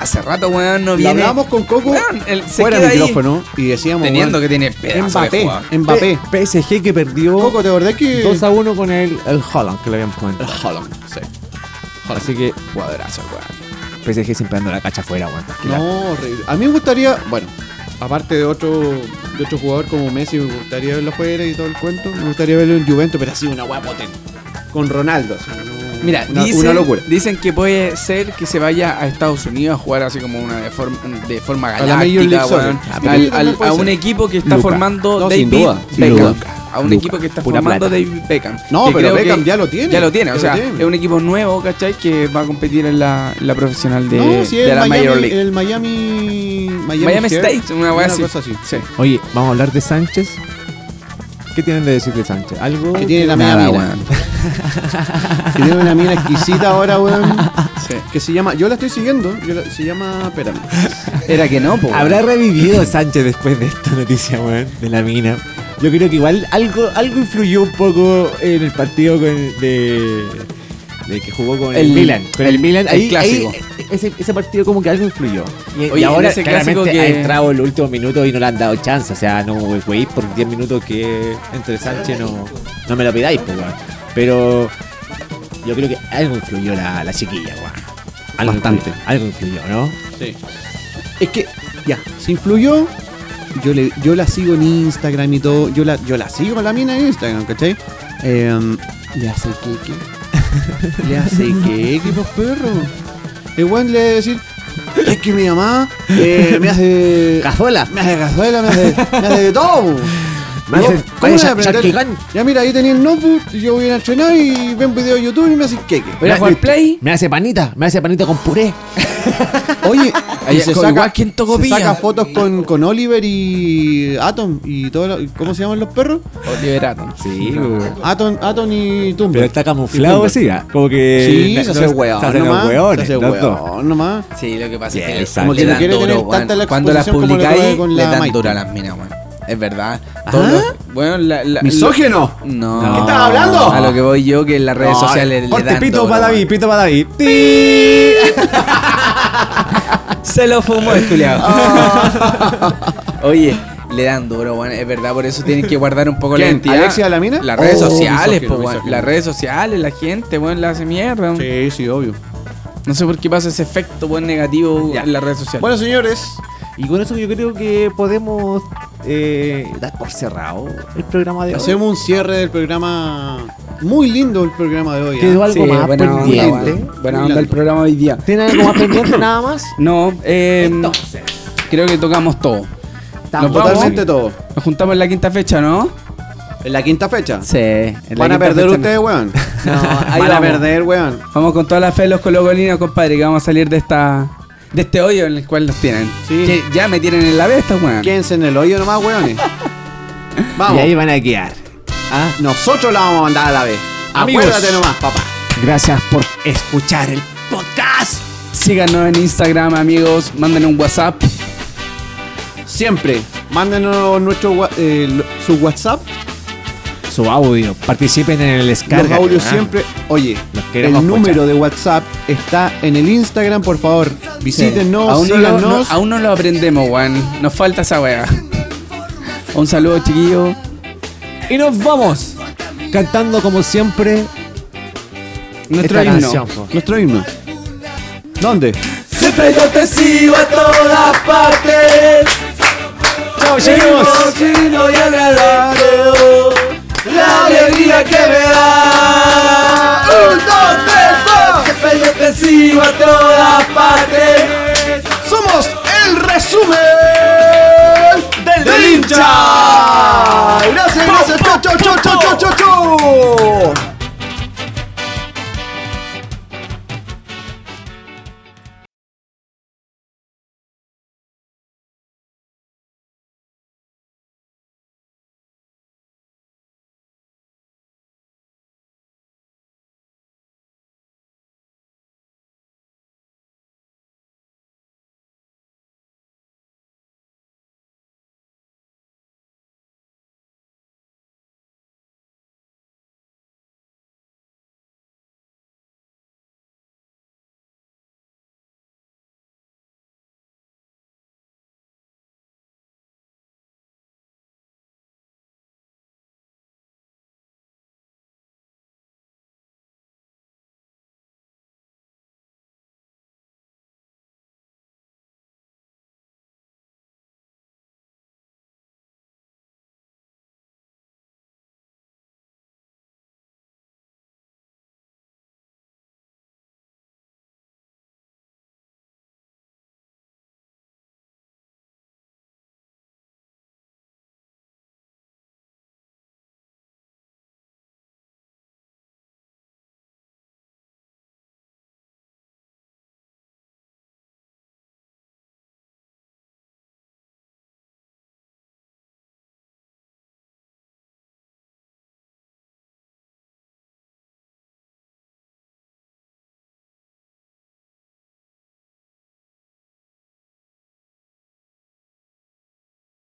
Hace rato, weón, no
Lo
viene.
hablamos con Coco
Weón, él se
fuera
queda ahí
micrófono y decíamos.
Teniendo
weón,
que tiene pedazo de
Mbappé,
jugador.
Mbappé.
P- PSG que perdió
Coco, ¿te acordás que.?
2 a 1 con el, el Holland, que lo habíamos comentado.
Holland, sí.
Así que
Cuadrazo, weón.
PSG siempre dando la cacha afuera, weón. tranquila.
No, horrible. A mí me gustaría, bueno, aparte de otro de otro jugador como Messi, me gustaría verlo afuera y todo el cuento. Me gustaría verlo en Juventus, pero así una guapa Con Ronaldo. así, una-
Mira,
una,
dicen,
una locura.
dicen que puede ser que se vaya a Estados Unidos a jugar así como una de forma, de forma
A la Major
galáctica,
League Soccer.
weón.
Ah,
Al-
pero
al-
también puede
a un
ser.
equipo que está
Luca.
formando
No, sin
David
duda, sin
Beckham.
duda.
A un
Luca.
equipo que está
Pura
formando
plata.
David Beckham.
No,
Que
pero
creo
Beckham ya lo tiene.
Ya lo tiene, o
Ya
sea,
lo tiene.
es un equipo nuevo, ¿cachai? Que va a competir en la, la profesional de,
no, sí,
de
el
la
Miami,
Major League.
el Miami. Miami,
Miami
Heat,
State, una weá así.
cosa así.
Sí.
Oye, vamos a hablar de Sánchez. ¿Qué tienen de decir de Sánchez? Algo.
Que tiene la media
Nada,
mina.
weón.
Que tiene una mina exquisita ahora, weón.
Sí.
Que se llama. Yo la estoy siguiendo. yo la- se llama. Espérame.
Era que no, po, weón.
Habrá revivido Sánchez después de esta noticia, weón, de la mina. Yo creo que igual algo, algo influyó un poco en el partido con, de, de que jugó con el,
El-
Milan. Con el,
el-
Milan,
el
ahí,
clásico.
ahí, ese, ese partido como que algo influyó. Y, y
Oye, en
ahora
ese clásico
claramente
que-
ha entrado el último minuto y no le han dado chance. O sea, no, güey, por 10 minutos que entre Sánchez no, no me lo pidáis, pues, weón. Pero yo creo que algo influyó la, la chiquilla, weón. Algo
Bastante.
influyó, algo influyó, ¿no?
Es que, ya, se influyó. Yo, le, yo la sigo en Instagram y todo. Yo la, yo la sigo a la mina en Instagram, ¿cachai? Em, le hace queque. Le hace queque, pues perro. El weón le debe decir. "Es que mi mamá eh, me hace. Cazuela. Me hace cazuela, me hace, me hace de todo. pues.
Me
Yo,
hace-
¿Cómo
me
le
hace
voy a aprender?
charquigán.
Ya mira, ahí tenía el notebook, yo voy a entrenar y ven video de YouTube y me haces queque.
play? Me hace panita, me hace panita con puré.
Oye,
Ahí
y se
con
saca,
igual quien tocó
se
pilla.
saca fotos con, con Oliver y Atom y todo lo- ¿Cómo se llaman los perros?
Oliver Atom.
Sí, güey.
Atom, Atom y Tumblr.
Pero está camuflado así, ¿ah? como que.
Sí,
no-
se
no-
hace weón.
Se hace los
nomás,
hueones,
Se hace
los dos.
weón nomás.
Sí, lo que pasa
Bien,
es que
exacto.
le- le dan
Como que no quiere
duro,
tener
weón.
tanta la
Cuando las
exposición como le
publicáis,
tuve con
le
la
dan
Maite.
duro a las minas, weón. Es verdad.
¿Ah?
los- bueno, la- la-
¿Misógino?
No.
¿Qué estás hablando?
A lo que voy yo, que en las redes
No,
sociales le
Corte,
dan
pito
duro,
para
weón.
David, pito para David.
Se lo fumó el culiao. Oye, le dan duro, weón. Es verdad, por eso tienen que guardar un poco la
¿Quién?
identidad.
¿Alexia de la mina?
Las redes
Oh,
sociales,
misógino,
po, weón.
misógino.
Las redes sociales, la gente, weón, la hace mierda. weón.
Sí, sí, obvio.
No sé por qué pasa ese efecto buen negativo en las redes sociales.
Bueno, señores.
Y con eso yo creo que podemos eh, dar por cerrado el programa de hoy.
Hacemos un cierre del programa. Muy lindo el programa de hoy. ¿eh?
Quedó algo
Sí,
más
buena onda,
pendiente.
weón.
Buena onda el programa hoy día.
¿Tienen algo más pendiente nada más?
No, eh, creo que tocamos todo.
Estamos
Nos vamos.
Totalmente todo.
Nos juntamos en la quinta fecha, ¿no?
En la quinta fecha.
Sí. en la
Van a
quinta
perder
fecha
ustedes, weón.
No, ahí
Van a
vamos.
perder, weón.
Vamos con toda la fe los colocolinos, compadre, que vamos a salir de esta de este hoyo en el cual nos tienen. Que ya me tienen en la besta, weón.
Quédense en el hoyo nomás, weones. Vamos.
Y ahí van a quedar.
Ah, Nosotros la vamos a mandar a la vez.
Amigos.
Acuérdate nomás, papá.
Gracias por escuchar el podcast.
Síganos en Instagram, amigos. Manden un WhatsApp.
Siempre. Mándenos nuestro, wa- eh, lo- su WhatsApp.
Su audio. Participen en el descarga. Ah.
Los audios
¿verdad?
siempre. Oye,
Los
el
queremos escuchar.
número de WhatsApp está en el Instagram, por favor. Visítenos,
aún, no lo, no-
síganos.
aún no lo aprendemos, weón. Nos falta esa weá. Un saludo, chiquillo.
Y nos vamos. Cantando como siempre.
Nuestro
Esta
himno.
canción, po.
Nuestro himno. ¿Dónde?
Siempre yo te sigo a todas partes.
Chao,
seguimos. Chino y agradado. La alegría que me da. Un, dos, tres, dos. Siempre yo te sigo a todas partes.
Somos el resumen del, hincha.